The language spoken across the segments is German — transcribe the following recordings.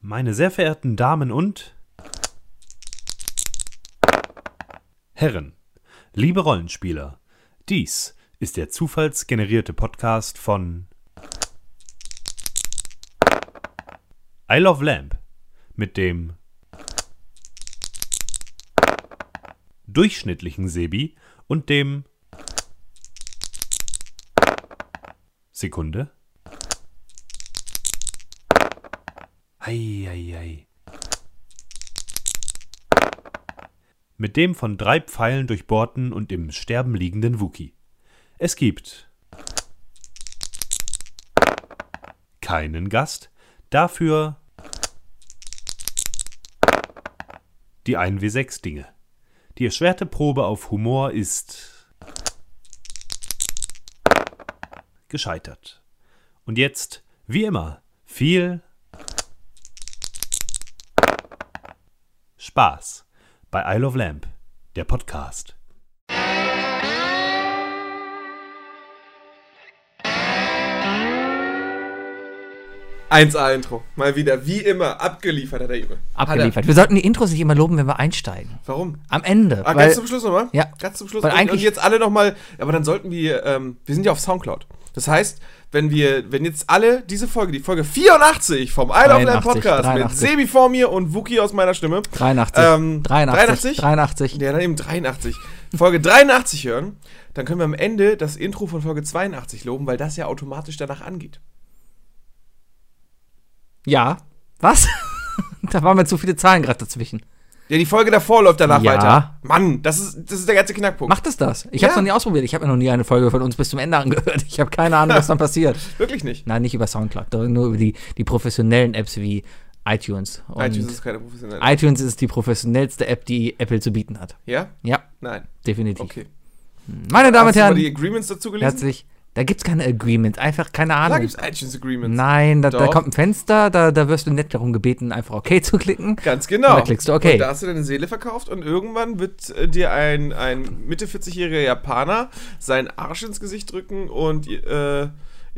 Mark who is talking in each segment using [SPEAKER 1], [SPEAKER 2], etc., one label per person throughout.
[SPEAKER 1] Meine sehr verehrten Damen und Herren, liebe Rollenspieler, dies ist der zufallsgenerierte Podcast von I Love Lamp mit dem durchschnittlichen Sebi und dem Sekunde. Ei, ei, ei. Mit dem von drei Pfeilen durchbohrten und im Sterben liegenden Wookie. Es gibt keinen Gast, dafür die 1W6 Dinge. Die erschwerte Probe auf Humor ist gescheitert. Und jetzt, wie immer, viel Spaß bei Isle of Lamp, der Podcast.
[SPEAKER 2] Eins a Intro. Mal wieder, wie immer, abgeliefert hat der Junge.
[SPEAKER 3] abgeliefert. Wir sollten die Intros nicht immer loben, wenn wir einsteigen.
[SPEAKER 2] Warum?
[SPEAKER 3] Am Ende.
[SPEAKER 2] Ah,
[SPEAKER 3] weil,
[SPEAKER 2] ganz zum Schluss nochmal?
[SPEAKER 3] Ja.
[SPEAKER 2] Ganz zum Schluss.
[SPEAKER 3] Weil
[SPEAKER 2] Und, und
[SPEAKER 3] eigentlich-
[SPEAKER 2] jetzt alle nochmal, aber dann sollten wir, ähm, wir sind ja auf Soundcloud. Das heißt, wenn wir, wenn jetzt alle diese Folge, die Folge 84 vom I Love Land
[SPEAKER 3] 83,
[SPEAKER 2] Podcast mit
[SPEAKER 3] 83.
[SPEAKER 2] Sebi vor mir und Wookie aus meiner Stimme.
[SPEAKER 3] 83,
[SPEAKER 2] Ähm, 83?
[SPEAKER 3] 83, 83.
[SPEAKER 2] Ja, dann eben 83. Folge 83 hören, dann können wir am Ende das Intro von Folge 82 loben, weil das ja automatisch danach angeht.
[SPEAKER 3] Ja. Was? da waren mir zu viele Zahlen gerade dazwischen.
[SPEAKER 2] Ja, die Folge davor läuft danach
[SPEAKER 3] Ja.
[SPEAKER 2] weiter. Mann, das ist, das ist der ganze Knackpunkt.
[SPEAKER 3] Macht es das? Ich
[SPEAKER 2] Ja.
[SPEAKER 3] habe es noch nie ausprobiert. Ich habe mir noch nie eine Folge von uns bis zum Ende angehört. Ich habe keine Ahnung, was dann passiert.
[SPEAKER 2] Wirklich nicht.
[SPEAKER 3] Nein, nicht über Soundcloud, nur über die, die professionellen Apps wie iTunes. Und
[SPEAKER 2] iTunes ist keine professionelle.
[SPEAKER 3] iTunes ist die professionellste App, die Apple zu bieten hat.
[SPEAKER 2] ja?
[SPEAKER 3] Ja,
[SPEAKER 2] Nein.
[SPEAKER 3] definitiv.
[SPEAKER 2] Okay.
[SPEAKER 3] Meine Damen und
[SPEAKER 2] Hast du mal die
[SPEAKER 3] Herren,
[SPEAKER 2] Agreements dazu gelesen?
[SPEAKER 3] herzlich. Da gibt's keine Agreement, einfach keine
[SPEAKER 2] Da
[SPEAKER 3] Ahnung.
[SPEAKER 2] gibt es iTunes Agreements.
[SPEAKER 3] Nein, da, da
[SPEAKER 2] Doch.
[SPEAKER 3] kommt ein Fenster, da, da wirst du nett darum gebeten, einfach OK zu klicken.
[SPEAKER 2] Ganz genau.
[SPEAKER 3] Und da klickst du okay.
[SPEAKER 2] Und da hast du deine Seele verkauft und irgendwann wird äh, dir ein, ein Mitte 40-jähriger Japaner seinen Arsch ins Gesicht drücken und ihr, äh,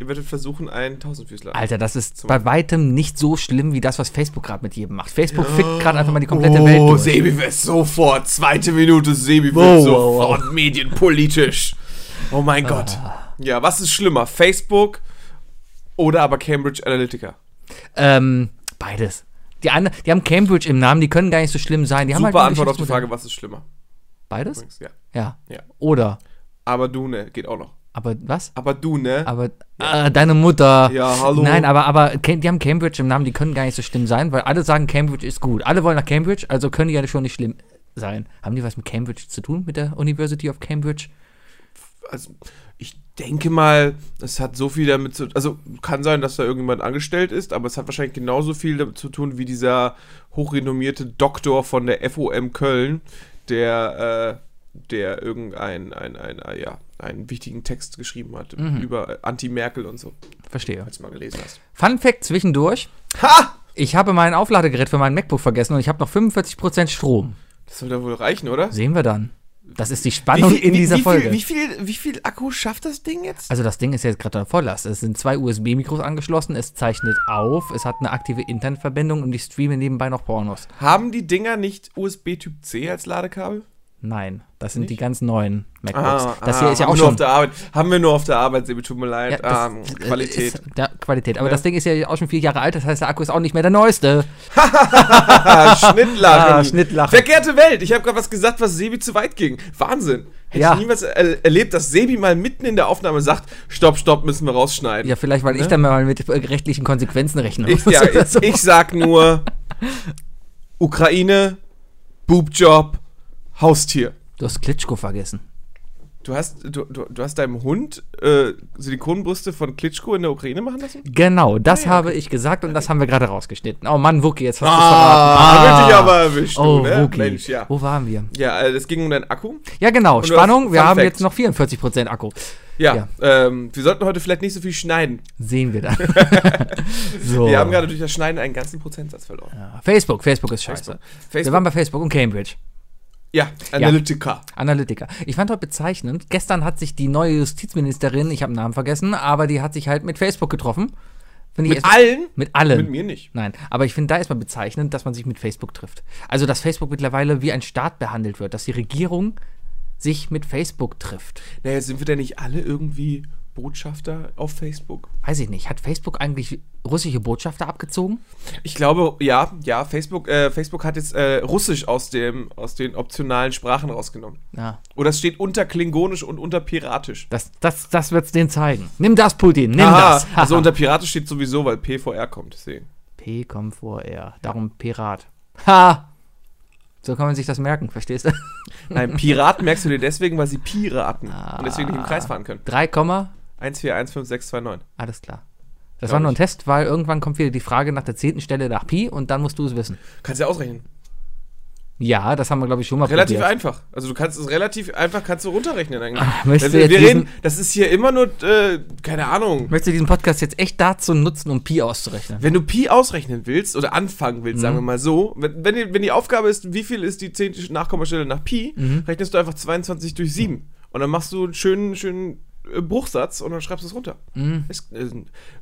[SPEAKER 2] ihr werdet versuchen, einen Tausendfüßler.
[SPEAKER 3] Alter, das ist
[SPEAKER 2] Zum-
[SPEAKER 3] bei weitem nicht so schlimm wie das, was Facebook gerade mit jedem macht. Facebook fickt gerade einfach mal die komplette Welt
[SPEAKER 2] Oh,
[SPEAKER 3] durch.
[SPEAKER 2] Sebi wird sofort. Zweite Minute, Sebi wird
[SPEAKER 3] Wow, Ah. wow,
[SPEAKER 2] sofort medienpolitisch. Oh mein Gott. Ja, was ist schlimmer? Facebook oder aber Cambridge Analytica?
[SPEAKER 3] Ähm, beides. Die, eine, die haben Cambridge im Namen, die können gar nicht so schlimm sein. Die haben
[SPEAKER 2] Super
[SPEAKER 3] halt
[SPEAKER 2] Antwort auf die Frage,
[SPEAKER 3] Geschäftsmodell.
[SPEAKER 2] was ist schlimmer?
[SPEAKER 3] Beides?
[SPEAKER 2] Übrigens, ja.
[SPEAKER 3] Ja.
[SPEAKER 2] Ja.
[SPEAKER 3] Oder,
[SPEAKER 2] Aber du, ne? Geht auch noch.
[SPEAKER 3] aber was?
[SPEAKER 2] Aber du, ne?
[SPEAKER 3] Aber äh, deine Mutter.
[SPEAKER 2] Ja, hallo.
[SPEAKER 3] Nein, aber, aber Cam- die haben Cambridge im Namen, die können gar nicht so schlimm sein, weil alle sagen, Cambridge ist gut. Alle wollen nach Cambridge, also können die ja schon nicht schlimm sein. Haben die was mit Cambridge zu tun, mit der University of Cambridge?
[SPEAKER 2] also ich denke mal, es hat so viel damit zu Also kann sein, dass da irgendjemand angestellt ist, aber es hat wahrscheinlich genauso viel damit zu tun wie dieser hochrenommierte Doktor von der FOM Köln, der, äh, der irgendein ein, ein, ein, ja, einen wichtigen Text geschrieben hat
[SPEAKER 3] Mhm.
[SPEAKER 2] über Anti-Merkel und so,
[SPEAKER 3] Verstehe.
[SPEAKER 2] falls du mal gelesen hast.
[SPEAKER 3] Fun Fact zwischendurch.
[SPEAKER 2] Ha!
[SPEAKER 3] Ich habe mein Aufladegerät für mein MacBook vergessen und ich habe noch 45% Strom.
[SPEAKER 2] Das soll doch wohl reichen, oder?
[SPEAKER 3] Sehen wir dann. Das ist die Spannung in dieser
[SPEAKER 2] wie,
[SPEAKER 3] Folge.
[SPEAKER 2] Viel, wie, viel, wie viel Akku schafft das Ding jetzt?
[SPEAKER 3] Also das Ding ist jetzt gerade voll Volllast. Es sind zwei USB-Mikros angeschlossen, es zeichnet auf, es hat eine aktive Internetverbindung und ich streame nebenbei noch Pornos.
[SPEAKER 2] Haben die Dinger nicht USB Typ C als Ladekabel?
[SPEAKER 3] Nein, das sind die ganz neuen MacBooks.
[SPEAKER 2] Ah,
[SPEAKER 3] das
[SPEAKER 2] ah,
[SPEAKER 3] hier ist ja
[SPEAKER 2] haben
[SPEAKER 3] auch
[SPEAKER 2] wir nur
[SPEAKER 3] schon
[SPEAKER 2] auf der Arbeit. Haben wir nur auf der Arbeit, Sebi, tut mir leid.
[SPEAKER 3] Ja, das,
[SPEAKER 2] ah,
[SPEAKER 3] äh,
[SPEAKER 2] Qualität.
[SPEAKER 3] Ist, ja, Qualität. Aber das Ding ist ja auch schon vier Jahre alt, das heißt, der Akku ist auch nicht mehr der neueste.
[SPEAKER 2] Ah, Schnittlachen.
[SPEAKER 3] Ah, Schnittlachen.
[SPEAKER 2] Verkehrte Welt. Ich habe gerade was gesagt, was Sebi zu weit ging. Wahnsinn. Hätte
[SPEAKER 3] Ja.
[SPEAKER 2] ich niemals er erlebt, dass Sebi mal mitten in der Aufnahme sagt, stopp, stopp, müssen wir rausschneiden.
[SPEAKER 3] Ja, vielleicht, weil ich dann mal mit äh, rechtlichen Konsequenzen rechnen
[SPEAKER 2] ich, ja,
[SPEAKER 3] oder so.
[SPEAKER 2] ich, ich sag nur, Ukraine, Boobjob, Haustier.
[SPEAKER 3] Du hast Klitschko vergessen.
[SPEAKER 2] Du hast, du, du, du hast deinem Hund äh, Silikonbrüste von Klitschko in der Ukraine machen lassen?
[SPEAKER 3] Genau, das habe ich gesagt und das haben wir gerade rausgeschnitten. Oh Mann, Wookie, jetzt hast du
[SPEAKER 2] Ah,
[SPEAKER 3] verraten.
[SPEAKER 2] hab ich dich aber erwischt, du,
[SPEAKER 3] Oh,
[SPEAKER 2] ne?
[SPEAKER 3] Wookie.
[SPEAKER 2] Mensch, ja.
[SPEAKER 3] Wo waren wir?
[SPEAKER 2] Ja, äh, es ging um deinen Akku.
[SPEAKER 3] Ja,
[SPEAKER 2] du
[SPEAKER 3] genau,
[SPEAKER 2] hast-
[SPEAKER 3] Spannung. Wir
[SPEAKER 2] Fun
[SPEAKER 3] haben
[SPEAKER 2] Fact.
[SPEAKER 3] jetzt noch 44% Akku.
[SPEAKER 2] Ja,
[SPEAKER 3] Ja.
[SPEAKER 2] Ähm, wir sollten heute vielleicht nicht so viel schneiden.
[SPEAKER 3] Sehen wir dann. so.
[SPEAKER 2] Wir haben gerade durch das Schneiden einen ganzen Prozentsatz verloren.
[SPEAKER 3] Ja, Facebook, Facebook ist scheiße.
[SPEAKER 2] Facebook.
[SPEAKER 3] Wir
[SPEAKER 2] Facebook.
[SPEAKER 3] waren bei Facebook und Cambridge.
[SPEAKER 2] Ja, Analytica.
[SPEAKER 3] Analytiker. Ich fand heute bezeichnend, gestern hat sich die neue Justizministerin, ich habe den Namen vergessen, aber die hat sich halt mit Facebook getroffen, Finde ich
[SPEAKER 2] Mit
[SPEAKER 3] erstmal-
[SPEAKER 2] allen?
[SPEAKER 3] Mit allen.
[SPEAKER 2] Mit mir nicht.
[SPEAKER 3] Nein, aber ich finde da erstmal bezeichnend, dass man sich mit Facebook trifft. Also, dass Facebook mittlerweile wie ein Staat behandelt wird, dass die Regierung sich mit Facebook trifft.
[SPEAKER 2] Naja, sind wir denn nicht alle irgendwie Botschafter auf Facebook?
[SPEAKER 3] Weiß ich nicht, hat Facebook eigentlich russische Botschafter abgezogen?
[SPEAKER 2] Ich glaube, ja, ja, Facebook, äh, Facebook hat jetzt äh, Russisch aus, dem, aus den optionalen Sprachen rausgenommen.
[SPEAKER 3] Ja.
[SPEAKER 2] Oder es steht unter Klingonisch und unter Piratisch.
[SPEAKER 3] Das, das, das wird's denen zeigen. Nimm das, Putin, nimm das.
[SPEAKER 2] also unter Piratisch steht sowieso, weil PVR kommt, deswegen.
[SPEAKER 3] P kommt vor R, darum Pirat. Ha! So kann man sich das merken, verstehst du?
[SPEAKER 2] Nein, Piraten merkst du dir deswegen, weil sie Piraten
[SPEAKER 3] Ah.
[SPEAKER 2] und deswegen nicht im Kreis fahren können.
[SPEAKER 3] 3, Komma,
[SPEAKER 2] 1415629.
[SPEAKER 3] alles klar. Das
[SPEAKER 2] Glaub
[SPEAKER 3] war nur ein
[SPEAKER 2] ich.
[SPEAKER 3] Test, weil irgendwann kommt wieder die Frage nach der zehnten Stelle nach Pi und dann musst du es wissen.
[SPEAKER 2] Kannst du ja ausrechnen.
[SPEAKER 3] Ja, das haben wir, glaube ich, schon mal
[SPEAKER 2] Relativ
[SPEAKER 3] probiert.
[SPEAKER 2] einfach. Also du kannst es relativ einfach kannst du runterrechnen eigentlich.
[SPEAKER 3] möchtest
[SPEAKER 2] wir
[SPEAKER 3] du
[SPEAKER 2] wir
[SPEAKER 3] jetzt
[SPEAKER 2] reden, das ist hier immer nur äh, keine Ahnung.
[SPEAKER 3] Möchtest du diesen Podcast jetzt echt dazu nutzen, um Pi auszurechnen?
[SPEAKER 2] Wenn du Pi ausrechnen willst oder anfangen willst, sagen wir
[SPEAKER 3] Mhm.
[SPEAKER 2] mal so, wenn, wenn, die, wenn die Aufgabe ist, wie viel ist die zehnte Nachkommastelle nach Pi,
[SPEAKER 3] Mhm.
[SPEAKER 2] rechnest du einfach 22 durch 7. Und dann machst du einen schönen, schönen äh, Bruchsatz und dann schreibst du es runter.
[SPEAKER 3] Mhm.
[SPEAKER 2] Ist, äh,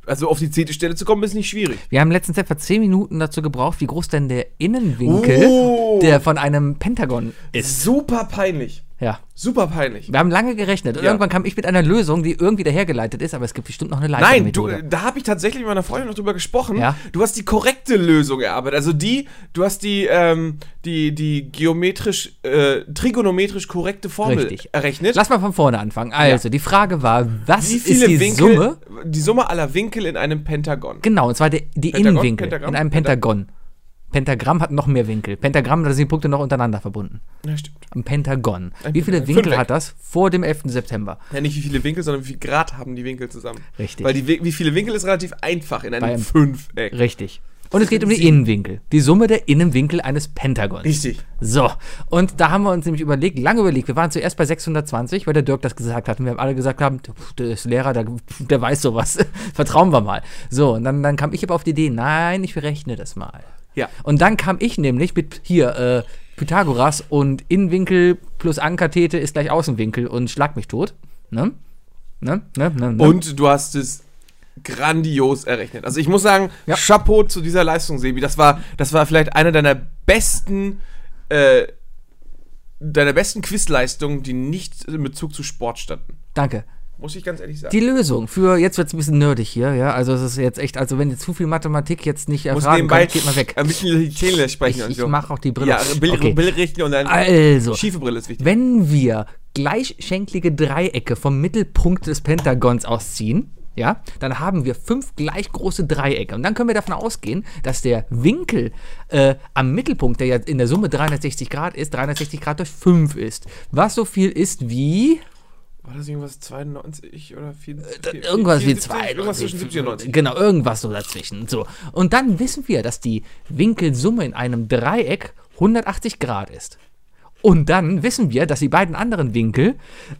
[SPEAKER 2] also auf die zehnte Stelle zu kommen, ist nicht schwierig.
[SPEAKER 3] Wir haben letztens etwa 10 Minuten dazu gebraucht, wie groß denn der Innenwinkel
[SPEAKER 2] Oh.
[SPEAKER 3] der von einem Pentagon ist.
[SPEAKER 2] Ist super peinlich.
[SPEAKER 3] Ja.
[SPEAKER 2] Super peinlich.
[SPEAKER 3] Wir haben lange gerechnet und
[SPEAKER 2] Ja.
[SPEAKER 3] irgendwann kam ich mit einer Lösung, die irgendwie dahergeleitet ist, aber es gibt bestimmt noch eine leichtere
[SPEAKER 2] Nein, du, äh,
[SPEAKER 3] Methode.
[SPEAKER 2] da habe ich tatsächlich mit meiner Freundin noch drüber gesprochen.
[SPEAKER 3] Ja.
[SPEAKER 2] Du hast die korrekte Lösung erarbeitet. Also die, du hast die, ähm, die, die geometrisch, äh, trigonometrisch korrekte Formel
[SPEAKER 3] Richtig.
[SPEAKER 2] errechnet.
[SPEAKER 3] Lass mal von vorne anfangen. Also, die Frage war, was
[SPEAKER 2] Wie
[SPEAKER 3] ist
[SPEAKER 2] viele
[SPEAKER 3] die
[SPEAKER 2] Winkel,
[SPEAKER 3] Summe?
[SPEAKER 2] Die Summe aller Winkel in einem Pentagon.
[SPEAKER 3] Genau, und zwar die, die
[SPEAKER 2] Pentagon,
[SPEAKER 3] Innenwinkel
[SPEAKER 2] Pentagramm,
[SPEAKER 3] in einem Pentagon. Pentagramm hat noch mehr Winkel. Pentagramm, da sind die Punkte noch untereinander verbunden.
[SPEAKER 2] Ja, stimmt.
[SPEAKER 3] Ein Pentagon.
[SPEAKER 2] Ein
[SPEAKER 3] Wie viele
[SPEAKER 2] Pentagon.
[SPEAKER 3] Winkel
[SPEAKER 2] Fünf.
[SPEAKER 3] hat das vor dem 11. September?
[SPEAKER 2] Ja, nicht wie viele Winkel, sondern wie viel Grad haben die Winkel zusammen.
[SPEAKER 3] Richtig.
[SPEAKER 2] Weil die, Wi- wie viele Winkel ist relativ einfach in einem
[SPEAKER 3] Beim-
[SPEAKER 2] Fünfeck.
[SPEAKER 3] Richtig. Und es geht um die Innenwinkel. Die Summe der Innenwinkel eines Pentagons.
[SPEAKER 2] Richtig.
[SPEAKER 3] So, und da haben wir uns nämlich überlegt, lange überlegt, wir waren zuerst bei 620, weil der Dirk das gesagt hat. Und wir haben alle gesagt haben, "Pff, der ist Lehrer, der, der weiß sowas. Vertrauen wir mal. So, und dann, dann kam ich aber auf die Idee, nein, ich berechne das mal.
[SPEAKER 2] Ja.
[SPEAKER 3] Und dann kam ich nämlich mit hier, äh, Pythagoras und Innenwinkel plus Ankathete ist gleich Außenwinkel und schlag mich tot. Ne? Ne? Ne? Ne? ne?
[SPEAKER 2] Und du hast es grandios errechnet. Also ich muss sagen,
[SPEAKER 3] Ja.
[SPEAKER 2] Chapeau zu dieser Leistung, Sebi. Das war, das war vielleicht eine deiner besten, äh, deiner besten Quizleistungen, die nicht in Bezug zu Sport standen.
[SPEAKER 3] Danke.
[SPEAKER 2] Muss ich ganz ehrlich sagen.
[SPEAKER 3] Die Lösung für, jetzt wird es ein bisschen nerdig hier, ja. Also es ist jetzt echt, also wenn ihr zu viel Mathematik jetzt nicht
[SPEAKER 2] Muss
[SPEAKER 3] erfragen
[SPEAKER 2] nebenbei
[SPEAKER 3] könnt, geht mal weg.
[SPEAKER 2] ein bisschen die Zähne sprechen
[SPEAKER 3] Ich,
[SPEAKER 2] und
[SPEAKER 3] ich
[SPEAKER 2] so.
[SPEAKER 3] mache auch die Brille.
[SPEAKER 2] Ja, Brille,
[SPEAKER 3] Okay.
[SPEAKER 2] Brille richten und dann
[SPEAKER 3] Also,
[SPEAKER 2] schiefe Brille ist wichtig.
[SPEAKER 3] wenn wir gleichschenklige Dreiecke vom Mittelpunkt des Pentagons ausziehen, ja, dann haben wir fünf gleich große Dreiecke. Und dann können wir davon ausgehen, dass der Winkel äh, am Mittelpunkt, der ja in der Summe 360 Grad ist, 360 Grad durch 5 ist. Was so viel ist wie.
[SPEAKER 2] War das irgendwas 92 oder 74?
[SPEAKER 3] Äh, irgendwas wie
[SPEAKER 2] 74,
[SPEAKER 3] zwei.
[SPEAKER 2] Irgendwas zwischen 70 und 90.
[SPEAKER 3] Genau, irgendwas so dazwischen. So. Und dann wissen wir, dass die Winkelsumme in einem Dreieck 180 Grad ist. Und dann wissen wir, dass die beiden anderen Winkel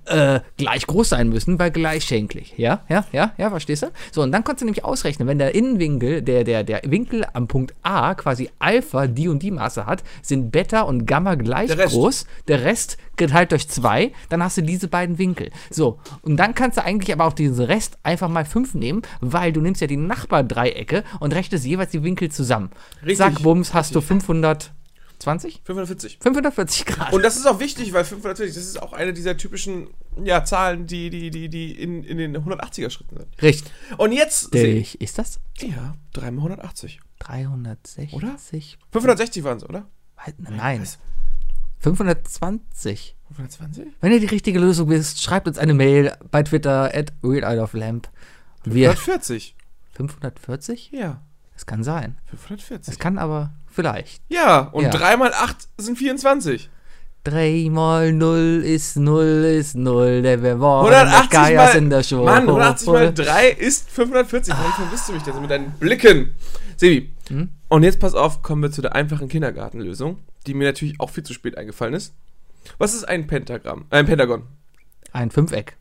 [SPEAKER 3] äh, gleich groß sein müssen, weil gleichschenklich. Ja, ja, ja, ja, verstehst du? So, und dann konntest du nämlich ausrechnen, wenn der Innenwinkel, der, der, der Winkel am Punkt A quasi Alpha die und die Maße hat, sind Beta und Gamma gleich
[SPEAKER 2] Der Rest.
[SPEAKER 3] groß, der Rest geteilt durch zwei, dann hast du diese beiden Winkel. So, und dann kannst du eigentlich aber auch diesen Rest einfach mal fünf nehmen, weil du nimmst ja die Nachbardreiecke und rechnest jeweils die Winkel zusammen.
[SPEAKER 2] Richtig.
[SPEAKER 3] Zack, Bums, hast du 520?
[SPEAKER 2] 540.
[SPEAKER 3] 540 Grad.
[SPEAKER 2] Und das ist auch wichtig, weil 540, das ist auch eine dieser typischen ja, Zahlen, die, die, die, die in, in den 180er-Schritten sind.
[SPEAKER 3] Richtig.
[SPEAKER 2] Und jetzt. seh-
[SPEAKER 3] Ist das?
[SPEAKER 2] Ja, 3 mal 180.
[SPEAKER 3] 360?
[SPEAKER 2] Oder?
[SPEAKER 3] Wei-
[SPEAKER 2] 560 waren es, oder?
[SPEAKER 3] Halt, Nein.
[SPEAKER 2] Was?
[SPEAKER 3] 520.
[SPEAKER 2] 520?
[SPEAKER 3] Wenn ihr die richtige Lösung wisst, schreibt uns eine Mail bei Twitter at Weird Out of Lamp. Wir
[SPEAKER 2] 540.
[SPEAKER 3] 540?
[SPEAKER 2] Ja,
[SPEAKER 3] Es kann sein. Es
[SPEAKER 2] 540.
[SPEAKER 3] kann aber vielleicht.
[SPEAKER 2] Ja, und
[SPEAKER 3] Ja.
[SPEAKER 2] 3 mal 8 sind 24.
[SPEAKER 3] 3 mal 0 ist 0 ist 0, der wir wollen.
[SPEAKER 2] 180
[SPEAKER 3] Geiers
[SPEAKER 2] mal,
[SPEAKER 3] in der Show.
[SPEAKER 2] Mann, 180 mal 3 ist 540. Warum verwisst du mich denn so mit deinen Blicken? Sebi, und jetzt pass auf, kommen wir zu der einfachen Kindergartenlösung, die mir natürlich auch viel zu spät eingefallen ist. Was ist ein Pentagramm? Ein Pentagon.
[SPEAKER 3] Ein Fünfeck.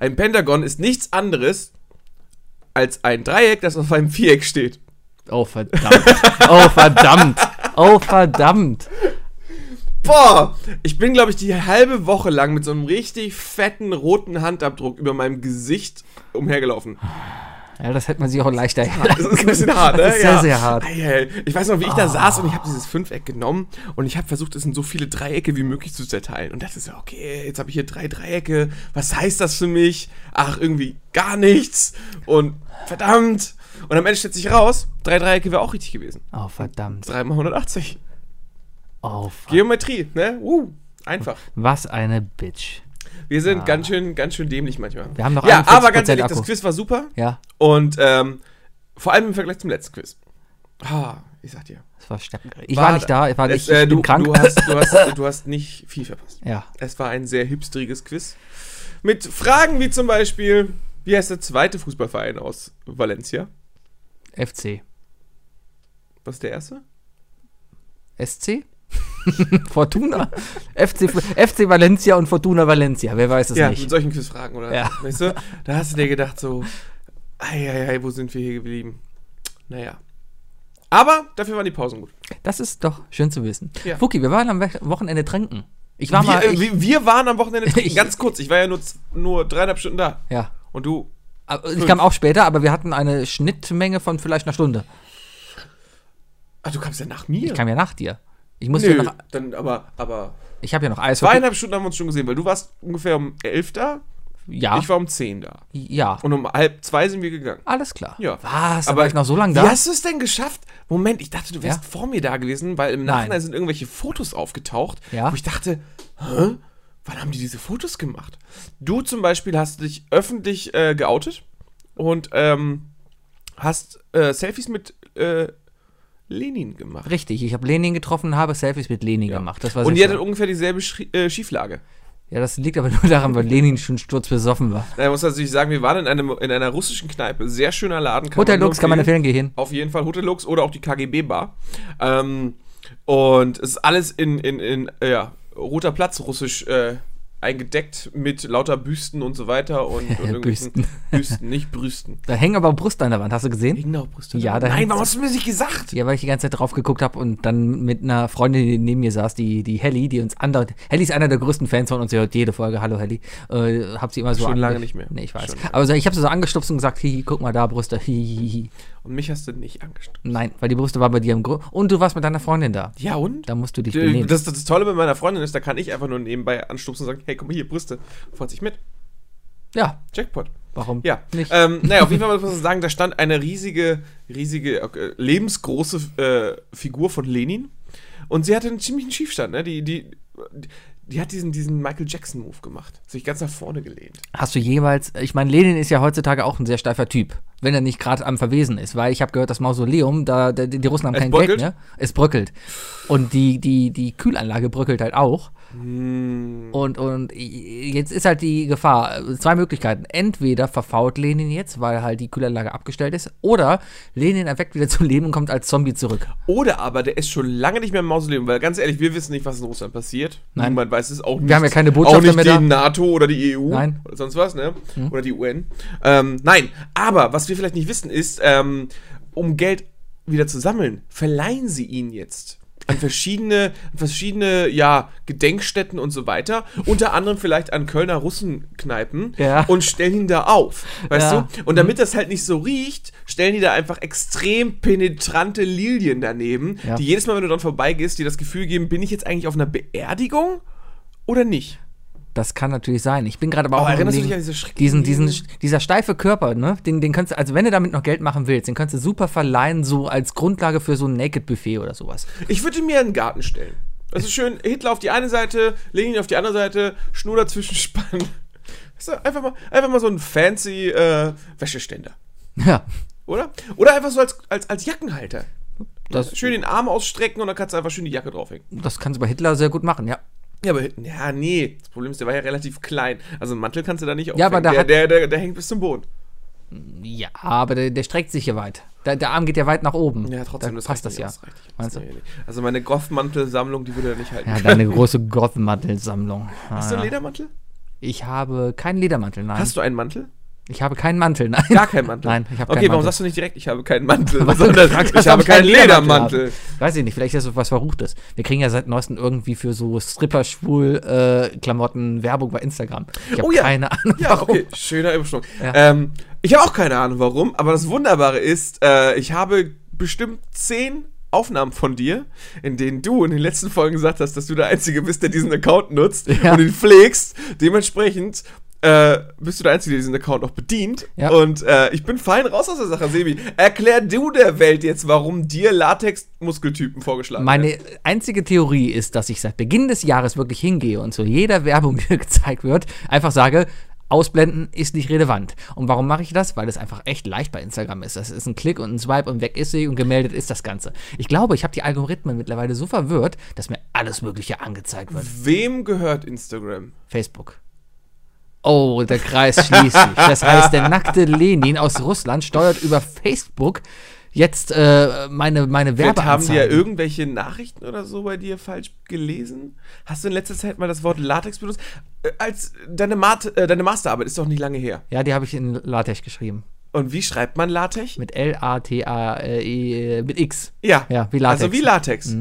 [SPEAKER 2] Ein Pentagon ist nichts anderes als ein Dreieck, das auf einem Viereck steht.
[SPEAKER 3] Oh, verdammt. Oh, verdammt. Oh, verdammt.
[SPEAKER 2] Boah, ich bin, glaube ich, die halbe Woche lang mit so einem richtig fetten roten Handabdruck über meinem Gesicht umhergelaufen.
[SPEAKER 3] Ja, das hätte man sich auch leichter
[SPEAKER 2] Das ist ein bisschen hart, ne?
[SPEAKER 3] Das ist sehr, sehr hart. Ah.
[SPEAKER 2] Ei, ei. Ich weiß noch, wie ich da saß und ich habe dieses Viereck genommen und ich habe versucht, es in so viele Dreiecke wie möglich zu zerteilen. Und das ist ja okay, jetzt habe ich hier drei Dreiecke. Was heißt das für mich? Ach, irgendwie gar nichts. Und verdammt. Und am Ende stellt sich raus, drei Dreiecke wäre auch richtig gewesen.
[SPEAKER 3] Oh, verdammt.
[SPEAKER 2] Dreimal 180.
[SPEAKER 3] Oh, verdammt.
[SPEAKER 2] Geometrie, ne? Uh, einfach.
[SPEAKER 3] Was eine Bitch.
[SPEAKER 2] Wir sind ganz schön, ganz schön dämlich manchmal.
[SPEAKER 3] Ah. Wir haben noch
[SPEAKER 2] ja, aber ganz
[SPEAKER 3] 41%
[SPEAKER 2] ehrlich, das
[SPEAKER 3] Akku.
[SPEAKER 2] Quiz war super.
[SPEAKER 3] Ja,
[SPEAKER 2] Und ähm, vor allem im Vergleich zum letzten Quiz. Ah, ich sag dir.
[SPEAKER 3] das war stark. Ich war, nicht da, ich war
[SPEAKER 2] es,
[SPEAKER 3] nicht,
[SPEAKER 2] äh,
[SPEAKER 3] ich bin
[SPEAKER 2] du,
[SPEAKER 3] krank.
[SPEAKER 2] Du hast, du, hast, du hast nicht viel verpasst.
[SPEAKER 3] ja.
[SPEAKER 2] Es war ein sehr hipstriges Quiz. Mit Fragen wie zum Beispiel, wie heißt der zweite Fußballverein aus Valencia?
[SPEAKER 3] FC.
[SPEAKER 2] Was ist der erste?
[SPEAKER 3] SC? Fortuna? FC, FC Valencia und Fortuna Valencia. Wer weiß es
[SPEAKER 2] ja, mit
[SPEAKER 3] nicht.
[SPEAKER 2] solchen Quizfragen, oder?
[SPEAKER 3] Ja.
[SPEAKER 2] Weißt du, da hast du dir gedacht so, ei, ei, ei, wo sind wir hier geblieben? Naja. Aber dafür waren die Pausen gut.
[SPEAKER 3] Das ist doch schön zu wissen.
[SPEAKER 2] Ja.
[SPEAKER 3] Fuki, wir waren am We- Wochenende trinken. Ich war mal.
[SPEAKER 2] wir, äh,
[SPEAKER 3] Ich,
[SPEAKER 2] wir, wir waren am Wochenende,
[SPEAKER 3] Ich-
[SPEAKER 2] ganz kurz, ich war ja nur, z- nur dreieinhalb Stunden da.
[SPEAKER 3] ja.
[SPEAKER 2] Und du,
[SPEAKER 3] Aber Ich kam auch später, aber wir hatten eine Schnittmenge von vielleicht einer Stunde.
[SPEAKER 2] ah, du kamst ja nach mir.
[SPEAKER 3] Ich kam ja nach dir. Ich musste ja
[SPEAKER 2] Nö,
[SPEAKER 3] noch.
[SPEAKER 2] dann aber, aber
[SPEAKER 3] Ich habe ja noch Eishockey.
[SPEAKER 2] zweieinhalb Stunden haben wir uns schon gesehen, weil du warst ungefähr um elf da,
[SPEAKER 3] Ja.
[SPEAKER 2] ich war um zehn da.
[SPEAKER 3] ja.
[SPEAKER 2] Und um halb zwei sind wir gegangen.
[SPEAKER 3] Alles klar.
[SPEAKER 2] Ja.
[SPEAKER 3] Was? Aber war ich noch so lange da?
[SPEAKER 2] Wie hast du es denn geschafft? Moment, ich dachte, du wärst
[SPEAKER 3] Ja.
[SPEAKER 2] vor mir da gewesen, weil im
[SPEAKER 3] Nein.
[SPEAKER 2] Nachhinein sind irgendwelche Fotos aufgetaucht,
[SPEAKER 3] Ja.
[SPEAKER 2] wo ich dachte, hä? Wann haben die diese Fotos gemacht? Du zum Beispiel hast dich öffentlich äh, geoutet und ähm, hast äh, Selfies mit äh, Lenin gemacht.
[SPEAKER 3] Richtig, ich habe Lenin getroffen, habe Selfies mit Lenin gemacht. Das war
[SPEAKER 2] Und
[SPEAKER 3] sehr
[SPEAKER 2] ihr hattet
[SPEAKER 3] schön.
[SPEAKER 2] ungefähr dieselbe Schri äh, Schieflage.
[SPEAKER 3] ja, das liegt aber nur daran, weil Lenin schon sturzbesoffen war.
[SPEAKER 2] Da muss natürlich sagen, wir waren in, einem, in einer russischen Kneipe. Sehr schöner Laden. kann
[SPEAKER 3] Hotel
[SPEAKER 2] nur
[SPEAKER 3] Lux kann man empfehlen, geh hin.
[SPEAKER 2] Auf jeden Fall Hotel Lux oder auch die KGB-Bar. Ähm, und es ist alles in, in, in äh, ja, roter Platz russisch äh, eingedeckt mit lauter Büsten und so weiter. Und, und irgendwelchen-
[SPEAKER 3] Büsten.
[SPEAKER 2] Büsten, nicht Brüsten.
[SPEAKER 3] Da hängen aber Brüste an der Wand, hast du gesehen?
[SPEAKER 2] Genau, Brüste.
[SPEAKER 3] Ja, da
[SPEAKER 2] Nein,
[SPEAKER 3] hängt-
[SPEAKER 2] warum hast du mir das nicht gesagt?
[SPEAKER 3] Ja, weil ich die ganze Zeit drauf geguckt habe und dann mit einer Freundin, die neben mir saß, die, die Helly, die uns andauernd. Helly ist einer der größten Fans von uns, sie hört jede Folge. Hallo Helly. Äh, hab sie immer so
[SPEAKER 2] Schon
[SPEAKER 3] ange-
[SPEAKER 2] lange nicht mehr.
[SPEAKER 3] Nee, ich weiß.
[SPEAKER 2] Schon lange.
[SPEAKER 3] Aber so, ich habe sie so angestupst und gesagt, hihi, guck mal da, Brüste. Hihihi.
[SPEAKER 2] Und mich hast du nicht angestimmt.
[SPEAKER 3] Nein, weil die Brüste war bei dir im Grund. Und du warst mit deiner Freundin da.
[SPEAKER 2] Ja, und?
[SPEAKER 3] Da musst du dich
[SPEAKER 2] D-
[SPEAKER 3] benehmen.
[SPEAKER 2] Äh, Das, das Tolle mit meiner Freundin ist, da kann ich einfach nur nebenbei anstupsen und sagen, hey, guck mal hier, Brüste. Freut sich mit.
[SPEAKER 3] ja,
[SPEAKER 2] Jackpot.
[SPEAKER 3] warum
[SPEAKER 2] Ja,
[SPEAKER 3] nicht?
[SPEAKER 2] ähm, naja, auf jeden Fall muss man sagen, da stand eine riesige, riesige, äh, lebensgroße äh, Figur von Lenin und sie hatte einen ziemlichen Schiefstand, ne? Die, die, die hat diesen, diesen Michael Jackson-Move gemacht, sich ganz nach vorne gelehnt.
[SPEAKER 3] Hast du jemals, ich meine, Lenin ist ja heutzutage auch ein sehr steifer Typ, wenn er nicht gerade am Verwesen ist, weil ich habe gehört, das Mausoleum, da, da die Russen haben
[SPEAKER 2] Es
[SPEAKER 3] kein
[SPEAKER 2] bröckelt?
[SPEAKER 3] Geld, ne? Es bröckelt. Und die, die, die Kühlanlage bröckelt halt auch.
[SPEAKER 2] Hm.
[SPEAKER 3] Und, und jetzt ist halt die Gefahr, äh, zwei Möglichkeiten. Entweder verfault Lenin jetzt, weil halt die Kühlanlage abgestellt ist, oder Lenin erweckt wieder zum Leben und kommt als Zombie zurück.
[SPEAKER 2] Oder aber der ist schon lange nicht mehr im Mausoleum, weil ganz ehrlich, wir wissen nicht, was in Russland passiert.
[SPEAKER 3] Nein.
[SPEAKER 2] Niemand weiß es auch nicht.
[SPEAKER 3] haben ja keine
[SPEAKER 2] Auch
[SPEAKER 3] Botschafter
[SPEAKER 2] nicht
[SPEAKER 3] mehr
[SPEAKER 2] die
[SPEAKER 3] da.
[SPEAKER 2] NATO oder die EU
[SPEAKER 3] Nein. Mhm.
[SPEAKER 2] oder sonst was, ne? Oder die UN. Ähm, nein, aber was wir vielleicht nicht wissen ist, ähm, um Geld wieder zu sammeln, verleihen sie ihn jetzt an verschiedene, an verschiedene ja, Gedenkstätten und so weiter. Unter anderem vielleicht an Kölner Russenkneipen
[SPEAKER 3] Ja.
[SPEAKER 2] und stellen ihn da auf. Weißt
[SPEAKER 3] Ja. Mhm.
[SPEAKER 2] du? Und damit das halt nicht so riecht, stellen die da einfach extrem penetrante Lilien daneben,
[SPEAKER 3] Ja.
[SPEAKER 2] die jedes Mal, wenn du dran vorbeigehst, dir das Gefühl geben, bin ich jetzt eigentlich auf einer Beerdigung oder nicht?
[SPEAKER 3] Das kann natürlich sein. Ich bin gerade aber
[SPEAKER 2] Oh,
[SPEAKER 3] auch noch
[SPEAKER 2] erinnerst du
[SPEAKER 3] im
[SPEAKER 2] dich an
[SPEAKER 3] Leben-
[SPEAKER 2] diese schrecklichen
[SPEAKER 3] diesen, diesen,
[SPEAKER 2] Videos?
[SPEAKER 3] dieser steife Körper, ne? Den, den kannst du, also wenn du damit noch Geld machen willst, den kannst du super verleihen, so als Grundlage für so ein Naked Buffet oder sowas.
[SPEAKER 2] Ich würde mir einen Garten stellen. Das ist schön, Hitler auf die eine Seite, Lenin auf die andere Seite, Schnur dazwischen spannen. Weißt du, einfach mal, einfach mal so ein fancy äh, Wäscheständer,
[SPEAKER 3] Ja.
[SPEAKER 2] oder? Oder einfach so als, als, als Jackenhalter.
[SPEAKER 3] Das,
[SPEAKER 2] Schön den Arm ausstrecken und dann kannst du einfach schön die Jacke draufhängen.
[SPEAKER 3] das kannst du bei Hitler sehr gut machen, ja.
[SPEAKER 2] Ja, aber ja, nee. Das Problem ist, der war ja relativ klein. Also einen Mantel kannst du da nicht aufhängen.
[SPEAKER 3] Ja, aber da
[SPEAKER 2] der,
[SPEAKER 3] hat-
[SPEAKER 2] der, der, der hängt bis zum Boden.
[SPEAKER 3] Ja, aber der, der streckt sich ja weit. Der, der Arm geht ja weit nach oben.
[SPEAKER 2] Ja, trotzdem,
[SPEAKER 3] Dann passt das
[SPEAKER 2] reicht
[SPEAKER 3] ja.
[SPEAKER 2] nicht aus, reicht nicht aus.
[SPEAKER 3] Meinst du?
[SPEAKER 2] Nee, nee. Also meine Goff-Mantel-Sammlung, die würde er nicht halten.
[SPEAKER 3] Ja, deine große Gothmantelsammlung.
[SPEAKER 2] Hast du einen Ledermantel?
[SPEAKER 3] Ich habe keinen Ledermantel, nein.
[SPEAKER 2] Hast du einen Mantel?
[SPEAKER 3] Ich habe keinen Mantel, nein.
[SPEAKER 2] Gar keinen Mantel.
[SPEAKER 3] Nein, ich habe
[SPEAKER 2] okay,
[SPEAKER 3] keinen
[SPEAKER 2] warum
[SPEAKER 3] Mantel.
[SPEAKER 2] sagst du nicht direkt, ich habe keinen Mantel?
[SPEAKER 3] Weil
[SPEAKER 2] Was
[SPEAKER 3] du
[SPEAKER 2] soll Also, das?
[SPEAKER 3] gefragt hast,
[SPEAKER 2] Ich habe
[SPEAKER 3] ob ich einen
[SPEAKER 2] keinen
[SPEAKER 3] Ledermantel
[SPEAKER 2] Ledermantel.
[SPEAKER 3] Weiß ich nicht, vielleicht ist das was Verruchtes. Wir kriegen ja seit neuestem irgendwie für so Stripper-Schwul-Klamotten Werbung bei Instagram. Ich habe
[SPEAKER 2] Oh ja.
[SPEAKER 3] keine Ahnung,
[SPEAKER 2] Ja, okay, schöner Überschwung.
[SPEAKER 3] Ja.
[SPEAKER 2] Ähm, ich habe auch keine Ahnung warum, aber das Wunderbare ist, äh, ich habe bestimmt zehn Aufnahmen von dir, in denen du in den letzten Folgen gesagt hast, dass du der Einzige bist, der diesen Account nutzt
[SPEAKER 3] Ja.
[SPEAKER 2] und ihn pflegst. Dementsprechend äh, bist du der Einzige, der diesen Account noch bedient.
[SPEAKER 3] Ja.
[SPEAKER 2] Und äh, ich bin fein raus aus der Sache, Sebi. Erklär du der Welt jetzt, warum dir Latex-Muskeltypen vorgeschlagen werden.
[SPEAKER 3] Meine einzige Theorie ist, dass ich seit Beginn des Jahres wirklich hingehe und zu jeder Werbung, die gezeigt wird, einfach sage, Ausblenden ist nicht relevant. Und warum mache ich das? Weil es einfach echt leicht bei Instagram ist. Das ist ein Klick und ein Swipe und weg ist sie und gemeldet ist das Ganze. Ich glaube, ich habe die Algorithmen mittlerweile so verwirrt, dass mir alles Mögliche angezeigt wird.
[SPEAKER 2] Wem gehört Instagram?
[SPEAKER 3] Facebook. Oh, der Kreis schließt sich. Das heißt, der nackte Lenin aus Russland steuert über Facebook jetzt äh, meine, meine
[SPEAKER 2] Vielleicht haben die ja
[SPEAKER 3] Werbeanzeigen.
[SPEAKER 2] irgendwelche Nachrichten oder so bei dir falsch gelesen? Hast du in letzter Zeit mal das Wort Latex benutzt? Äh, Als deine, Mat äh, deine Masterarbeit ist doch nicht lange her.
[SPEAKER 3] Ja, die habe ich in LaTeX geschrieben.
[SPEAKER 2] Und wie schreibt man Latex?
[SPEAKER 3] Mit L-A-T-A-E, E, äh, mit X.
[SPEAKER 2] Ja.
[SPEAKER 3] Ja, wie Latex. Mhm.
[SPEAKER 2] Also wie Latex.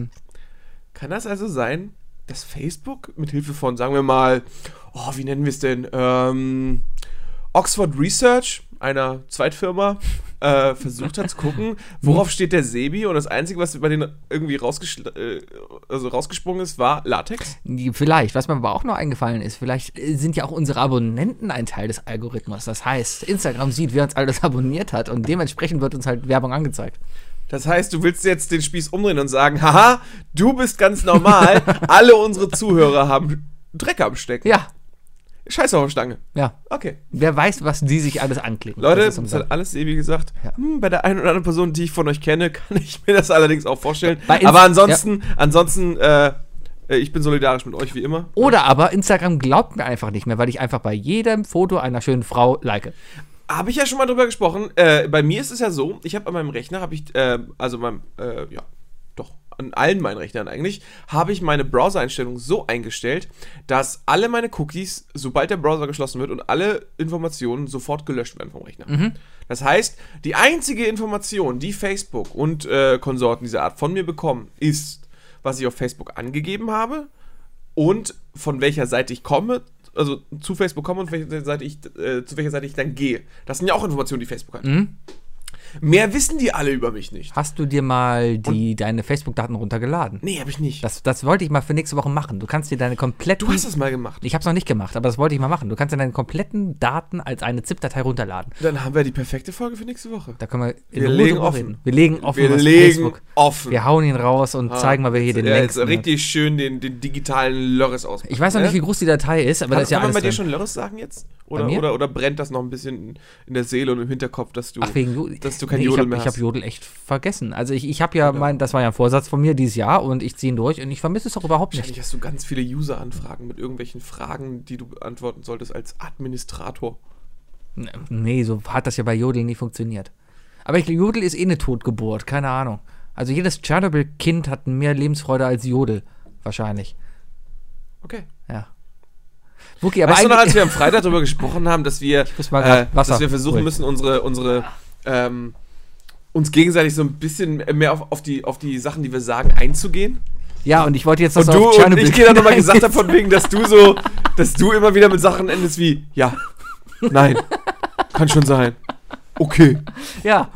[SPEAKER 2] Kann das also sein, dass Facebook mit Hilfe von, sagen wir mal, oh, wie nennen wir es denn? Ähm, Oxford Research, einer Zweitfirma, äh, versucht hat zu gucken,
[SPEAKER 3] Hm.
[SPEAKER 2] worauf steht der Sebi und das Einzige, was bei denen irgendwie rausgeschl- äh, also rausgesprungen ist, war Latex.
[SPEAKER 3] Vielleicht, was mir aber auch noch eingefallen ist, vielleicht äh, sind ja auch unsere Abonnenten ein Teil des Algorithmus. Das heißt, Instagram sieht, wer uns alles abonniert hat und dementsprechend wird uns halt Werbung angezeigt.
[SPEAKER 2] Das heißt, du willst jetzt den Spieß umdrehen und sagen, haha, du bist ganz normal, alle unsere Zuhörer haben Dreck am Stecken.
[SPEAKER 3] Ja,
[SPEAKER 2] Scheiß auf die Stange.
[SPEAKER 3] ja.
[SPEAKER 2] Okay.
[SPEAKER 3] Wer weiß, was die sich alles anklicken.
[SPEAKER 2] Leute, das,
[SPEAKER 3] Das ist unser-
[SPEAKER 2] hat alles Sebi gesagt.
[SPEAKER 3] Ja.
[SPEAKER 2] Hm, bei der einen oder anderen Person, die ich von euch kenne, kann ich mir das allerdings auch vorstellen.
[SPEAKER 3] Bei Inst-
[SPEAKER 2] Aber ansonsten, ansonsten, äh, äh, ich bin solidarisch mit euch wie immer.
[SPEAKER 3] Oder aber Instagram glaubt mir einfach nicht mehr, weil ich einfach bei jedem Foto einer schönen Frau like.
[SPEAKER 2] Habe ich ja schon mal drüber gesprochen. Äh, bei mir ist es ja so, ich habe an meinem Rechner, habe ich, äh, also meinem, äh, ja, doch, an allen meinen Rechnern eigentlich, habe ich meine Browser-Einstellung so eingestellt, dass alle meine Cookies, sobald der Browser geschlossen wird und alle Informationen sofort gelöscht werden vom Rechner. Das heißt, die einzige Information, die Facebook und äh, Konsorten dieser Art von mir bekommen, ist, was ich auf Facebook angegeben habe, und von welcher Seite ich komme, also zu Facebook komme und welche Seite ich, äh, zu welcher Seite ich dann gehe. Das sind ja auch Informationen, die Facebook hat.
[SPEAKER 3] Mhm.
[SPEAKER 2] Mehr wissen die alle über mich nicht.
[SPEAKER 3] Hast du dir mal die, deine Facebook-Daten runtergeladen?
[SPEAKER 2] Nee, habe ich nicht.
[SPEAKER 3] Das, das wollte ich mal für nächste Woche machen. Du kannst dir deine kompletten.
[SPEAKER 2] du hast das mal gemacht.
[SPEAKER 3] ich habe es noch nicht gemacht, aber das wollte ich mal machen. Du kannst dir deine kompletten Daten als eine ZIP-Datei runterladen.
[SPEAKER 2] Dann haben wir die perfekte Folge für nächste Woche.
[SPEAKER 3] Da können wir in
[SPEAKER 2] Wir
[SPEAKER 3] Ruhe
[SPEAKER 2] legen
[SPEAKER 3] drüber
[SPEAKER 2] offen.
[SPEAKER 3] Wir legen offen
[SPEAKER 2] wir
[SPEAKER 3] was
[SPEAKER 2] legen
[SPEAKER 3] Facebook.
[SPEAKER 2] offen.
[SPEAKER 3] Wir hauen ihn raus und zeigen mal, wer hier den
[SPEAKER 2] ja, jetzt
[SPEAKER 3] längsten hat.
[SPEAKER 2] richtig ne? schön den, den digitalen Lörres aus.
[SPEAKER 3] Ich weiß noch nicht, wie groß die Datei ist, aber
[SPEAKER 2] kann,
[SPEAKER 3] das ist ja
[SPEAKER 2] kann man
[SPEAKER 3] alles
[SPEAKER 2] bei dir
[SPEAKER 3] drin.
[SPEAKER 2] schon Lörres sagen jetzt? Oder,
[SPEAKER 3] mir?
[SPEAKER 2] oder, oder brennt das noch ein bisschen in der Seele und im Hinterkopf, dass du,
[SPEAKER 3] Ach, wegen Jodel.
[SPEAKER 2] dass du kein
[SPEAKER 3] Nee,
[SPEAKER 2] Jodel
[SPEAKER 3] ich
[SPEAKER 2] mehr
[SPEAKER 3] hab, Ich
[SPEAKER 2] hast?
[SPEAKER 3] habe Jodel echt vergessen. Also ich, ich habe ja, mein, das war ja ein Vorsatz von mir dieses Jahr und ich ziehe ihn durch und ich vermisse es doch überhaupt nicht.
[SPEAKER 2] Wahrscheinlich hast du ganz viele User-Anfragen mit irgendwelchen Fragen, die du beantworten solltest als Administrator.
[SPEAKER 3] Nee, so hat das ja bei Jodel nie funktioniert. Aber ich, Jodel ist eh eine Totgeburt, keine Ahnung. Also jedes Tschernobyl-Kind hat mehr Lebensfreude als Jodel, wahrscheinlich.
[SPEAKER 2] Okay.
[SPEAKER 3] Ja. Wookie, aber
[SPEAKER 2] weißt du noch, als
[SPEAKER 3] eigentlich,
[SPEAKER 2] wir am Freitag darüber gesprochen haben, dass wir,
[SPEAKER 3] muss mal grad
[SPEAKER 2] äh,
[SPEAKER 3] Wasser
[SPEAKER 2] dass wir versuchen
[SPEAKER 3] holen.
[SPEAKER 2] müssen, unsere, unsere ähm, uns gegenseitig so ein bisschen mehr auf, auf, die, auf die Sachen, die wir sagen, einzugehen?
[SPEAKER 3] ja, und ich wollte jetzt
[SPEAKER 2] Und du und ich dir dann nochmal gesagt habe,
[SPEAKER 3] davon.
[SPEAKER 2] von wegen, dass du so, dass du immer wieder mit Sachen endest wie, ja, nein, kann schon sein. Okay.
[SPEAKER 3] Ja.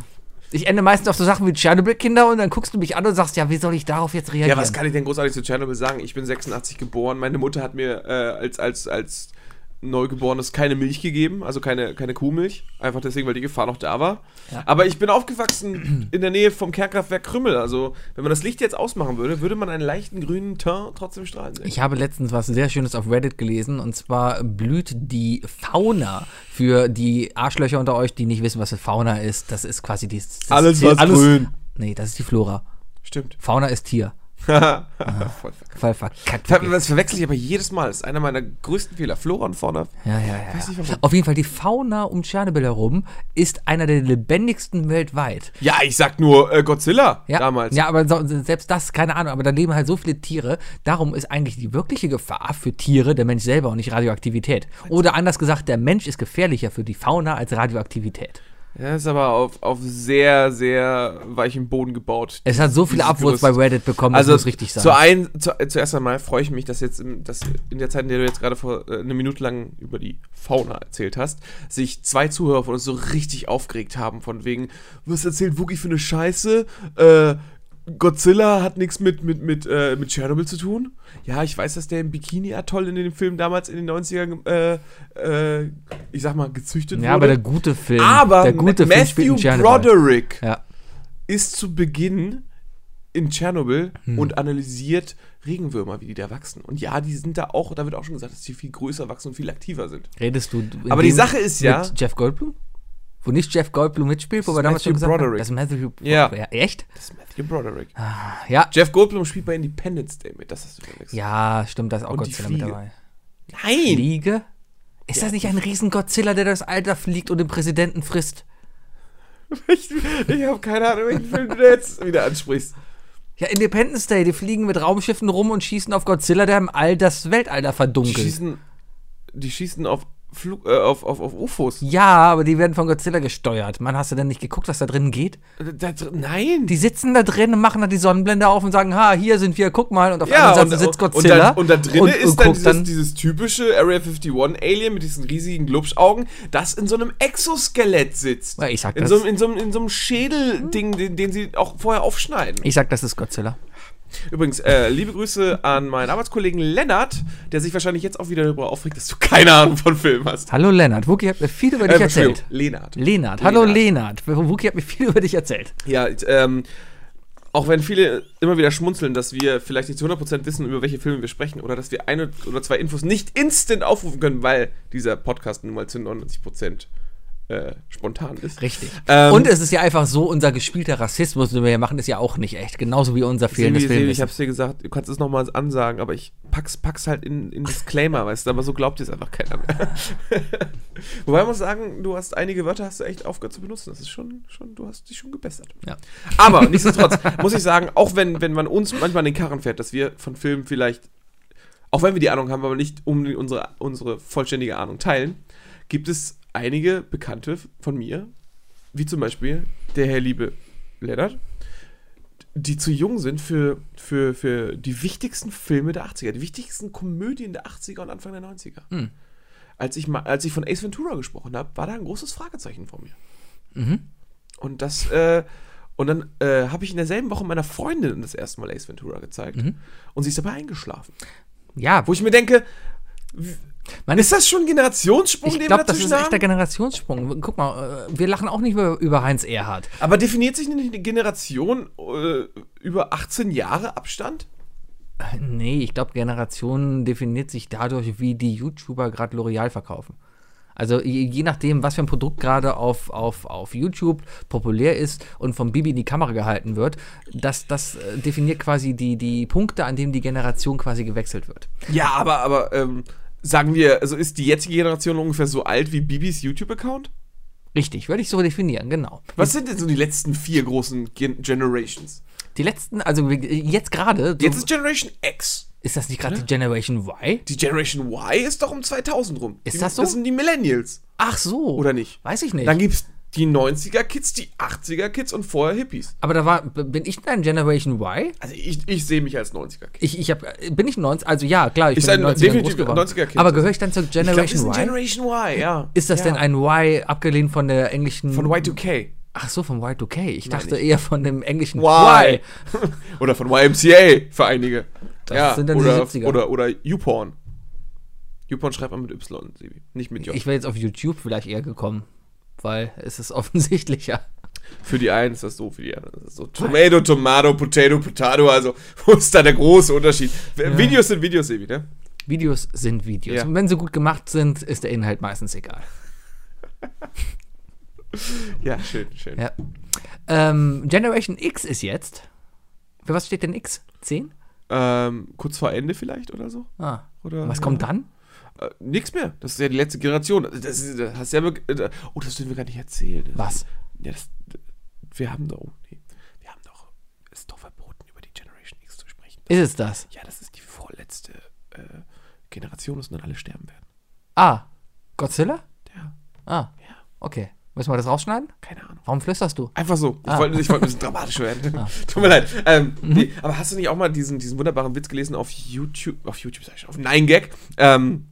[SPEAKER 3] Ich ende meistens auf so Sachen wie Tschernobyl-Kinder und dann guckst du mich an und sagst, ja, wie soll ich darauf jetzt reagieren?
[SPEAKER 2] Ja, was kann ich denn großartig zu Tschernobyl sagen? Ich bin 86 geboren. Meine Mutter hat mir äh, als, als, als Neugeborenes keine Milch gegeben, also keine, keine Kuhmilch. Einfach deswegen, weil die Gefahr noch da war.
[SPEAKER 3] Ja.
[SPEAKER 2] Aber ich bin aufgewachsen in der Nähe vom Kernkraftwerk Krümmel. Also, wenn man das Licht jetzt ausmachen würde, würde man einen leichten grünen Teint trotzdem strahlen sehen.
[SPEAKER 3] Ich habe letztens was sehr Schönes auf Reddit gelesen und zwar blüht die Fauna für die Arschlöcher unter euch, die nicht wissen, was eine Fauna ist. Das ist quasi die. Das
[SPEAKER 2] Alles, was grün.
[SPEAKER 3] Nee, das ist die Flora.
[SPEAKER 2] Stimmt.
[SPEAKER 3] Fauna ist Tier.
[SPEAKER 2] Voll verkackt.
[SPEAKER 3] Voll verkackt.
[SPEAKER 2] Ver- Das verwechsel ich aber jedes Mal. Das ist einer meiner größten Fehler. Flora und Fauna.
[SPEAKER 3] Ja, ja, ja.
[SPEAKER 2] Weiß nicht,
[SPEAKER 3] ja.
[SPEAKER 2] warum.
[SPEAKER 3] Auf jeden Fall, die Fauna um Tschernobyl herum ist einer der lebendigsten weltweit.
[SPEAKER 2] Ja, ich sag nur äh, Godzilla
[SPEAKER 3] Ja,
[SPEAKER 2] damals.
[SPEAKER 3] Ja, aber so, selbst das, keine Ahnung, aber da leben halt so viele Tiere. Darum ist eigentlich die wirkliche Gefahr für Tiere der Mensch selber und nicht Radioaktivität. Oder anders gesagt, der Mensch ist gefährlicher für die Fauna als Radioaktivität.
[SPEAKER 2] Ja, ist aber auf, auf sehr, sehr weichem Boden gebaut.
[SPEAKER 3] Es hat so viele
[SPEAKER 2] Dieses
[SPEAKER 3] Upvotes bei
[SPEAKER 2] Gerüst.
[SPEAKER 3] Reddit bekommen,
[SPEAKER 2] also,
[SPEAKER 3] das muss richtig sein.
[SPEAKER 2] Zu ein, zu, zuerst einmal freue ich mich, dass jetzt im, dass in der Zeit, in der du jetzt gerade vor äh, eine Minute lang über die Fauna erzählt hast, sich zwei Zuhörer von uns so richtig aufgeregt haben, von wegen, was erzählt Wookie für eine Scheiße? Äh, Godzilla hat nichts mit, mit, mit, äh, mit Chernobyl zu tun. Ja, ich weiß, dass der im Bikini-Atoll in dem Film damals in den 90ern, äh, äh, ich sag mal, gezüchtet
[SPEAKER 3] ja, aber der
[SPEAKER 2] wurde.
[SPEAKER 3] gute Film.
[SPEAKER 2] aber
[SPEAKER 3] der gute
[SPEAKER 2] Ma-
[SPEAKER 3] Film spielt in
[SPEAKER 2] Matthew
[SPEAKER 3] Tschernobyl.
[SPEAKER 2] Broderick
[SPEAKER 3] Ja.
[SPEAKER 2] ist zu Beginn in Tschernobyl
[SPEAKER 3] Hm.
[SPEAKER 2] und analysiert Regenwürmer, wie die da wachsen. Und ja, die sind da auch, da wird auch schon gesagt, dass die viel größer wachsen und viel aktiver sind.
[SPEAKER 3] Redest du. in
[SPEAKER 2] Aber die
[SPEAKER 3] dem
[SPEAKER 2] Sache ist ja-
[SPEAKER 3] Mit Jeff Goldblum? Wo nicht Jeff Goldblum mitspielt, wo
[SPEAKER 2] Das
[SPEAKER 3] wir
[SPEAKER 2] ist
[SPEAKER 3] damals
[SPEAKER 2] Matthew
[SPEAKER 3] schon gesagt haben,
[SPEAKER 2] Broderick.
[SPEAKER 3] das ist Matthew
[SPEAKER 2] Ja.
[SPEAKER 3] Broderick. Echt?
[SPEAKER 2] Das ist Matthew Broderick.
[SPEAKER 3] Ah. Ja.
[SPEAKER 2] Jeff Goldblum spielt bei Independence Day mit, das hast du verwechselt.
[SPEAKER 3] Ja, stimmt, da ist auch
[SPEAKER 2] Und die
[SPEAKER 3] Godzilla mit
[SPEAKER 2] Fliege.
[SPEAKER 3] dabei.
[SPEAKER 2] Nein!
[SPEAKER 3] Fliege? Ist das nicht ein Riesen-Godzilla, der durchs Alter fliegt und den Präsidenten frisst?
[SPEAKER 2] Ich, ich habe keine Ahnung, welchen Film du da jetzt wieder ansprichst.
[SPEAKER 3] Ja, Independence Day, die fliegen mit Raumschiffen rum und schießen auf Godzilla, der im All das Weltalter
[SPEAKER 2] Die
[SPEAKER 3] verdunkelt.
[SPEAKER 2] schießen, die schießen auf, Flug, äh, auf, auf, auf UFOs.
[SPEAKER 3] Ja, aber die werden von Godzilla gesteuert. Mann, hast du denn nicht geguckt, was da drin geht?
[SPEAKER 2] Da drin- nein!
[SPEAKER 3] Die sitzen da drin und machen dann die Sonnenblende auf und sagen, ha, hier sind wir, guck mal. Und auf der
[SPEAKER 2] Ja,
[SPEAKER 3] anderen
[SPEAKER 2] und,
[SPEAKER 3] Seite sitzt
[SPEAKER 2] und,
[SPEAKER 3] Godzilla.
[SPEAKER 2] dann, und da drin
[SPEAKER 3] und- und
[SPEAKER 2] ist dann
[SPEAKER 3] guckt
[SPEAKER 2] dieses, dieses typische Area 51 Alien mit diesen riesigen Glubschaugen, das in so einem Exoskelett sitzt.
[SPEAKER 3] Ja, ich sag
[SPEAKER 2] in
[SPEAKER 3] das.
[SPEAKER 2] so, einem- in so, einem- in so einem Schädelding, den, den sie auch vorher aufschneiden.
[SPEAKER 3] Ich sag, das ist Godzilla.
[SPEAKER 2] Übrigens, äh, liebe Grüße an meinen Arbeitskollegen Lennart, der sich wahrscheinlich jetzt auch wieder darüber aufregt, dass du keine Ahnung von Film hast.
[SPEAKER 3] Hallo Lennart, Wookie hat mir viel über dich
[SPEAKER 2] Ähm, Entschuldigung,
[SPEAKER 3] erzählt.
[SPEAKER 2] Lennart.
[SPEAKER 3] Lennart, hallo Lennart. Wookie hat mir viel über dich erzählt.
[SPEAKER 2] Ja, ähm, auch wenn viele immer wieder schmunzeln, dass wir vielleicht nicht zu 100% wissen, über welche Filme wir sprechen oder dass wir eine oder zwei Infos nicht instant aufrufen können, weil dieser Podcast nun mal zu 99% äh, spontan ist.
[SPEAKER 3] Richtig.
[SPEAKER 2] Ähm,
[SPEAKER 3] und es ist ja einfach so, unser gespielter Rassismus, den wir hier machen, ist ja auch nicht echt. Genauso wie unser
[SPEAKER 2] Sebi,
[SPEAKER 3] fehlendes
[SPEAKER 2] Sebi, ich
[SPEAKER 3] Filmwissen.
[SPEAKER 2] hab's dir gesagt, du kannst es nochmal ansagen, aber ich pack's, pack's halt in, in Disclaimer, weißt du, aber so glaubt dir es einfach keiner mehr. Wobei man muss sagen, du hast einige Wörter hast du echt aufgehört zu benutzen. Das ist schon, schon du hast dich schon gebessert.
[SPEAKER 3] Ja.
[SPEAKER 2] Aber nichtsdestotrotz muss ich sagen, auch wenn, wenn man uns manchmal in den Karren fährt, dass wir von Filmen vielleicht, auch wenn wir die Ahnung haben, aber nicht um die- unsere, unsere vollständige Ahnung teilen, gibt es einige Bekannte von mir, wie zum Beispiel der Herr liebe Lennart, die zu jung sind für, für, für die wichtigsten Filme der 80er, die wichtigsten Komödien der 80er und Anfang der 90er.
[SPEAKER 3] Hm.
[SPEAKER 2] Als, ich mal, als ich von Ace Ventura gesprochen habe, war da ein großes Fragezeichen vor mir.
[SPEAKER 3] Mhm.
[SPEAKER 2] Und das, äh, und dann äh, habe ich in derselben Woche meiner Freundin das erste Mal Ace Ventura gezeigt.
[SPEAKER 3] Mhm.
[SPEAKER 2] Und sie ist dabei eingeschlafen.
[SPEAKER 3] Ja,
[SPEAKER 2] Wo ich mir denke,
[SPEAKER 3] man
[SPEAKER 2] ist das schon ein Generationssprung,
[SPEAKER 3] Ich
[SPEAKER 2] den
[SPEAKER 3] glaube,
[SPEAKER 2] wir
[SPEAKER 3] das ist
[SPEAKER 2] dazwischen
[SPEAKER 3] ein echter
[SPEAKER 2] haben?
[SPEAKER 3] Generationssprung. Guck mal, äh, wir lachen auch nicht mehr über Heinz Erhardt.
[SPEAKER 2] Aber definiert sich eine Generation äh, über 18 Jahre Abstand?
[SPEAKER 3] Nee, ich glaube, Generationen definiert sich dadurch, wie die YouTuber gerade L'Oreal verkaufen. Also je, je nachdem, was für ein Produkt gerade auf, auf, auf YouTube populär ist und vom Bibi in die Kamera gehalten wird, das, das äh, definiert quasi die, die Punkte, an denen die Generation quasi gewechselt wird.
[SPEAKER 2] Ja, aber, aber ähm, sagen wir, also ist die jetzige Generation ungefähr so alt wie Bibis YouTube-Account?
[SPEAKER 3] Richtig, würde ich so definieren, genau.
[SPEAKER 2] Was sind denn so die letzten vier großen Gen Generations?
[SPEAKER 3] Die letzten, also wir- jetzt gerade, so,
[SPEAKER 2] Jetzt ist Generation X.
[SPEAKER 3] ist das nicht gerade die Generation Y?
[SPEAKER 2] Die Generation Y ist doch um 2000 rum.
[SPEAKER 3] Ist
[SPEAKER 2] die,
[SPEAKER 3] das so?
[SPEAKER 2] Das sind die Millennials.
[SPEAKER 3] Ach so.
[SPEAKER 2] Oder nicht?
[SPEAKER 3] Weiß ich nicht.
[SPEAKER 2] Dann gibt's die 90er-Kids, die 80er-Kids und vorher Hippies.
[SPEAKER 3] Aber da war, b- bin ich dann Generation Y?
[SPEAKER 2] Also ich, ich sehe mich als 90er-Kind.
[SPEAKER 3] Ich, ich hab, bin ich 90, also ja, klar, ich,
[SPEAKER 2] Ich
[SPEAKER 3] bin
[SPEAKER 2] sei
[SPEAKER 3] in den 90ern
[SPEAKER 2] definitiv
[SPEAKER 3] groß geworden.
[SPEAKER 2] 90er-Kind.
[SPEAKER 3] Aber gehöre ich dann zur
[SPEAKER 2] Ich glaub, wir
[SPEAKER 3] Generation
[SPEAKER 2] sind
[SPEAKER 3] Y?
[SPEAKER 2] Generation Y, ja.
[SPEAKER 3] ist das
[SPEAKER 2] ja.
[SPEAKER 3] denn ein Y, abgelehnt von der englischen...
[SPEAKER 2] Von Y2K.
[SPEAKER 3] Ach so, von Y2K. Ich dachte eher von dem englischen
[SPEAKER 2] Y. oder von YMCA für einige.
[SPEAKER 3] Das sind dann die
[SPEAKER 2] oder,
[SPEAKER 3] 70er.
[SPEAKER 2] Oder, oder YouPorn. YouPorn schreibt man mit Y, Sebi. Nicht mit J.
[SPEAKER 3] Ich wäre jetzt auf YouTube vielleicht eher gekommen, weil es ist offensichtlicher.
[SPEAKER 2] für die einen ist das so, für die anderen ist das so. Tomato, Tomato, Potato, Potato. Also, wo ist da der große Unterschied? Videos sind Videos, Sebi, ne?
[SPEAKER 3] Videos sind Videos.
[SPEAKER 2] Ja.
[SPEAKER 3] Und wenn sie gut gemacht sind, ist der Inhalt meistens egal.
[SPEAKER 2] Ja, schön, schön.
[SPEAKER 3] Ja. Ähm, Generation X ist jetzt. Für was steht denn X? Zehn?
[SPEAKER 2] Ähm, kurz vor Ende vielleicht oder so?
[SPEAKER 3] Ah.
[SPEAKER 2] Oder,
[SPEAKER 3] Was kommt dann?
[SPEAKER 2] Äh, nix mehr. Das ist ja die letzte Generation. Das, ist, das hast du ja wirklich- äh, oh, das dürfen wir gar nicht erzählen. Das-
[SPEAKER 3] Was?
[SPEAKER 2] Ja, das, wir haben doch. Oh, nee. Wir haben doch. Es ist doch verboten, über die Generation X zu sprechen.
[SPEAKER 3] Ist es das?
[SPEAKER 2] ja, das ist die vorletzte äh, Generation, dass dann alle sterben werden.
[SPEAKER 3] Ah. Godzilla?
[SPEAKER 2] Ja,
[SPEAKER 3] Ah.
[SPEAKER 2] Ja.
[SPEAKER 3] Okay. Müssen wir das rausschneiden?
[SPEAKER 2] keine Ahnung.
[SPEAKER 3] Warum flüsterst du?
[SPEAKER 2] Einfach so. Ich
[SPEAKER 3] Ah. Mhm.
[SPEAKER 2] wollte ich wollte ein bisschen dramatisch werden. Tut mir leid. Ähm, nee, aber hast du nicht auch mal diesen, diesen wunderbaren Witz gelesen auf YouTube? Auf YouTube, sag ich schon, auf 9gag. Ähm,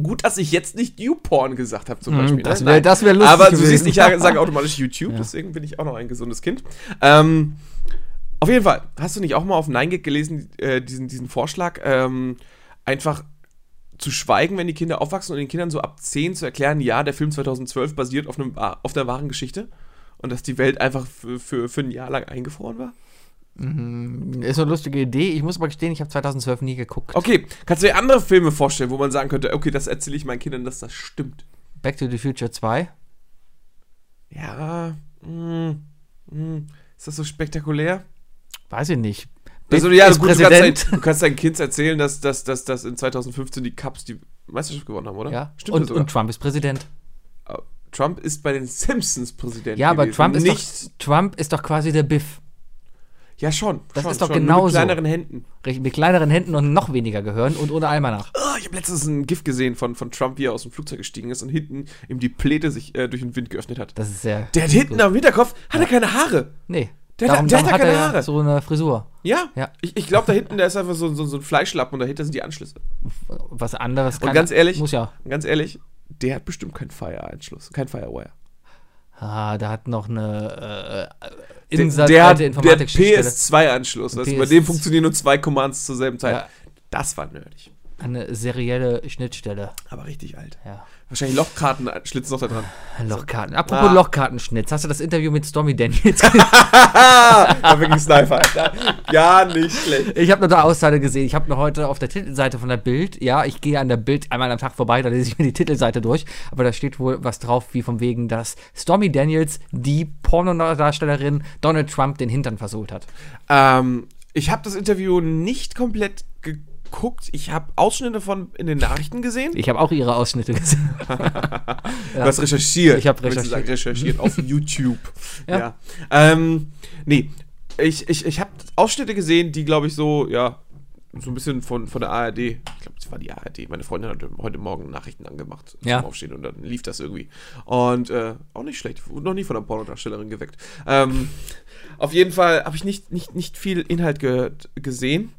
[SPEAKER 2] gut, dass ich jetzt nicht YouPorn gesagt habe, zum
[SPEAKER 3] Hm,
[SPEAKER 2] Beispiel.
[SPEAKER 3] das
[SPEAKER 2] ne?
[SPEAKER 3] wär-
[SPEAKER 2] Nein.
[SPEAKER 3] das wär lustig
[SPEAKER 2] Aber du
[SPEAKER 3] gewesen.
[SPEAKER 2] siehst, ich sage automatisch YouTube, deswegen bin ich auch noch ein gesundes Kind. Ähm, auf jeden Fall, hast du nicht auch mal auf 9gag gelesen, äh, diesen, diesen Vorschlag, ähm, einfach zu schweigen, wenn die Kinder aufwachsen und den Kindern so ab 10 zu erklären, ja, der Film 2012 basiert auf, einem, wa- auf einer wahren Geschichte und dass die Welt einfach für, für, für ein Jahr lang eingefroren war?
[SPEAKER 3] Mm, Ist eine lustige Idee. Ich muss aber gestehen, ich habe 2012 nie geguckt.
[SPEAKER 2] Okay, kannst du dir andere Filme vorstellen, wo man sagen könnte, okay, das erzähle ich meinen Kindern, dass das stimmt?
[SPEAKER 3] Back to the Future 2.
[SPEAKER 2] Ja, mm, mm, ist das so spektakulär?
[SPEAKER 3] Weiß ich nicht.
[SPEAKER 2] Also, ja,
[SPEAKER 3] ist
[SPEAKER 2] gut, du, kannst
[SPEAKER 3] Präsident.
[SPEAKER 2] dein, du kannst deinen Kids erzählen, dass, dass, dass, dass in 2015 die Cubs die Meisterschaft gewonnen haben, oder?
[SPEAKER 3] Ja.
[SPEAKER 2] Stimmt das
[SPEAKER 3] und,
[SPEAKER 2] sogar?
[SPEAKER 3] und Trump ist Präsident.
[SPEAKER 2] Aber Trump ist bei den Simpsons Präsident.
[SPEAKER 3] Ja, aber
[SPEAKER 2] gewesen,
[SPEAKER 3] Trump ist,
[SPEAKER 2] nicht.
[SPEAKER 3] doch, Trump ist doch quasi der Biff.
[SPEAKER 2] ja, schon.
[SPEAKER 3] Das
[SPEAKER 2] schon,
[SPEAKER 3] ist doch
[SPEAKER 2] schon, nur
[SPEAKER 3] genauso.
[SPEAKER 2] Mit kleineren Händen.
[SPEAKER 3] Richtig, Mit kleineren Händen und noch weniger Gehirn und ohne Almanach.
[SPEAKER 2] Ah, ich habe letztens ein GIF gesehen von, von Trump, wie er aus dem Flugzeug gestiegen ist und hinten ihm die Pläte sich äh, durch den Wind geöffnet hat.
[SPEAKER 3] Das ist sehr.
[SPEAKER 2] Der hat hinten am Hinterkopf, hat er keine Haare.
[SPEAKER 3] Nee.
[SPEAKER 2] Der hat-
[SPEAKER 3] darum,
[SPEAKER 2] der hat
[SPEAKER 3] darum hat
[SPEAKER 2] ja keine
[SPEAKER 3] er
[SPEAKER 2] Haare.
[SPEAKER 3] so eine Frisur.
[SPEAKER 2] Ja,
[SPEAKER 3] Ja.
[SPEAKER 2] ich, ich glaube, da hinten, da ist einfach so, so, so ein Fleischlappen und dahinter sind die Anschlüsse.
[SPEAKER 3] Was anderes
[SPEAKER 2] Und ganz ehrlich,
[SPEAKER 3] Muss ja.
[SPEAKER 2] ganz ehrlich, der hat bestimmt keinen Fire-Anschluss, kein Firewire.
[SPEAKER 3] Ah, da hat noch eine äh,
[SPEAKER 2] Der,
[SPEAKER 3] Insatz-
[SPEAKER 2] der hat
[SPEAKER 3] alte
[SPEAKER 2] der
[SPEAKER 3] ne? Informatik-Schichtstelle.
[SPEAKER 2] PS2-Anschluss. weißt du, Bei
[SPEAKER 3] PS2.
[SPEAKER 2] dem funktionieren nur zwei Commands zur selben Zeit.
[SPEAKER 3] Ja.
[SPEAKER 2] Das war nerdig.
[SPEAKER 3] Eine serielle Schnittstelle.
[SPEAKER 2] Aber richtig alt.
[SPEAKER 3] Ja.
[SPEAKER 2] Wahrscheinlich Lochkarten schlitzen noch da dran.
[SPEAKER 3] Lochkarten. Apropos
[SPEAKER 2] Ah.
[SPEAKER 3] Lochkartenschnitz. Hast du das Interview mit Stormy Daniels gesehen?
[SPEAKER 2] ja, wirklich Sniper. Ja, nicht schlecht.
[SPEAKER 3] Ich habe nur da Auszeile gesehen. Ich habe noch heute auf der Titelseite von der Bild, ja, ich gehe an der Bild einmal am Tag vorbei, da lese ich mir die Titelseite durch, aber da steht wohl was drauf, wie von wegen, dass Stormy Daniels, die Pornodarstellerin, Donald Trump den Hintern versohlt hat.
[SPEAKER 2] Ähm, ich habe das Interview nicht komplett geguckt. Ich habe Ausschnitte von in den Nachrichten gesehen.
[SPEAKER 3] Ich habe auch ihre Ausschnitte gesehen.
[SPEAKER 2] Du hast recherchiert.
[SPEAKER 3] Ich hab
[SPEAKER 2] Willst du sagen, recherchiert auf YouTube.
[SPEAKER 3] Ja.
[SPEAKER 2] ja. Ähm, nee, ich, ich, ich habe Ausschnitte gesehen, die, glaube ich, so, ja, so ein bisschen von, von der ARD. Ich glaube, das war die ARD. Meine Freundin hat heute Morgen Nachrichten angemacht
[SPEAKER 3] Ja.
[SPEAKER 2] zum Aufstehen und dann lief das irgendwie. Und äh, auch nicht schlecht. Wurde noch nie von einer Pornodarstellerin geweckt. Ähm, auf jeden Fall habe ich nicht, nicht, nicht viel Inhalt ge gesehen.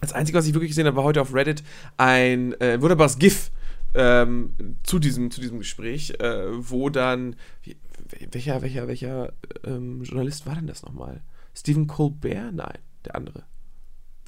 [SPEAKER 2] Das Einzige, was ich wirklich gesehen habe, war heute auf Reddit ein äh, wunderbares GIF ähm, zu, diesem, zu diesem Gespräch, äh, wo dann. wie- Welcher, welcher, welcher ähm, Journalist war denn das nochmal? Stephen Colbert? Nein, der andere.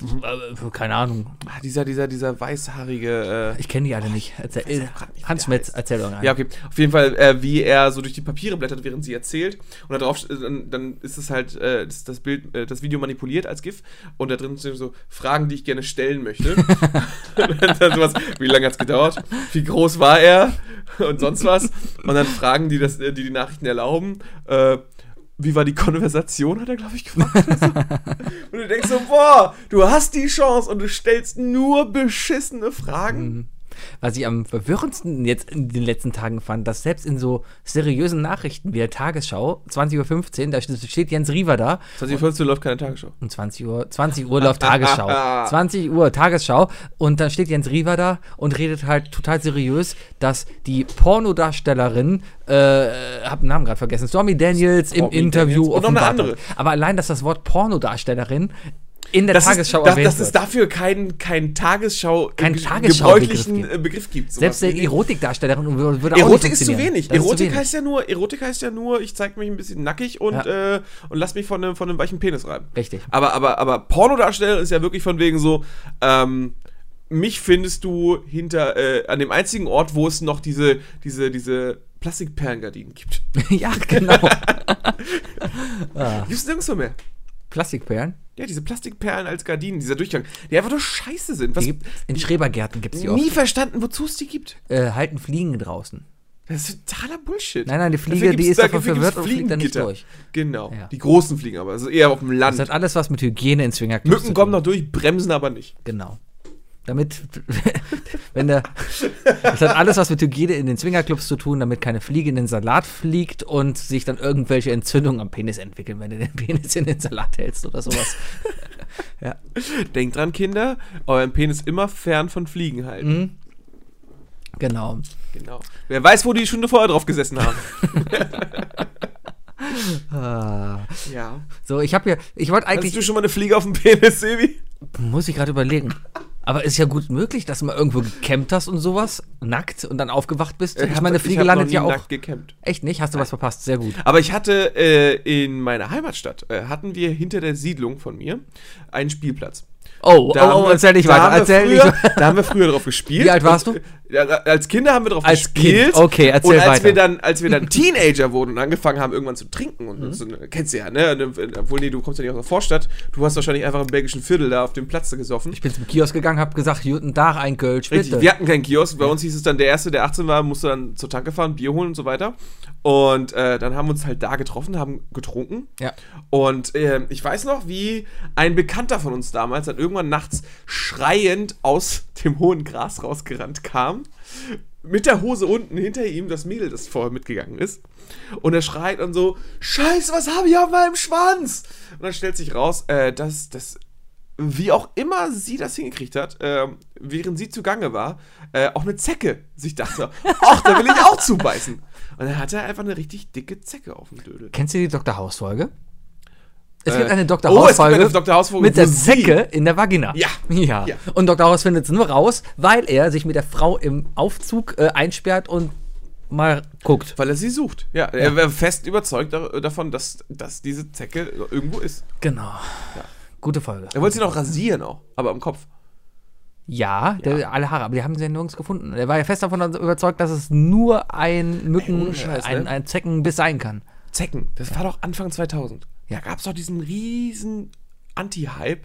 [SPEAKER 3] Äh, Keine Ahnung.
[SPEAKER 2] Ah, dieser, dieser, dieser weißhaarige. Äh,
[SPEAKER 3] Ich kenne die alle nicht. Erzähl,
[SPEAKER 2] auch grad nicht, wie
[SPEAKER 3] Hans
[SPEAKER 2] der
[SPEAKER 3] Schmitz,
[SPEAKER 2] heißt.
[SPEAKER 3] erzähl doch einen.
[SPEAKER 2] ja, okay. Auf jeden Fall, äh, wie er so durch die Papiere blättert, während sie erzählt. Und da drauf, äh, dann, dann ist es halt äh, das, das Bild, äh, das Video manipuliert als GIF. Und da drin sind so Fragen, die ich gerne stellen möchte. Und dann sowas, wie lange hat es gedauert? Wie groß war er? Und sonst was. Und dann Fragen, die das, äh, die, die Nachrichten erlauben. Äh, wie war die Konversation, hat er, glaube ich, gemacht. Und du denkst so, boah, du hast die Chance und du stellst nur beschissene Fragen.
[SPEAKER 3] Was ich am verwirrendsten jetzt in den letzten Tagen fand, dass selbst in so seriösen Nachrichten wie der Tagesschau, 20.15 Uhr, da steht Jens Riever da
[SPEAKER 2] 2015 läuft keine Tagesschau.
[SPEAKER 3] Um 20 Uhr, 20 Uhr läuft Tagesschau. 20 Uhr Tagesschau und dann steht Jens Riewer da und redet halt total seriös, dass die Pornodarstellerin, äh, hab den Namen gerade vergessen, Stormy Daniels im
[SPEAKER 2] Stormy
[SPEAKER 3] Interview
[SPEAKER 2] Daniels. Und noch eine
[SPEAKER 3] offenbart
[SPEAKER 2] andere.
[SPEAKER 3] hat. Aber allein, dass das Wort Pornodarstellerin in der Tagesschau
[SPEAKER 2] ist, das,
[SPEAKER 3] erwähnt
[SPEAKER 2] dass es
[SPEAKER 3] wird.
[SPEAKER 2] dafür keinen kein Tagesschau,
[SPEAKER 3] Kein
[SPEAKER 2] ge-
[SPEAKER 3] Tagesschau-Begriff
[SPEAKER 2] gebräuchlichen
[SPEAKER 3] gibt.
[SPEAKER 2] äh, Begriff gibt. sowas.
[SPEAKER 3] Selbst der
[SPEAKER 2] Nee, nee.
[SPEAKER 3] Erotikdarstellerin würde würde auch
[SPEAKER 2] Erotik
[SPEAKER 3] nicht
[SPEAKER 2] ist zu
[SPEAKER 3] funktionieren.
[SPEAKER 2] wenig.
[SPEAKER 3] Das ist zu
[SPEAKER 2] Erotik
[SPEAKER 3] wenig.
[SPEAKER 2] heißt ja nur, Erotik heißt ja nur, ich zeig mich ein bisschen nackig und, äh, und lass mich von einem, von einem weichen Penis reiben.
[SPEAKER 3] Richtig.
[SPEAKER 2] Aber, aber, aber Pornodarsteller ist ja wirklich von wegen so, ähm, mich findest du hinter, äh, an dem einzigen Ort, wo es noch diese, diese, diese Plastikperlengardinen gibt.
[SPEAKER 3] ja, genau. Ah.
[SPEAKER 2] Gibt's nirgendwo mehr.
[SPEAKER 3] Plastikperlen.
[SPEAKER 2] Ja, diese Plastikperlen als Gardinen, dieser Durchgang, die einfach nur scheiße sind. Was,
[SPEAKER 3] Die gibt, in Schrebergärten gibt es die
[SPEAKER 2] nie
[SPEAKER 3] oft.
[SPEAKER 2] verstanden, wozu es die gibt.
[SPEAKER 3] Äh, halten Fliegen draußen.
[SPEAKER 2] Das ist totaler Bullshit.
[SPEAKER 3] Nein, nein, die Fliege,
[SPEAKER 2] Deswegen
[SPEAKER 3] die
[SPEAKER 2] gibt's-
[SPEAKER 3] ist davon
[SPEAKER 2] deswegen
[SPEAKER 3] verwirrt
[SPEAKER 2] gibt's
[SPEAKER 3] und fliegt da nicht
[SPEAKER 2] Fliegengitter.
[SPEAKER 3] durch.
[SPEAKER 2] Genau.
[SPEAKER 3] Ja.
[SPEAKER 2] Die großen Fliegen aber. Also eher auf dem
[SPEAKER 3] Das hat
[SPEAKER 2] Land.
[SPEAKER 3] alles was mit Hygiene in Swingerclubs zu
[SPEAKER 2] Mücken
[SPEAKER 3] tun.
[SPEAKER 2] kommen noch durch, bremsen aber nicht.
[SPEAKER 3] Genau. Damit, wenn der, das hat alles was mit Hygiene in den Zwingerclubs zu tun, damit keine Fliege in den Salat fliegt und sich dann irgendwelche Entzündungen am Penis entwickeln, wenn du den Penis in den Salat hältst oder sowas.
[SPEAKER 2] Denkt dran, Kinder, euren Penis immer fern von Fliegen halten.
[SPEAKER 3] Mhm. genau.
[SPEAKER 2] Genau. Wer weiß, wo die Stunde vorher drauf gesessen haben.
[SPEAKER 3] Ah.
[SPEAKER 2] ja.
[SPEAKER 3] So, ich habe hier, ich wollte
[SPEAKER 2] Hattest
[SPEAKER 3] eigentlich,
[SPEAKER 2] du schon mal eine Fliege auf dem Penis, Sebi?
[SPEAKER 3] muss ich gerade überlegen. Aber ist ja gut möglich, dass du mal irgendwo gecampt hast und sowas, nackt und dann aufgewacht bist. Ich meine, eine Fliege
[SPEAKER 2] hab noch
[SPEAKER 3] landet
[SPEAKER 2] nie
[SPEAKER 3] ja auch.
[SPEAKER 2] Nackt gekämmt.
[SPEAKER 3] Echt nicht? Hast du was verpasst? Sehr gut.
[SPEAKER 2] Aber ich hatte äh, in meiner Heimatstadt, äh, hatten wir hinter der Siedlung von mir einen Spielplatz.
[SPEAKER 3] Oh,
[SPEAKER 2] Da haben
[SPEAKER 3] oh, oh
[SPEAKER 2] wir-
[SPEAKER 3] erzähl nicht
[SPEAKER 2] da haben
[SPEAKER 3] weiter,
[SPEAKER 2] wir
[SPEAKER 3] erzähl nicht
[SPEAKER 2] früher,
[SPEAKER 3] weiter.
[SPEAKER 2] Da haben wir früher drauf gespielt.
[SPEAKER 3] Wie alt warst
[SPEAKER 2] Und, äh, ja, als Kinder haben wir drauf
[SPEAKER 3] Als
[SPEAKER 2] gespielt.
[SPEAKER 3] Kind, okay, erzähl
[SPEAKER 2] und als
[SPEAKER 3] weiter.
[SPEAKER 2] Wir dann, als wir dann Teenager wurden und angefangen haben, irgendwann zu trinken, und so, kennst du ja, ne? Und, äh, Obwohl, nee, du kommst ja nicht aus der Vorstadt. Du hast wahrscheinlich einfach im belgischen Viertel da auf dem Platz gesoffen.
[SPEAKER 3] Ich bin zum Kiosk gegangen, hab gesagt, Juten Tag, ein Kölsch, bitte.
[SPEAKER 2] Richtig, wir hatten keinen Kiosk. Bei uns hieß es dann, der Erste, der 18 war, musste dann zur Tanke fahren, Bier holen und so weiter. Und äh, dann haben wir uns halt da getroffen, haben getrunken.
[SPEAKER 3] Ja.
[SPEAKER 2] Und ähm, ich weiß noch, wie ein Bekannter von uns damals dann irgendwann nachts schreiend aus dem hohen Gras rausgerannt kam. Mit der Hose unten hinter ihm das Mädel, das vorher mitgegangen ist. Und er schreit dann so: Scheiße, was habe ich auf meinem Schwanz? Und dann stellt sich raus, äh, dass das wie auch immer sie das hingekriegt hat, ähm, während sie zugange war, äh, auch eine Zecke sich dachte, ach, da will ich auch zubeißen. Und dann hatte er einfach eine richtig dicke Zecke auf dem Dödel.
[SPEAKER 3] Kennst du die Dr. House-Folge? Es
[SPEAKER 2] Äh,
[SPEAKER 3] gibt eine Dr.
[SPEAKER 2] oh, es gibt
[SPEAKER 3] House-Folge
[SPEAKER 2] eine Dr. House-Folge,
[SPEAKER 3] mit
[SPEAKER 2] wo
[SPEAKER 3] der
[SPEAKER 2] sie-
[SPEAKER 3] Zecke in der Vagina.
[SPEAKER 2] Ja.
[SPEAKER 3] ja.
[SPEAKER 2] Ja.
[SPEAKER 3] Und Dr. House findet es nur raus, weil er sich mit der Frau im Aufzug äh, einsperrt und mal guckt.
[SPEAKER 2] Weil er sie sucht. Ja, er war fest überzeugt da- davon, dass, dass diese Zecke irgendwo ist.
[SPEAKER 3] Genau. Gute Folge.
[SPEAKER 2] Er wollte sie noch rasieren auch, aber am Kopf.
[SPEAKER 3] Ja, Der, alle Haare, aber die haben sie ja nirgends gefunden. Er war ja fest davon überzeugt, dass es nur ein Mücken,
[SPEAKER 2] ohne Scheiß,
[SPEAKER 3] ein,
[SPEAKER 2] ne?
[SPEAKER 3] ein Zeckenbiss sein kann.
[SPEAKER 2] Zecken, das war doch Anfang 2000.
[SPEAKER 3] Ja.
[SPEAKER 2] Da gab es doch diesen riesen Anti-Hype,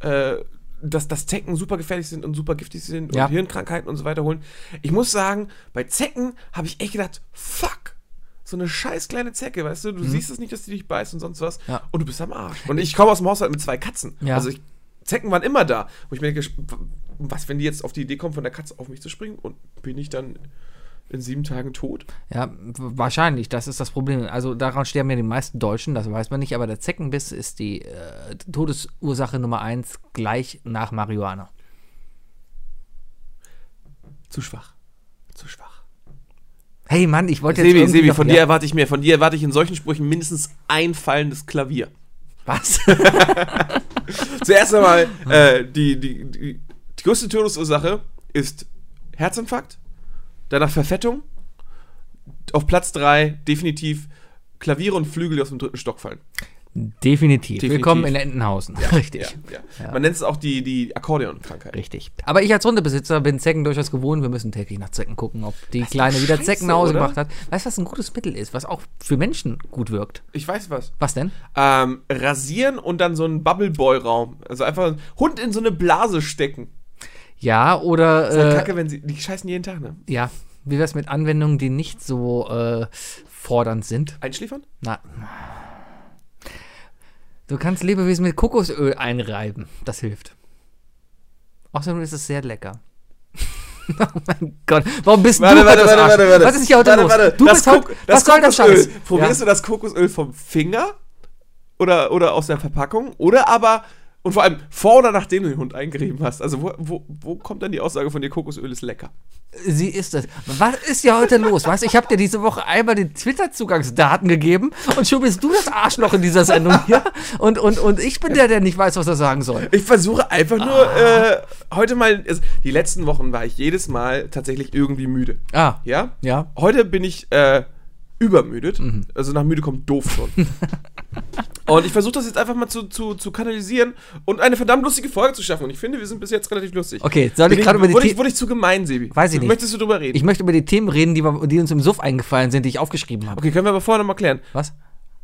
[SPEAKER 2] äh, dass, dass Zecken super gefährlich sind und super giftig sind
[SPEAKER 3] Ja.
[SPEAKER 2] und Hirnkrankheiten und so weiter holen. Ich muss sagen, bei Zecken habe ich echt gedacht, fuck, so eine scheiß kleine Zecke, weißt du, du siehst es nicht, dass die dich beißt und sonst was
[SPEAKER 3] Ja.
[SPEAKER 2] und du bist am Arsch. Und ich komme aus dem Haushalt mit zwei Katzen.
[SPEAKER 3] Ja.
[SPEAKER 2] Also ich, Zecken waren immer da. Wo ich mir denke, was, wenn die jetzt auf die Idee kommen, von der Katze auf mich zu springen und bin ich dann in sieben Tagen tot?
[SPEAKER 3] Ja, w- wahrscheinlich, das ist das Problem. Also daran sterben ja die meisten Deutschen, das weiß man nicht, aber der Zeckenbiss ist die äh, Todesursache Nummer eins gleich nach Marihuana.
[SPEAKER 2] Zu schwach. Zu schwach.
[SPEAKER 3] Hey Mann, ich wollte jetzt
[SPEAKER 2] Sebi,
[SPEAKER 3] irgendwie
[SPEAKER 2] Sebi,
[SPEAKER 3] noch-
[SPEAKER 2] von
[SPEAKER 3] ja,
[SPEAKER 2] dir erwarte ich mehr. Von dir erwarte ich in solchen Sprüchen mindestens ein fallendes Klavier.
[SPEAKER 3] Was?
[SPEAKER 2] Zuerst einmal, äh, die, die, die, die größte Todesursache ist Herzinfarkt, danach Verfettung, auf Platz 3 definitiv Klaviere und Flügel, die aus dem dritten Stock fallen.
[SPEAKER 3] Definitiv.
[SPEAKER 2] Definitiv.
[SPEAKER 3] Willkommen in Entenhausen. Richtig.
[SPEAKER 2] ja. Man nennt es auch die, die Akkordeonkrankheit.
[SPEAKER 3] Richtig. Aber ich als Hundebesitzer bin Zecken durchaus gewohnt. Wir müssen täglich nach Zecken gucken, ob die Kleine wieder
[SPEAKER 2] Scheiße,
[SPEAKER 3] Zecken nach Hause
[SPEAKER 2] oder?
[SPEAKER 3] gebracht hat. Weißt du, was ein gutes Mittel ist, was auch für Menschen gut wirkt?
[SPEAKER 2] Ich weiß was.
[SPEAKER 3] Was denn?
[SPEAKER 2] Ähm, rasieren und dann so einen Bubble-Boy-Raum. Also einfach einen Hund in so eine Blase stecken.
[SPEAKER 3] Ja, oder.
[SPEAKER 2] Ist halt
[SPEAKER 3] äh,
[SPEAKER 2] Kacke, wenn sie. Die scheißen jeden Tag, ne?
[SPEAKER 3] Ja, wie wär's mit Anwendungen, die nicht so äh, fordernd sind?
[SPEAKER 2] Einschläfern?
[SPEAKER 3] Na. Du kannst Lebewesen mit Kokosöl einreiben. Das hilft. Außerdem ist es sehr lecker. Oh mein Gott, warum bist du
[SPEAKER 2] Warte, warte,
[SPEAKER 3] das
[SPEAKER 2] warte,
[SPEAKER 3] Arsch?
[SPEAKER 2] warte, warte.
[SPEAKER 3] Was ist hier heute
[SPEAKER 2] warte,
[SPEAKER 3] los?
[SPEAKER 2] Warte.
[SPEAKER 3] Du
[SPEAKER 2] das
[SPEAKER 3] bist heute,
[SPEAKER 2] Kok-
[SPEAKER 3] was
[SPEAKER 2] das
[SPEAKER 3] soll das
[SPEAKER 2] Kokosöl.
[SPEAKER 3] Scheiß?
[SPEAKER 2] Probierst
[SPEAKER 3] ja.
[SPEAKER 2] du das Kokosöl vom Finger oder, oder aus der Verpackung oder aber und vor allem vor oder nachdem du den Hund eingerieben hast? Also wo, wo, wo kommt dann die Aussage von dir, Kokosöl ist lecker?
[SPEAKER 3] Sie ist es. Was ist hier heute los? Weißt du, ich habe dir diese Woche einmal die Twitter-Zugangsdaten gegeben und schon bist du das Arschloch in dieser Sendung hier. Und, und, und ich bin der, der nicht weiß, was er sagen soll.
[SPEAKER 2] Ich versuche einfach nur
[SPEAKER 3] Ah.
[SPEAKER 2] äh, heute mal. Also die letzten Wochen war ich jedes Mal tatsächlich irgendwie müde.
[SPEAKER 3] Ah.
[SPEAKER 2] Ja?
[SPEAKER 3] Ja. Mhm.
[SPEAKER 2] Heute bin ich äh, übermüdet. Also nach müde kommt doof schon. und ich versuche das jetzt einfach mal zu, zu, zu kanalisieren und eine verdammt lustige Folge zu schaffen. Und ich finde, wir sind bis jetzt relativ lustig.
[SPEAKER 3] Okay, soll
[SPEAKER 2] Bin
[SPEAKER 3] ich gerade über die
[SPEAKER 2] wurde,
[SPEAKER 3] Thi-
[SPEAKER 2] ich, wurde ich zu gemein, Sebi?
[SPEAKER 3] Weiß ich nicht.
[SPEAKER 2] Möchtest du drüber reden?
[SPEAKER 3] Ich möchte über die Themen reden, die, wir, die uns im Suff eingefallen sind, die ich aufgeschrieben habe.
[SPEAKER 2] okay, können wir aber vorher nochmal klären.
[SPEAKER 3] Was?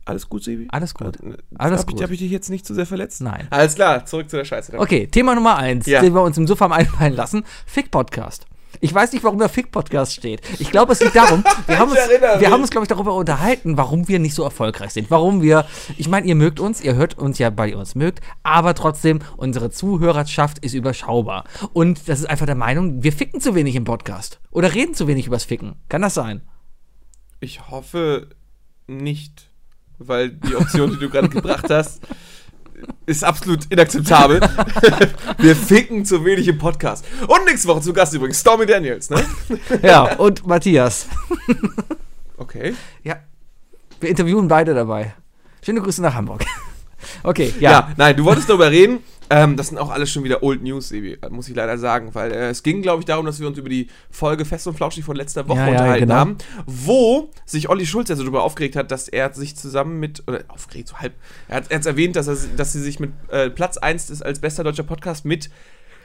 [SPEAKER 2] Alles gut, Sebi?
[SPEAKER 3] Alles gut. Alles
[SPEAKER 2] Alles hab
[SPEAKER 3] gut.
[SPEAKER 2] Ich, hab ich dich jetzt nicht zu sehr verletzt?
[SPEAKER 3] Nein.
[SPEAKER 2] Alles klar, zurück zu der Scheiße.
[SPEAKER 3] Okay, Thema Nummer eins,
[SPEAKER 2] Ja.
[SPEAKER 3] den wir uns im Suff haben einfallen lassen: Fick-Podcast. Ich weiß nicht, warum der Fick-Podcast steht. Ich glaube, es liegt darum, wir haben uns,
[SPEAKER 2] erinnere
[SPEAKER 3] wir haben
[SPEAKER 2] mich.
[SPEAKER 3] uns glaube ich, darüber unterhalten, warum wir nicht so erfolgreich sind. Warum wir, ich meine, ihr mögt uns, ihr hört uns ja, weil ihr uns mögt, aber trotzdem, unsere Zuhörerschaft ist überschaubar. Und das ist einfach der Meinung, wir ficken zu wenig im Podcast. Oder reden zu wenig übers Ficken. Kann das sein?
[SPEAKER 2] Ich hoffe nicht, weil die Option, die du gerade gebracht hast, ist absolut inakzeptabel. Wir ficken zu wenig im Podcast. Und nächste Woche zu Gast übrigens Stormy Daniels, ne?
[SPEAKER 3] Ja, und Matthias.
[SPEAKER 2] Okay.
[SPEAKER 3] Ja. Wir interviewen beide dabei. Schöne Grüße nach Hamburg. Okay,
[SPEAKER 2] Ja,
[SPEAKER 3] ja.
[SPEAKER 2] nein, du wolltest darüber reden. Ähm, das sind auch alles schon wieder Old News, Ebi, muss ich leider sagen, weil äh, es ging, glaube ich, darum, dass wir uns über die Folge Fest und Flauschig von letzter Woche
[SPEAKER 3] Ja, ja,
[SPEAKER 2] unterhalten
[SPEAKER 3] genau.
[SPEAKER 2] haben, wo sich Olli Schulz ja so darüber aufgeregt hat, dass er sich zusammen mit, oder aufgeregt, so halb, er hat es erwähnt, dass, er, dass sie sich mit äh, Platz 1 ist als bester deutscher Podcast mit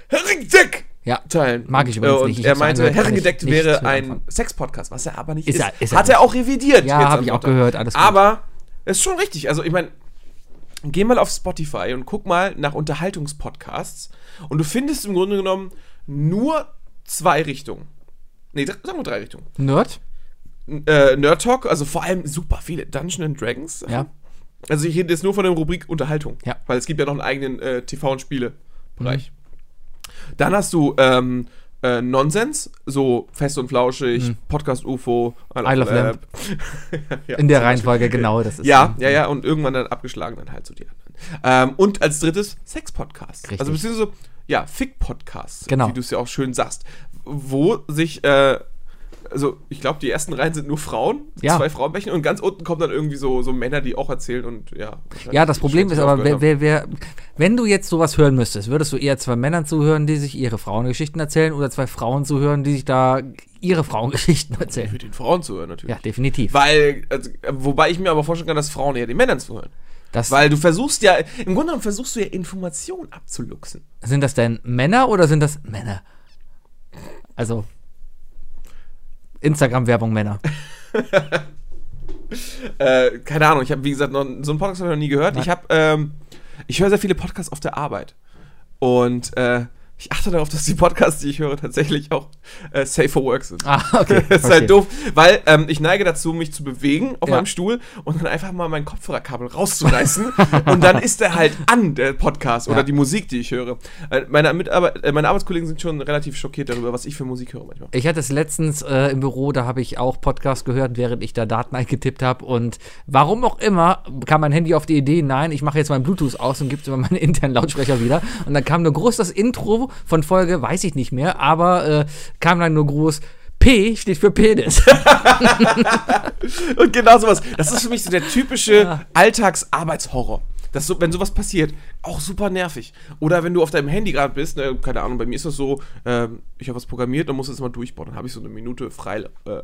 [SPEAKER 2] Herrengedeck
[SPEAKER 3] Ja.
[SPEAKER 2] teilen.
[SPEAKER 3] Mag ich
[SPEAKER 2] Und,
[SPEAKER 3] übrigens
[SPEAKER 2] äh,
[SPEAKER 3] nicht.
[SPEAKER 2] Und
[SPEAKER 3] Ich
[SPEAKER 2] er
[SPEAKER 3] hab's
[SPEAKER 2] meinte,
[SPEAKER 3] angehört, kann ich
[SPEAKER 2] Herrengedeck
[SPEAKER 3] nicht
[SPEAKER 2] wäre
[SPEAKER 3] mit
[SPEAKER 2] ein
[SPEAKER 3] anfangen.
[SPEAKER 2] Sex-Podcast, was er aber nicht ist.
[SPEAKER 3] Ist er- ist er
[SPEAKER 2] hat er auch revidiert.
[SPEAKER 3] Ja,
[SPEAKER 2] jetzt
[SPEAKER 3] hab
[SPEAKER 2] am
[SPEAKER 3] ich auch
[SPEAKER 2] Sonntag.
[SPEAKER 3] gehört, alles gut.
[SPEAKER 2] Aber, es ist schon richtig, also ich meine, geh mal auf Spotify und guck mal nach Unterhaltungspodcasts und du findest im Grunde genommen nur zwei Richtungen. Nee, dr- sagen wir drei Richtungen.
[SPEAKER 3] Nerd?
[SPEAKER 2] N- Äh, Nerd Talk, also vor allem super viele Dungeons and Dragons.
[SPEAKER 3] Ja.
[SPEAKER 2] Also ich rede jetzt nur von der Rubrik Unterhaltung,
[SPEAKER 3] Ja.
[SPEAKER 2] weil es gibt ja noch einen eigenen äh, TV- und Spiele-Bereich.
[SPEAKER 3] Mhm.
[SPEAKER 2] Dann hast du ähm, äh, Nonsens, so fest und flauschig, Podcast UFO,
[SPEAKER 3] Isle of Mhm. Lamp.
[SPEAKER 2] ja,
[SPEAKER 3] In der
[SPEAKER 2] zum Beispiel.
[SPEAKER 3] Reihenfolge, genau, das ist
[SPEAKER 2] Ja, ja, ja, und irgendwann dann abgeschlagen dann halt so die anderen. Ähm, und als drittes Sex-Podcast.
[SPEAKER 3] Richtig.
[SPEAKER 2] Also beziehungsweise, ja, Fick-Podcast,
[SPEAKER 3] Genau.
[SPEAKER 2] wie du es ja auch schön sagst. Wo sich, äh, also ich glaube, die ersten Reihen sind nur Frauen,
[SPEAKER 3] Ja.
[SPEAKER 2] zwei Frauenbächen und ganz unten kommen dann irgendwie so, so Männer, die auch erzählen und ja.
[SPEAKER 3] Ja, das Problem ist
[SPEAKER 2] schlecht
[SPEAKER 3] aber, wer,
[SPEAKER 2] aufgehört
[SPEAKER 3] wer, wer, wenn du jetzt sowas hören müsstest, würdest du eher zwei Männern zuhören, die sich ihre Frauengeschichten erzählen oder zwei Frauen zuhören, die sich da ihre Frauengeschichten
[SPEAKER 2] haben.
[SPEAKER 3] erzählen?
[SPEAKER 2] Mit den Frauen zu hören natürlich.
[SPEAKER 3] Ja, definitiv.
[SPEAKER 2] Weil, also, wobei ich mir aber vorstellen kann, dass Frauen eher den Männern zuhören.
[SPEAKER 3] Das,
[SPEAKER 2] Weil du versuchst ja, im Grunde genommen versuchst du ja Informationen abzuluxen.
[SPEAKER 3] sind das denn Männer oder sind das Männer? Also Instagram-Werbung Männer.
[SPEAKER 2] Äh, keine Ahnung, ich habe, wie gesagt, noch, so einen Podcast habe ich noch nie gehört.
[SPEAKER 3] Nein.
[SPEAKER 2] Ich habe, ähm, ich höre sehr viele Podcasts auf der Arbeit. Und äh, ich achte darauf, dass die Podcasts, die ich höre, tatsächlich auch äh, safe for work sind.
[SPEAKER 3] Ah, okay.
[SPEAKER 2] Das ist
[SPEAKER 3] verstehe.
[SPEAKER 2] halt doof, weil ähm, ich neige dazu, mich zu bewegen auf
[SPEAKER 3] Ja.
[SPEAKER 2] meinem Stuhl und dann einfach mal mein Kopfhörerkabel rauszureißen und dann ist der halt an, der Podcast oder
[SPEAKER 3] Ja.
[SPEAKER 2] die Musik, die ich höre. Äh, Meine, Mitarbeiter, äh, meine Arbeitskollegen sind schon relativ schockiert darüber, was ich für Musik höre manchmal.
[SPEAKER 3] Ich hatte es letztens äh, im Büro, da habe ich auch Podcast gehört, während ich da Daten eingetippt habe. Und warum auch immer kam mein Handy auf die Idee, nein, ich mache jetzt mein Bluetooth aus und gebe über meine internen Lautsprecher wieder. Und dann kam nur groß das Intro von Folge, weiß ich nicht mehr, aber äh, kam dann nur groß. P steht für Penis.
[SPEAKER 2] Und genau sowas. Das ist für mich so der typische Alltagsarbeitshorror. Das so, wenn sowas passiert, auch super nervig. Oder wenn du auf deinem Handy gerade bist, ne, keine Ahnung, bei mir ist das so, ähm, ich habe was programmiert und muss es mal durchbauen. Dann habe ich so eine Minute frei, äh,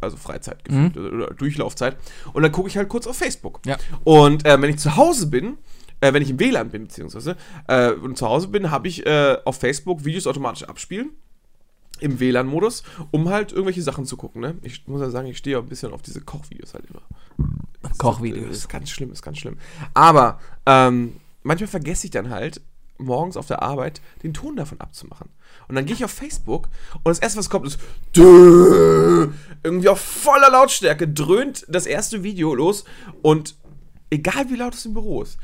[SPEAKER 2] also Freizeit gefühlt, oder Durchlaufzeit. Und dann gucke ich halt kurz auf Facebook.
[SPEAKER 3] Ja.
[SPEAKER 2] Und äh, wenn ich zu Hause bin, äh, wenn ich im WLAN bin, beziehungsweise, äh, und zu Hause bin, habe ich äh, auf Facebook Videos automatisch abspielen im WLAN-Modus, um halt irgendwelche Sachen zu gucken. Ne? Ich muss ja sagen, ich stehe ja ein bisschen auf diese Kochvideos halt immer. Das
[SPEAKER 3] Kochvideos.
[SPEAKER 2] ist ganz schlimm, ist ganz schlimm. Aber ähm, manchmal vergesse ich dann halt, morgens auf der Arbeit den Ton davon abzumachen. Und dann gehe ich auf Facebook und das erste, was kommt, ist Dö! irgendwie auf voller Lautstärke dröhnt das erste Video los und egal wie laut es im Büro ist,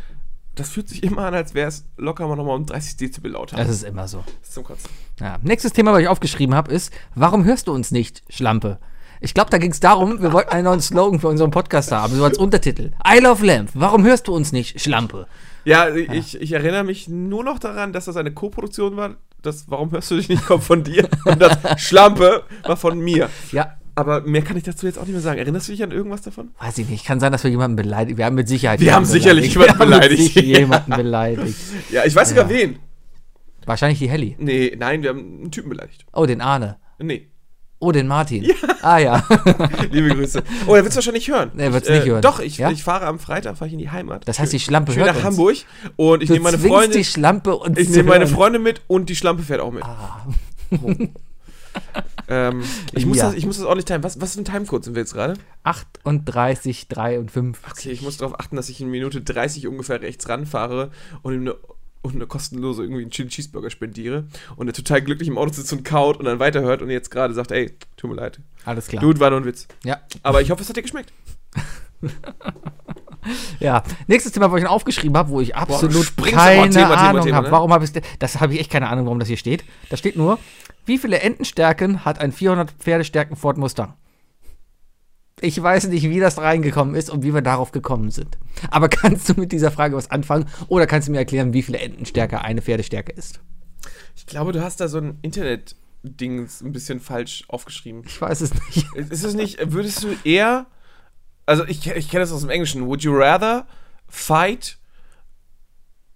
[SPEAKER 2] das fühlt sich immer an, als wäre es locker mal nochmal um 30 Dezibel lauter.
[SPEAKER 3] Das ist immer so.
[SPEAKER 2] Das ist zum Kotzen.
[SPEAKER 3] Ja. Nächstes Thema, was ich aufgeschrieben habe, ist, warum hörst du uns nicht, Schlampe? Ich glaube, da ging es darum, wir wollten einen neuen Slogan für unseren Podcast haben, so als Untertitel. I love Lamp, warum hörst du uns nicht, Schlampe?
[SPEAKER 2] Ja, ich, ich erinnere mich nur noch daran, dass das eine Co-Produktion war. Das Warum hörst du dich nicht kommt von dir? Und das Schlampe war von mir.
[SPEAKER 3] Ja,
[SPEAKER 2] Aber mehr kann ich dazu jetzt auch nicht mehr sagen. Erinnerst du dich an irgendwas davon?
[SPEAKER 3] Weiß ich nicht, kann sein, dass wir jemanden beleidigt. Wir haben mit Sicherheit.
[SPEAKER 2] Wir haben sicherlich
[SPEAKER 3] jemanden
[SPEAKER 2] jemanden beleidigt.
[SPEAKER 3] beleidigt. Wir haben mit Sicherheit jemanden beleidigt.
[SPEAKER 2] Ja, ich weiß sogar wen.
[SPEAKER 3] Wahrscheinlich die Helly.
[SPEAKER 2] Nee, nein, wir haben einen Typen beleidigt.
[SPEAKER 3] Oh, den Arne.
[SPEAKER 2] Nee.
[SPEAKER 3] Oh, den Martin. Ah ja.
[SPEAKER 2] Liebe Grüße. Oh, er wird es wahrscheinlich hören.
[SPEAKER 3] Nee, er wird's
[SPEAKER 2] Ich, äh,
[SPEAKER 3] nicht hören.
[SPEAKER 2] Doch, ich,
[SPEAKER 3] Ja?
[SPEAKER 2] ich fahre am Freitag fahre ich in die Heimat.
[SPEAKER 3] Das heißt, die Schlampe
[SPEAKER 2] ich will
[SPEAKER 3] hört
[SPEAKER 2] nach
[SPEAKER 3] uns.
[SPEAKER 2] Hamburg und ich
[SPEAKER 3] Du
[SPEAKER 2] nehme meine
[SPEAKER 3] zwingst
[SPEAKER 2] Freundin.
[SPEAKER 3] die Schlampe und
[SPEAKER 2] Ich nehme meine Freunde mit und die Schlampe fährt auch mit. Oh. ähm, ich, muss
[SPEAKER 3] Ja.
[SPEAKER 2] das, ich muss das ordentlich timen. Was, was für ein Timecode sind wir jetzt gerade?
[SPEAKER 3] 38, 3 und 5.
[SPEAKER 2] Okay, ich muss darauf achten, dass ich in Minute 30 ungefähr rechts ranfahre und ihm eine und eine kostenlose irgendwie einen Chili Cheeseburger spendiere und er total glücklich im Auto sitzt und kaut und dann weiterhört und jetzt gerade sagt, ey, tut mir leid.
[SPEAKER 3] Alles klar.
[SPEAKER 2] Dude, war nur ein Witz.
[SPEAKER 3] Ja.
[SPEAKER 2] Aber ich hoffe, es hat dir geschmeckt.
[SPEAKER 3] Ja, nächstes Thema, wo ich ihn aufgeschrieben habe, wo ich absolut
[SPEAKER 2] springst aber
[SPEAKER 3] keine
[SPEAKER 2] Thema, Thema,
[SPEAKER 3] Ahnung
[SPEAKER 2] Thema,
[SPEAKER 3] habe.
[SPEAKER 2] ne?
[SPEAKER 3] Warum habe ich das? Das habe ich echt keine Ahnung, warum das hier steht. Da steht nur, wie viele Entenstärken hat ein 400 Pferde starken Ford Mustang? Ich weiß nicht, wie das reingekommen ist und wie wir darauf gekommen sind. Aber kannst du mit dieser Frage was anfangen oder kannst du mir erklären, wie viele Entenstärke eine Pferdestärke ist?
[SPEAKER 2] Ich glaube, du hast da so ein Internet-Ding ein bisschen falsch aufgeschrieben.
[SPEAKER 3] Ich weiß es nicht.
[SPEAKER 2] Ist es nicht, würdest du eher, also ich, ich kenne das aus dem Englischen, would you rather fight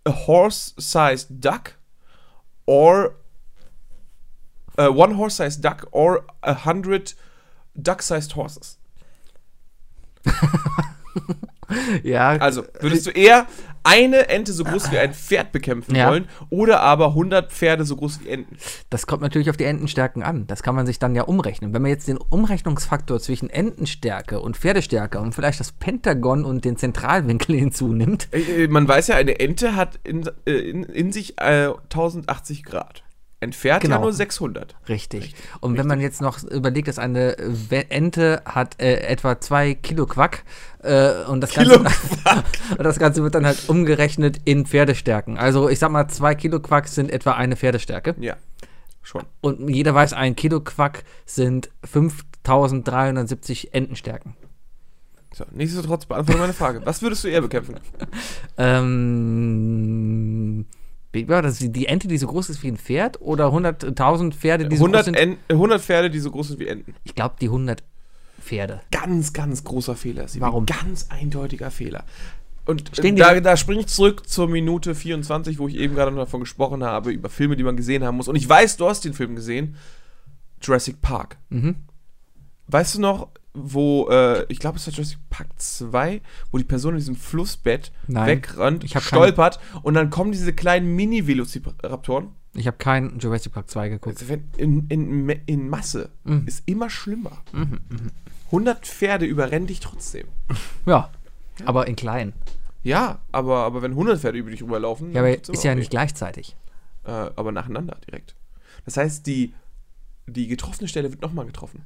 [SPEAKER 2] a horse-sized duck or a one horse-sized duck or a hundred duck-sized horses?
[SPEAKER 3] Ja,
[SPEAKER 2] Also, würdest du eher eine Ente so groß wie ein Pferd bekämpfen
[SPEAKER 3] Ja.
[SPEAKER 2] wollen oder aber 100 Pferde so groß wie Enten?
[SPEAKER 3] Das kommt natürlich auf die Entenstärken an. Das kann man sich dann ja umrechnen. Wenn man jetzt den Umrechnungsfaktor zwischen Entenstärke und Pferdestärke und vielleicht das Pentagon und den Zentralwinkel hinzunimmt,
[SPEAKER 2] Äh, äh, Man weiß ja, eine Ente hat in, äh, in, in sich äh, 1080 Grad. Ein Pferd ja
[SPEAKER 3] Genau.
[SPEAKER 2] nur 600.
[SPEAKER 3] richtig. und wenn man jetzt noch überlegt, dass eine äh, We- Ente hat äh, etwa zwei Kilo Quack äh, und, das Ganze,
[SPEAKER 2] Kilo
[SPEAKER 3] und das Ganze wird dann halt umgerechnet in Pferdestärken. Also ich sag mal, zwei Kilo Quack sind etwa eine Pferdestärke.
[SPEAKER 2] Ja, schon.
[SPEAKER 3] Und jeder weiß, ein Kilo Quack sind 5370 Entenstärken.
[SPEAKER 2] So, nichtsdestotrotz beantworte meine Frage. Was würdest du eher bekämpfen?
[SPEAKER 3] Ähm, ja, das ist die Ente, die so groß ist wie ein Pferd oder 100.000 Pferde, die so
[SPEAKER 2] 100,
[SPEAKER 3] groß sind?
[SPEAKER 2] En- äh, 100 Pferde, die so groß sind wie Enten.
[SPEAKER 3] Ich glaube, die 100 Pferde.
[SPEAKER 2] Ganz, ganz großer Fehler. Sibi.
[SPEAKER 3] Warum?
[SPEAKER 2] Ganz eindeutiger Fehler. Und äh,
[SPEAKER 3] Stehen die-
[SPEAKER 2] da, da springe ich zurück zur Minute 24, wo ich eben gerade noch davon gesprochen habe, über Filme, die man gesehen haben muss. Und ich weiß, du hast den Film gesehen. Jurassic Park.
[SPEAKER 3] Mhm.
[SPEAKER 2] Weißt du noch, wo, äh, ich glaube, es war Jurassic Park 2, wo die Person in diesem Flussbett
[SPEAKER 3] Nein.
[SPEAKER 2] wegrennt,
[SPEAKER 3] Ich hab keine-
[SPEAKER 2] stolpert und dann kommen diese kleinen Mini-Velociraptoren.
[SPEAKER 3] Ich habe keinen Jurassic Park 2 geguckt.
[SPEAKER 2] Also wenn in, in, in Masse
[SPEAKER 3] Mhm.
[SPEAKER 2] ist immer schlimmer. 100 Pferde überrennen dich trotzdem.
[SPEAKER 3] Ja, aber in klein.
[SPEAKER 2] Ja, aber, aber wenn 100 Pferde über dich rüberlaufen,
[SPEAKER 3] Ja, aber
[SPEAKER 2] tut's immer
[SPEAKER 3] ist ja
[SPEAKER 2] noch
[SPEAKER 3] nicht gleichzeitig.
[SPEAKER 2] weh. Äh, aber nacheinander direkt. Das heißt, die, die getroffene Stelle wird nochmal getroffen.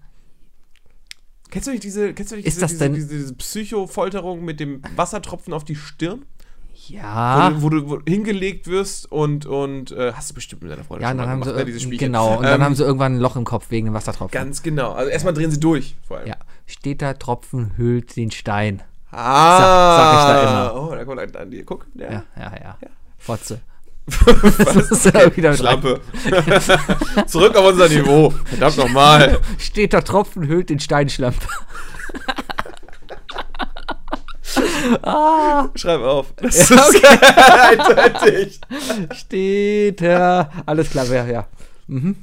[SPEAKER 2] Kennst du nicht diese, kennst du nicht
[SPEAKER 3] Ist
[SPEAKER 2] diese,
[SPEAKER 3] das
[SPEAKER 2] diese,
[SPEAKER 3] denn-
[SPEAKER 2] diese, diese Psychofolterung mit dem Wassertropfen auf die Stirn,
[SPEAKER 3] Ja.
[SPEAKER 2] wo, du, wo du hingelegt wirst und, und äh, hast du bestimmt mit deiner Freundin
[SPEAKER 3] Ja, und dann haben
[SPEAKER 2] gemacht,
[SPEAKER 3] sie
[SPEAKER 2] ne, diese
[SPEAKER 3] ir-
[SPEAKER 2] Spielchen.
[SPEAKER 3] genau und dann
[SPEAKER 2] Ähm,
[SPEAKER 3] haben sie irgendwann ein Loch im Kopf wegen dem Wassertropfen.
[SPEAKER 2] Ganz genau. Also erstmal drehen sie durch, vor allem.
[SPEAKER 3] ja, steht da Tropfen hüllt den Stein.
[SPEAKER 2] Ah,
[SPEAKER 3] Sag- sag ich da immer.
[SPEAKER 2] Oh, da kommt ein an dir. Guck, der
[SPEAKER 3] Ja, ja, ja. Fotze. das ist ja wieder
[SPEAKER 2] Schlampe. Zurück auf unser Niveau. Verdammt nochmal.
[SPEAKER 3] Steht da Tropfen hüllt den Stein Schlampe.
[SPEAKER 2] Schreib auf. Das ist eindeutig.
[SPEAKER 3] Steht da. Alles klar, ja, ja.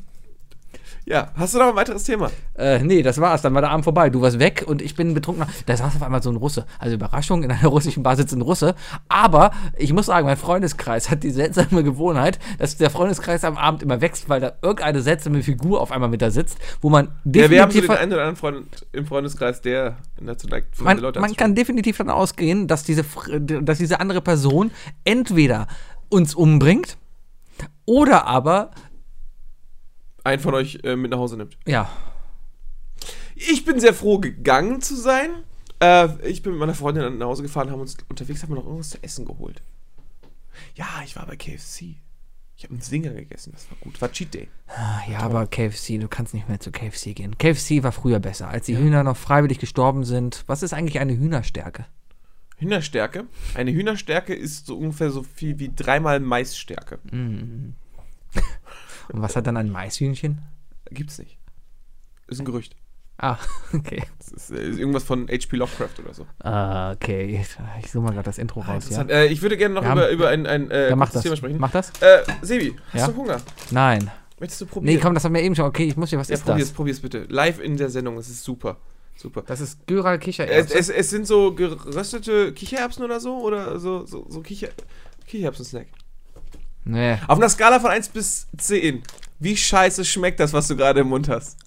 [SPEAKER 2] Ja, hast du noch ein weiteres Thema?
[SPEAKER 3] Äh, nee, das war's. Dann war der Abend vorbei. Du warst weg und ich bin betrunken. Da saß auf einmal so ein Russe. Also Überraschung, in einer russischen Bar sitzt ein Russe. Aber ich muss sagen, mein Freundeskreis hat die seltsame Gewohnheit, dass der Freundeskreis am Abend immer wächst, weil da irgendeine seltsame Figur auf einmal mit da sitzt, wo man
[SPEAKER 2] Ja, wir haben so
[SPEAKER 3] definitiv...
[SPEAKER 2] den einen oder anderen Freund im Freundeskreis, der dazu neigt, fremde
[SPEAKER 3] man,
[SPEAKER 2] Leute
[SPEAKER 3] man kann definitiv davon ausgehen, dass diese, Fr- dass diese andere Person entweder uns umbringt oder aber,
[SPEAKER 2] anzusprechen. einen von euch äh, mit nach Hause nimmt.
[SPEAKER 3] ja,
[SPEAKER 2] Ich bin sehr froh, gegangen zu sein. Äh, ich bin mit meiner Freundin dann nach Hause gefahren, haben uns unterwegs haben wir noch irgendwas zu essen geholt. Ja, ich war bei KFC. Ich habe einen Singer gegessen, das war gut. War Cheat Day.
[SPEAKER 3] Ah, Ja, aber KFC, du kannst nicht mehr zu KFC gehen. KFC war früher besser, als die Hühner noch freiwillig gestorben sind. Was ist eigentlich eine Hühnerstärke?
[SPEAKER 2] Hühnerstärke. Eine Hühnerstärke ist so ungefähr so viel wie dreimal Maisstärke.
[SPEAKER 3] Mhm. Und was hat dann ein Maishühnchen?
[SPEAKER 2] Gibt's nicht. Ist ein Gerücht.
[SPEAKER 3] Ah, okay.
[SPEAKER 2] Das ist, äh, ist irgendwas von H.P. Lovecraft oder so.
[SPEAKER 3] Ah, Okay, ich suche mal gerade das Intro raus. Ja.
[SPEAKER 2] Interessant. Äh, ich würde gerne noch
[SPEAKER 3] Wir
[SPEAKER 2] über,
[SPEAKER 3] haben-
[SPEAKER 2] über ein, ein äh,
[SPEAKER 3] Ja, mach
[SPEAKER 2] kurzes
[SPEAKER 3] das.
[SPEAKER 2] Thema sprechen.
[SPEAKER 3] Mach das?
[SPEAKER 2] Äh, Sebi, hast
[SPEAKER 3] Ja?
[SPEAKER 2] du Hunger?
[SPEAKER 3] Nein.
[SPEAKER 2] Möchtest du
[SPEAKER 3] Nee,
[SPEAKER 2] probieren?
[SPEAKER 3] komm, das haben wir eben schon. Okay, ich muss hier was
[SPEAKER 2] ja,
[SPEAKER 3] ist das?
[SPEAKER 2] probier's, probier's bitte. Live in der Sendung, es ist super. Super.
[SPEAKER 3] Das ist Gyral Kichererbsen.
[SPEAKER 2] Es, es, es sind so geröstete Kichererbsen oder so? Oder so, so, so Kicher, Kichererbsen-Snack.
[SPEAKER 3] Nee.
[SPEAKER 2] Auf einer Skala von 1 bis 10. Wie scheiße schmeckt das, was du gerade im Mund hast?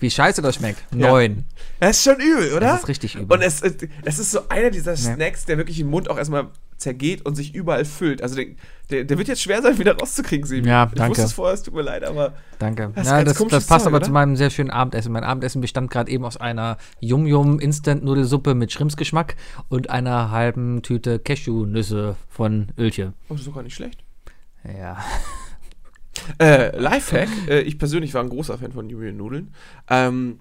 [SPEAKER 3] Wie scheiße das schmeckt.
[SPEAKER 2] Ja.
[SPEAKER 3] Neun.
[SPEAKER 2] Das ist schon übel, oder?
[SPEAKER 3] Das ist richtig übel.
[SPEAKER 2] Und es, es ist so einer dieser Snacks, der wirklich im Mund auch erstmal zergeht und sich überall füllt. Also der, der, der wird jetzt schwer sein, wieder rauszukriegen, Sebi.
[SPEAKER 3] Ja,
[SPEAKER 2] Ich
[SPEAKER 3] danke.
[SPEAKER 2] wusste es vorher, es tut mir leid, aber
[SPEAKER 3] Danke.
[SPEAKER 2] Das
[SPEAKER 3] Das,
[SPEAKER 2] ist
[SPEAKER 3] ja,
[SPEAKER 2] ganz
[SPEAKER 3] das,
[SPEAKER 2] komisches
[SPEAKER 3] das passt
[SPEAKER 2] Zeug,
[SPEAKER 3] aber
[SPEAKER 2] oder?
[SPEAKER 3] zu meinem sehr schönen Abendessen. Mein Abendessen bestand gerade eben aus einer Yum-Yum Instant-Nudelsuppe mit Schrimpsgeschmack und einer halben Tüte Cashewnüsse von Öltje.
[SPEAKER 2] oh, das ist doch gar nicht schlecht.
[SPEAKER 3] Ja.
[SPEAKER 2] Äh, Lifehack, äh, ich persönlich war ein großer Fan von Nudeln. Nudeln. Ähm,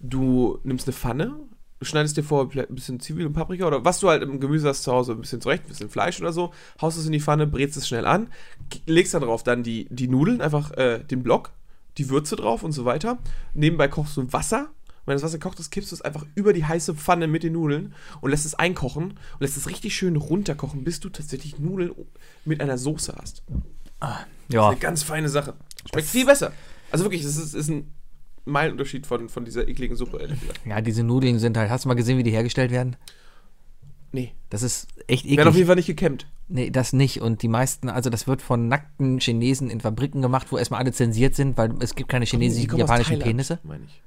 [SPEAKER 2] du nimmst eine Pfanne, schneidest dir vorher vielleicht ein bisschen Zwiebeln und Paprika oder was du halt im Gemüse hast zu Hause, ein bisschen zurecht, ein bisschen Fleisch oder so, haust es in die Pfanne, brätst es schnell an, k- legst da drauf dann die, die Nudeln, einfach äh, den Block, die Würze drauf und so weiter. Nebenbei kochst du Wasser. Wenn das Wasser kocht ist, kippst du es einfach über die heiße Pfanne mit den Nudeln und lässt es einkochen und lässt es richtig schön runterkochen, bis du tatsächlich Nudeln mit einer Soße hast.
[SPEAKER 3] Ja.
[SPEAKER 2] Eine ganz feine Sache. Schmeckt viel besser. Also wirklich, es ist, ist ein Meilenunterschied von, von dieser ekligen Suppe, ehrlich gesagt.
[SPEAKER 3] ja, diese Nudeln sind halt. Hast du mal gesehen, wie die hergestellt werden?
[SPEAKER 2] Nee.
[SPEAKER 3] Das ist echt
[SPEAKER 2] Wäre auf
[SPEAKER 3] eklig.
[SPEAKER 2] jeden Fall nicht gekämmt.
[SPEAKER 3] Nee, das nicht. Und die meisten, also das wird von nackten Chinesen in Fabriken gemacht, wo erstmal alle zensiert sind, weil es gibt keine
[SPEAKER 2] Die
[SPEAKER 3] chinesischen,
[SPEAKER 2] kommen aus
[SPEAKER 3] japanischen
[SPEAKER 2] Thailand,
[SPEAKER 3] Penisse.
[SPEAKER 2] Meine ich.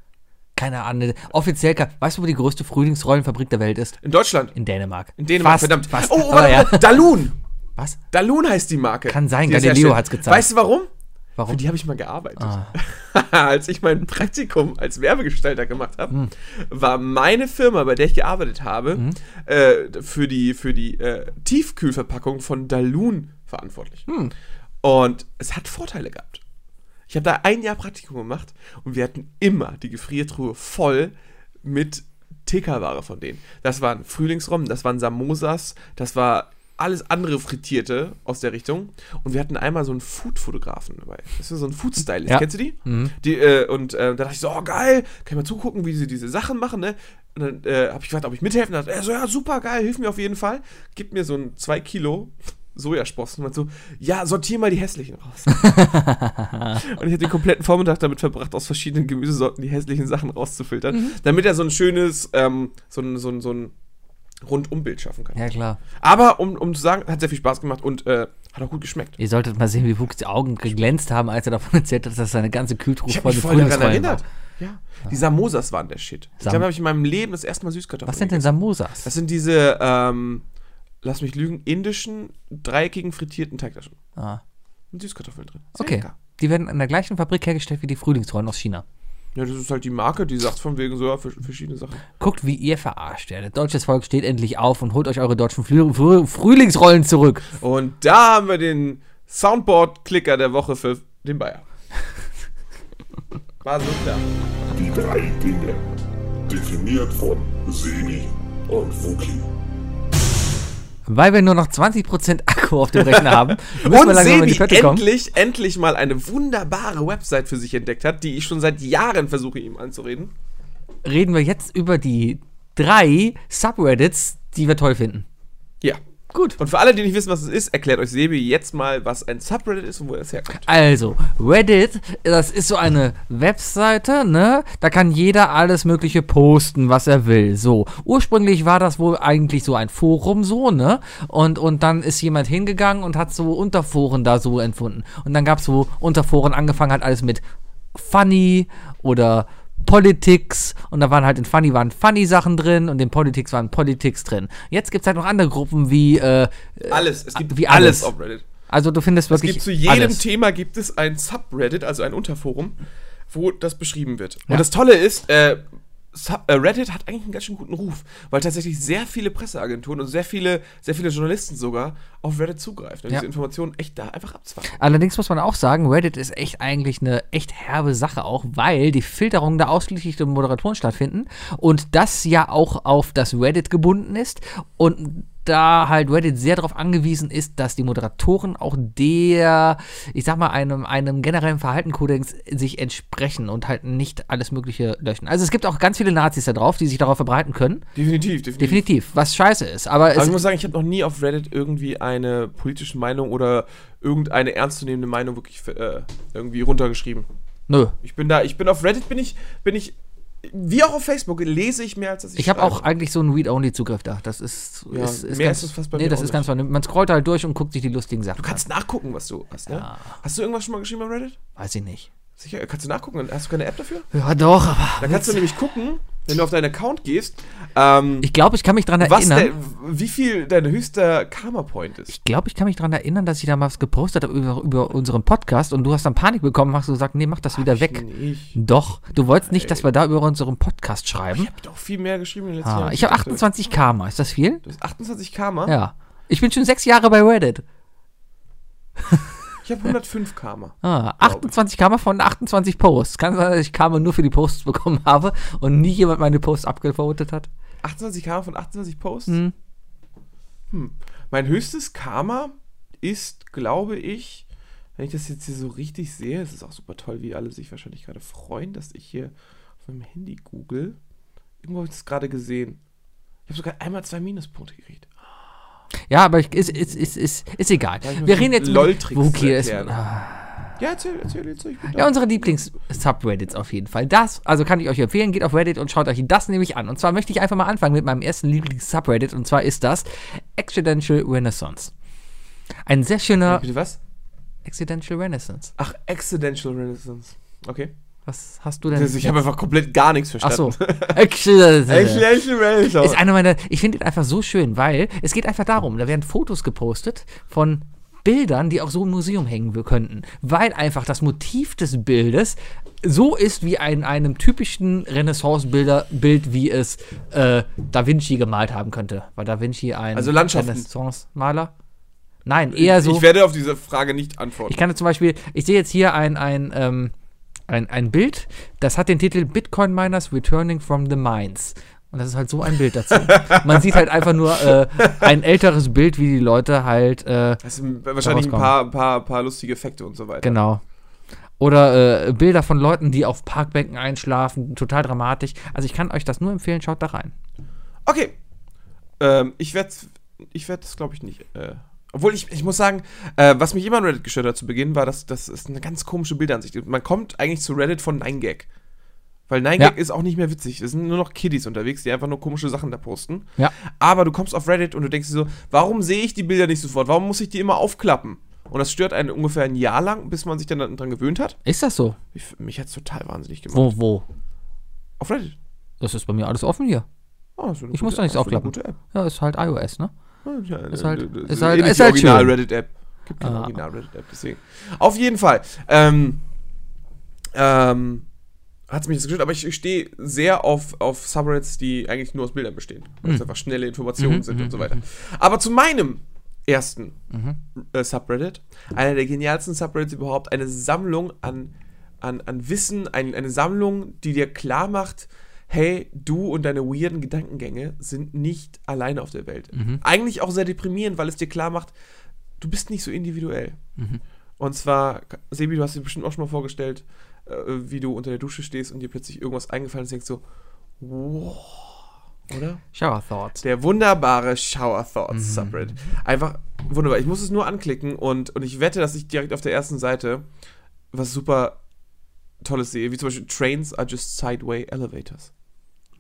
[SPEAKER 3] Keine Ahnung. Offiziell, kann- weißt du, wo die größte Frühlingsrollenfabrik der Welt ist?
[SPEAKER 2] In Deutschland.
[SPEAKER 3] In Dänemark.
[SPEAKER 2] In Dänemark,
[SPEAKER 3] fast,
[SPEAKER 2] verdammt.
[SPEAKER 3] Fast.
[SPEAKER 2] Oh, oh
[SPEAKER 3] Aber
[SPEAKER 2] warte,
[SPEAKER 3] ja.
[SPEAKER 2] Dalun.
[SPEAKER 3] Was?
[SPEAKER 2] Dalun heißt die Marke.
[SPEAKER 3] Kann sein,
[SPEAKER 2] die das
[SPEAKER 3] Galileo
[SPEAKER 2] herstellt.
[SPEAKER 3] hat's gezeigt.
[SPEAKER 2] Weißt du warum? Für
[SPEAKER 3] Warum?
[SPEAKER 2] die habe ich mal gearbeitet. als ich mein Praktikum als Werbegestalter gemacht habe, war meine Firma, bei der ich gearbeitet habe, äh, für die, für die äh, Tiefkühlverpackung von Dalun verantwortlich. Und es hat Vorteile gehabt. Ich habe da ein Jahr Praktikum gemacht und wir hatten immer die Gefriertruhe voll mit TK-Ware von denen. Das waren Frühlingsrommen, das waren Samosas, das war alles andere Frittierte aus der Richtung. Und wir hatten einmal so einen Food-Fotografen dabei. Das ist so ein Food-Stylist.
[SPEAKER 3] Ja.
[SPEAKER 2] Kennst du die? die äh, und äh, da dachte ich so, oh geil, kann ich mal zugucken, wie sie diese Sachen machen. Ne? Und dann äh, habe ich gefragt, ob ich mithelfen darf. Er so, ja, super geil, hilf mir auf jeden Fall. Gib mir so ein 2 Kilo Sojasprossen und meint so, ja, sortier mal die hässlichen raus. Und ich habe den kompletten Vormittag damit verbracht, aus verschiedenen Gemüsesorten die hässlichen Sachen rauszufiltern, damit er so ein schönes, ähm, so ein, so ein, so ein Rundumbild schaffen kann.
[SPEAKER 3] Ja, klar.
[SPEAKER 2] Aber um, um zu sagen, hat sehr viel Spaß gemacht und äh, hat auch gut geschmeckt.
[SPEAKER 3] Ihr solltet mal sehen, wie Fuchs Augen geglänzt haben, als er davon erzählt hat, dass seine ganze Kühltruhe
[SPEAKER 2] Ich habe
[SPEAKER 3] voll
[SPEAKER 2] mich
[SPEAKER 3] mit
[SPEAKER 2] voll daran
[SPEAKER 3] Frühlingsrollen war.
[SPEAKER 2] erinnert. Ja. Die Samosas waren der Shit. Ich
[SPEAKER 3] Sam-
[SPEAKER 2] glaube, habe ich in meinem Leben das erste Mal Süßkartoffeln.
[SPEAKER 3] Was sind denn
[SPEAKER 2] gegessen.
[SPEAKER 3] Samosas?
[SPEAKER 2] Das sind diese, ähm, lass mich lügen, indischen, dreieckigen, frittierten Teigtaschen.
[SPEAKER 3] ah,
[SPEAKER 2] Mit Süßkartoffeln drin. Sehr
[SPEAKER 3] okay.
[SPEAKER 2] lecker.
[SPEAKER 3] Die werden in der gleichen Fabrik hergestellt wie die Frühlingsrollen aus China.
[SPEAKER 2] Ja, das ist halt die Marke, die sagt von wegen so, ja, für, verschiedene Sachen.
[SPEAKER 3] Guckt, wie ihr verarscht werdet. Deutsches Volk steht endlich auf und holt euch eure deutschen Flü Frü Frühlingsrollen zurück.
[SPEAKER 2] Und da haben wir den Soundboard-Klicker der Woche für den Bayer. War so klar.
[SPEAKER 4] Die drei Dinge. Definiert von Semi und Wookie.
[SPEAKER 3] Weil wir nur noch 20% Akku auf dem Rechner haben, müssen wir
[SPEAKER 2] Und
[SPEAKER 3] langsam in die
[SPEAKER 2] Sebi
[SPEAKER 3] Pötte kommen.
[SPEAKER 2] endlich, endlich mal eine wunderbare Website für sich entdeckt hat, die ich schon seit Jahren versuche, ihm anzureden.
[SPEAKER 3] Reden wir jetzt über die drei Subreddits, die wir toll finden.
[SPEAKER 2] Ja.
[SPEAKER 3] Gut.
[SPEAKER 2] Und für alle, die nicht wissen, was es ist, erklärt euch Sebi jetzt mal, was ein Subreddit ist und wo das herkommt.
[SPEAKER 3] Also, Reddit, das ist so eine Webseite, ne? Da kann jeder alles Mögliche posten, was er will. So. Ursprünglich war das wohl eigentlich so ein Forum, so, ne? Und, und dann ist jemand hingegangen und hat so Unterforen da so empfunden. Und dann gab es so Unterforen, angefangen hat alles mit Funny oder Politics und da waren halt in Funny waren Funny Sachen drin und in Politics waren Politics drin. Jetzt gibt es halt noch andere Gruppen wie, äh,
[SPEAKER 2] Alles. Es gibt
[SPEAKER 3] wie
[SPEAKER 2] alles
[SPEAKER 3] alles.
[SPEAKER 2] auf Reddit.
[SPEAKER 3] also du findest
[SPEAKER 2] Es
[SPEAKER 3] wirklich.
[SPEAKER 2] gibt zu jedem
[SPEAKER 3] alles.
[SPEAKER 2] Thema gibt es ein Subreddit, also ein Unterforum, wo das beschrieben wird. Und das Tolle ist, äh, Sub äh, Reddit hat eigentlich einen ganz schön guten Ruf, weil tatsächlich sehr viele Presseagenturen und sehr viele, sehr viele Journalisten sogar auf Reddit zugreifen und
[SPEAKER 3] Ja.
[SPEAKER 2] diese Informationen echt da einfach abzwacken.
[SPEAKER 3] Allerdings muss man auch sagen, Reddit ist echt eigentlich eine echt herbe Sache auch, weil die Filterungen da ausschließlich durch Moderatoren stattfinden und das ja auch auf das Reddit gebunden ist und da halt Reddit sehr darauf angewiesen ist, dass die Moderatoren auch der, ich sag mal, einem, einem generellen Verhaltenkodex sich entsprechen und halt nicht alles Mögliche löschen. Also es gibt auch ganz viele Nazis da drauf, die sich darauf verbreiten können.
[SPEAKER 2] Definitiv, definitiv.
[SPEAKER 3] Definitiv, Also was scheiße ist. Aber
[SPEAKER 2] Aber
[SPEAKER 3] es
[SPEAKER 2] ich muss sagen, ich habe noch nie auf Reddit irgendwie eine politische Meinung oder irgendeine ernstzunehmende Meinung wirklich äh, irgendwie runtergeschrieben.
[SPEAKER 3] nö,
[SPEAKER 2] Ich bin da, ich bin auf Reddit, bin ich, bin ich, wie auch auf Facebook, lese ich mehr als dass
[SPEAKER 3] Ich habe
[SPEAKER 2] schreibe.
[SPEAKER 3] auch eigentlich so einen Read-Only-Zugriff da. Das ist,
[SPEAKER 2] Also. Ja,
[SPEAKER 3] ist, ist
[SPEAKER 2] mehr
[SPEAKER 3] ganz,
[SPEAKER 2] ist es fast bei
[SPEAKER 3] nee,
[SPEAKER 2] mir
[SPEAKER 3] das
[SPEAKER 2] auch
[SPEAKER 3] ist ganz vernünftig. Man scrollt halt durch und guckt sich die lustigen Sachen
[SPEAKER 2] Du kannst nachgucken, was du hast, ne? Hast du irgendwas schon mal geschrieben auf Reddit?
[SPEAKER 3] an. Weiß ich nicht.
[SPEAKER 2] Sicher, kannst du nachgucken? Hast du keine App dafür?
[SPEAKER 3] Ja, doch, aber.
[SPEAKER 2] Da kannst du nämlich gucken, wenn du auf deinen Account gehst, ähm,
[SPEAKER 3] Ich glaube, ich kann mich dran
[SPEAKER 2] was
[SPEAKER 3] erinnern.
[SPEAKER 2] der, wie viel dein höchster Karma-Point ist.
[SPEAKER 3] Ich glaube, ich kann mich daran erinnern, dass ich da mal was gepostet habe über, über unseren Podcast und du hast dann Panik bekommen, hast du gesagt, nee, mach das wieder weg.
[SPEAKER 2] Ich
[SPEAKER 3] Doch, du wolltest nicht, dass wir da über unseren Podcast schreiben.
[SPEAKER 2] habe doch viel mehr geschrieben in den letzten
[SPEAKER 3] Ah,
[SPEAKER 2] Jahren.
[SPEAKER 3] ich habe 28 Karma, ist das viel?
[SPEAKER 2] Du hast 28 Karma?
[SPEAKER 3] Ja. Ich bin schon sechs Jahre bei Reddit.
[SPEAKER 2] Ich habe 105 Karma.
[SPEAKER 3] Ah, 28 Karma von 28 Posts. Kann sein, dass ich Karma nur für die Posts bekommen habe und nie jemand meine Posts abgevotet hat.
[SPEAKER 2] 28 Karma von 28 Posts? Hm. Mein höchstes Karma ist, glaube ich, wenn ich das jetzt hier so richtig sehe, es ist auch super toll, wie alle sich wahrscheinlich gerade freuen, dass ich hier auf meinem Handy google. Irgendwo habe ich das gerade gesehen. Ich habe sogar einmal zwei Minuspunkte gekriegt.
[SPEAKER 3] Ja, aber ich, ist, ist, ist, ist, ist egal.
[SPEAKER 2] Ja, ich muss
[SPEAKER 3] Wir reden
[SPEAKER 2] die
[SPEAKER 3] jetzt
[SPEAKER 2] LOL-Tricks
[SPEAKER 3] Okay, ist,
[SPEAKER 2] erklären.
[SPEAKER 3] ah.
[SPEAKER 2] Ja, erzähl, erzähl, erzähl. Ich bin da.
[SPEAKER 3] Ja, unsere Lieblings-Subreddits auf jeden Fall. Das, also kann ich euch empfehlen, geht auf Reddit und schaut euch das nämlich an. Und zwar möchte ich einfach mal anfangen mit meinem ersten Lieblings-Subreddit und zwar ist das Accidental Renaissance. Ein sehr schöner
[SPEAKER 2] Bitte was?
[SPEAKER 3] Accidental Renaissance.
[SPEAKER 2] Ach, Accidental Renaissance. Okay.
[SPEAKER 3] Was hast du denn?
[SPEAKER 2] Also ich habe einfach komplett gar nichts
[SPEAKER 3] Äh, Ach so. Äh.
[SPEAKER 2] verstanden.
[SPEAKER 3] Accidental.
[SPEAKER 2] Accidental
[SPEAKER 3] Ist
[SPEAKER 2] Renaissance.
[SPEAKER 3] einer meiner, ich finde ihn einfach so schön, weil es geht einfach darum, da werden Fotos gepostet von Bildern, die auch so im Museum hängen wir- könnten, weil einfach das Motiv des Bildes so ist wie in einem typischen Renaissance-Bild, wie es äh, Da Vinci gemalt haben könnte. War Da Vinci ein
[SPEAKER 2] Also Landschaften. Äh,
[SPEAKER 3] Renaissance-Maler? Nein, eher so.
[SPEAKER 2] Ich werde auf diese Frage nicht antworten.
[SPEAKER 3] Ich kann jetzt zum Beispiel, ich sehe jetzt hier ein, ein, ähm, ein, ein Bild, das hat den Titel Bitcoin Miners Returning from the Mines. Und das ist halt so ein Bild dazu. Man sieht halt einfach nur äh, ein älteres Bild, wie die Leute halt, äh,
[SPEAKER 2] Das sind wahrscheinlich ein
[SPEAKER 3] Daraus
[SPEAKER 2] paar, paar, paar lustige Effekte und so weiter.
[SPEAKER 3] genau. Oder äh, Bilder von Leuten, die auf Parkbänken einschlafen, total dramatisch. Also ich kann euch das nur empfehlen, schaut da rein. Genau.
[SPEAKER 2] Okay. Ähm, ich werde ich werd das, glaube ich, nicht. Äh, obwohl, ich, ich muss sagen, äh, was mich immer an Reddit gestört hat zu Beginn, war, dass das ist eine ganz komische Bildansicht. gibt. Man kommt eigentlich zu Reddit von 9gag. Weil 9gag
[SPEAKER 3] Ja.
[SPEAKER 2] ist auch nicht mehr witzig. Es sind nur noch Kiddies unterwegs, die einfach nur komische Sachen da posten.
[SPEAKER 3] Ja.
[SPEAKER 2] Aber du kommst auf Reddit und du denkst dir so, warum sehe ich die Bilder nicht sofort? Warum muss ich die immer aufklappen? Und das stört einen ungefähr ein Jahr lang, bis man sich dann daran gewöhnt hat.
[SPEAKER 3] Ist das so?
[SPEAKER 2] Ich, mich hat es total wahnsinnig gemacht.
[SPEAKER 3] Wo, wo?
[SPEAKER 2] Auf Reddit.
[SPEAKER 3] Das ist bei mir alles offen hier.
[SPEAKER 2] Oh, das ist eine
[SPEAKER 3] Ich
[SPEAKER 2] gute-
[SPEAKER 3] muss doch nichts
[SPEAKER 2] das ist eine
[SPEAKER 3] aufklappen.
[SPEAKER 2] Gute App.
[SPEAKER 3] Ja, ist halt iOS, ne?
[SPEAKER 2] Ja,
[SPEAKER 3] Ist halt-
[SPEAKER 2] äh, äh,
[SPEAKER 3] ist halt-
[SPEAKER 2] ähnlich
[SPEAKER 3] ist
[SPEAKER 2] die
[SPEAKER 3] halt
[SPEAKER 2] original
[SPEAKER 3] schön.
[SPEAKER 2] Reddit App. Gibt keine
[SPEAKER 3] Ah.
[SPEAKER 2] original Reddit App, deswegen. Auf jeden Fall. Ähm, ähm, hat mich jetzt gestört, aber ich, ich stehe sehr auf, auf Subreddits, die eigentlich nur aus Bildern bestehen. Weil
[SPEAKER 3] Hm.
[SPEAKER 2] es einfach schnelle
[SPEAKER 3] Mhm,
[SPEAKER 2] Informationen sind und so weiter. Aber zu meinem ersten äh, Subreddit, einer der genialsten Subreddits überhaupt, eine Sammlung an, an, an Wissen, ein, eine Sammlung, die dir klar macht, hey, du und deine weirden Gedankengänge sind nicht alleine auf der Welt. Eigentlich auch sehr deprimierend, weil es dir klar macht, du bist nicht so individuell. Und zwar, Sebi, du hast dir bestimmt auch schon mal vorgestellt, äh, wie du unter der Dusche stehst und dir plötzlich irgendwas eingefallen ist und denkst so, wow, oder?
[SPEAKER 3] Shower Thoughts.
[SPEAKER 2] Der wunderbare Shower Thoughts Subreddit. Einfach wunderbar. Ich muss es nur anklicken und, und ich wette, dass ich direkt auf der ersten Seite was super Tolles sehe, wie zum Beispiel Trains are just sideway elevators.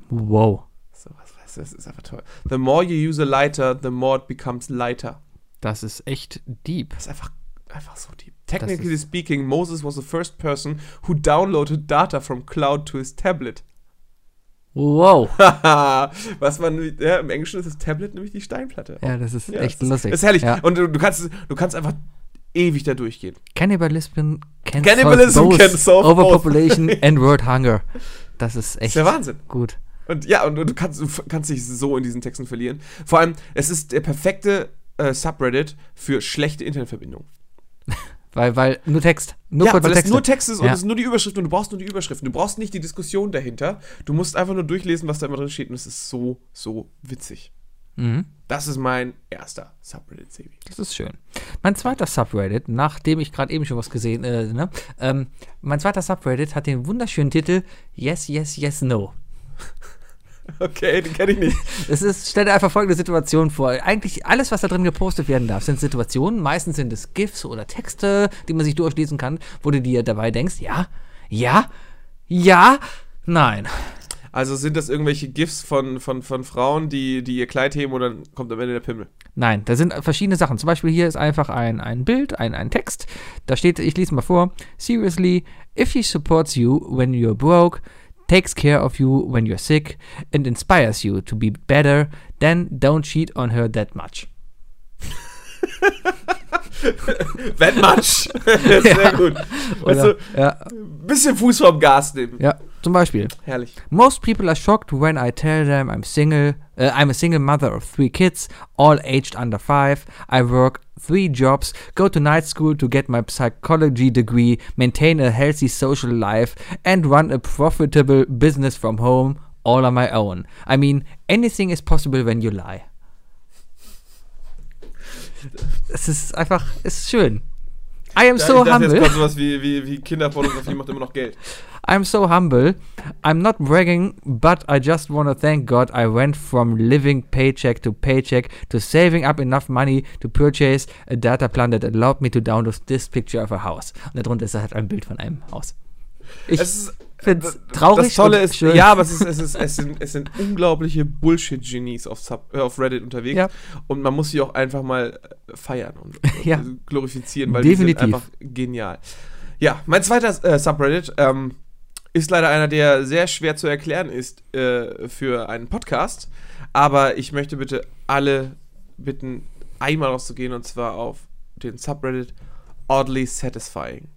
[SPEAKER 3] Wow.
[SPEAKER 2] So, was weißt du, das ist einfach toll. The more you use a lighter, the more it becomes lighter.
[SPEAKER 3] Das ist echt deep.
[SPEAKER 2] Das ist einfach, einfach so deep.
[SPEAKER 3] ist-
[SPEAKER 2] Technically speaking, Moses was the first person who downloaded data from cloud to his tablet.
[SPEAKER 3] Wow.
[SPEAKER 2] Haha, was man, ja, im Englischen ist das Tablet nämlich die Steinplatte.
[SPEAKER 3] Ja, das ist
[SPEAKER 2] Ja,
[SPEAKER 3] echt
[SPEAKER 2] das
[SPEAKER 3] lustig.
[SPEAKER 2] Ist, ist herrlich.
[SPEAKER 3] Ja.
[SPEAKER 2] Und du, du, kannst, du kannst einfach ewig da durchgehen.
[SPEAKER 3] Cannibalism can
[SPEAKER 2] Cannibalism
[SPEAKER 3] solve both
[SPEAKER 2] can solve both.
[SPEAKER 3] Overpopulation and World Hunger. Das ist echt
[SPEAKER 2] Ist der Wahnsinn.
[SPEAKER 3] gut.
[SPEAKER 2] Und ja, und, und du kannst, du f- kannst dich so in diesen Texten verlieren. Vor allem, es ist der perfekte äh, Subreddit für schlechte Internetverbindung.
[SPEAKER 3] Weil, weil nur Text. Nur
[SPEAKER 2] ja,
[SPEAKER 3] kurze
[SPEAKER 2] weil es
[SPEAKER 3] Texte.
[SPEAKER 2] nur Text ist und
[SPEAKER 3] Ja.
[SPEAKER 2] es ist nur die Überschrift und du brauchst nur die Überschriften. Du brauchst nicht die Diskussion dahinter. Du musst einfach nur durchlesen, was da immer drin steht und es ist so, so witzig.
[SPEAKER 3] Mhm.
[SPEAKER 2] Das ist mein erster Subreddit, Sebi.
[SPEAKER 3] Das ist schön. Mein zweiter Subreddit, nachdem ich gerade eben schon was gesehen äh, ne? ähm, mein zweiter Subreddit hat den wunderschönen Titel Yes, Yes, Yes, No.
[SPEAKER 2] Okay, den kenne ich nicht.
[SPEAKER 3] Es ist, stell dir einfach folgende Situation vor. Eigentlich alles, was da drin gepostet werden darf, sind Situationen. Meistens sind es GIFs oder Texte, die man sich durchlesen kann, wo du dir dabei denkst, ja, ja, ja, nein.
[SPEAKER 2] Also sind das irgendwelche GIFs von, von, von Frauen, die, die ihr Kleid heben und dann kommt am Ende der Pimmel?
[SPEAKER 3] Nein, da sind verschiedene Sachen. Zum Beispiel hier ist einfach ein, ein Bild, ein, ein Text. Da steht, ich lese mal vor, Seriously, if she supports you when you're broke, takes care of you when you're sick and inspires you to be better, then don't cheat on her that much.
[SPEAKER 2] That much. Sehr gut. Weißt du,
[SPEAKER 3] ja,
[SPEAKER 2] bisschen Fuß vom Gas nehmen.
[SPEAKER 3] ja, zum Beispiel.
[SPEAKER 2] Herrlich.
[SPEAKER 3] Most people are shocked when I tell them I'm single. Uh, I'm a single mother of three kids, all aged under five. I work three jobs, go to night school to get my psychology degree, maintain a healthy social life, and run a profitable business from home, all on my own. I mean, anything is possible when you lie. Es ist einfach, es ist schön. I am
[SPEAKER 2] Ja,
[SPEAKER 3] so
[SPEAKER 2] ich dachte,
[SPEAKER 3] humble.
[SPEAKER 2] jetzt kommt sowas wie, wie, wie Kinderpornografie macht immer noch Geld.
[SPEAKER 3] I'm so humble. I'm not bragging, but I just want to thank God I went from living paycheck to paycheck to saving up enough money to purchase a data plan that allowed me to download this picture of a house. Und darunter ist halt ein Bild von einem Haus. Ich
[SPEAKER 2] Es ist,
[SPEAKER 3] find's traurig.
[SPEAKER 2] das Tolle
[SPEAKER 3] und
[SPEAKER 2] ist,
[SPEAKER 3] schön.
[SPEAKER 2] ja, aber es, ist, es, ist, es, sind, es sind unglaubliche Bullshit-Genies auf, Sub- äh, auf Reddit unterwegs.
[SPEAKER 3] Ja.
[SPEAKER 2] Und man muss sie auch einfach mal äh, feiern und, und
[SPEAKER 3] Ja.
[SPEAKER 2] glorifizieren, weil die sind
[SPEAKER 3] Definitiv.
[SPEAKER 2] einfach genial. Ja, mein zweiter äh, Subreddit ähm, ist leider einer, der sehr schwer zu erklären ist äh, für einen Podcast. Aber ich möchte bitte alle bitten, einmal rauszugehen und zwar auf den Subreddit Oddly Satisfying.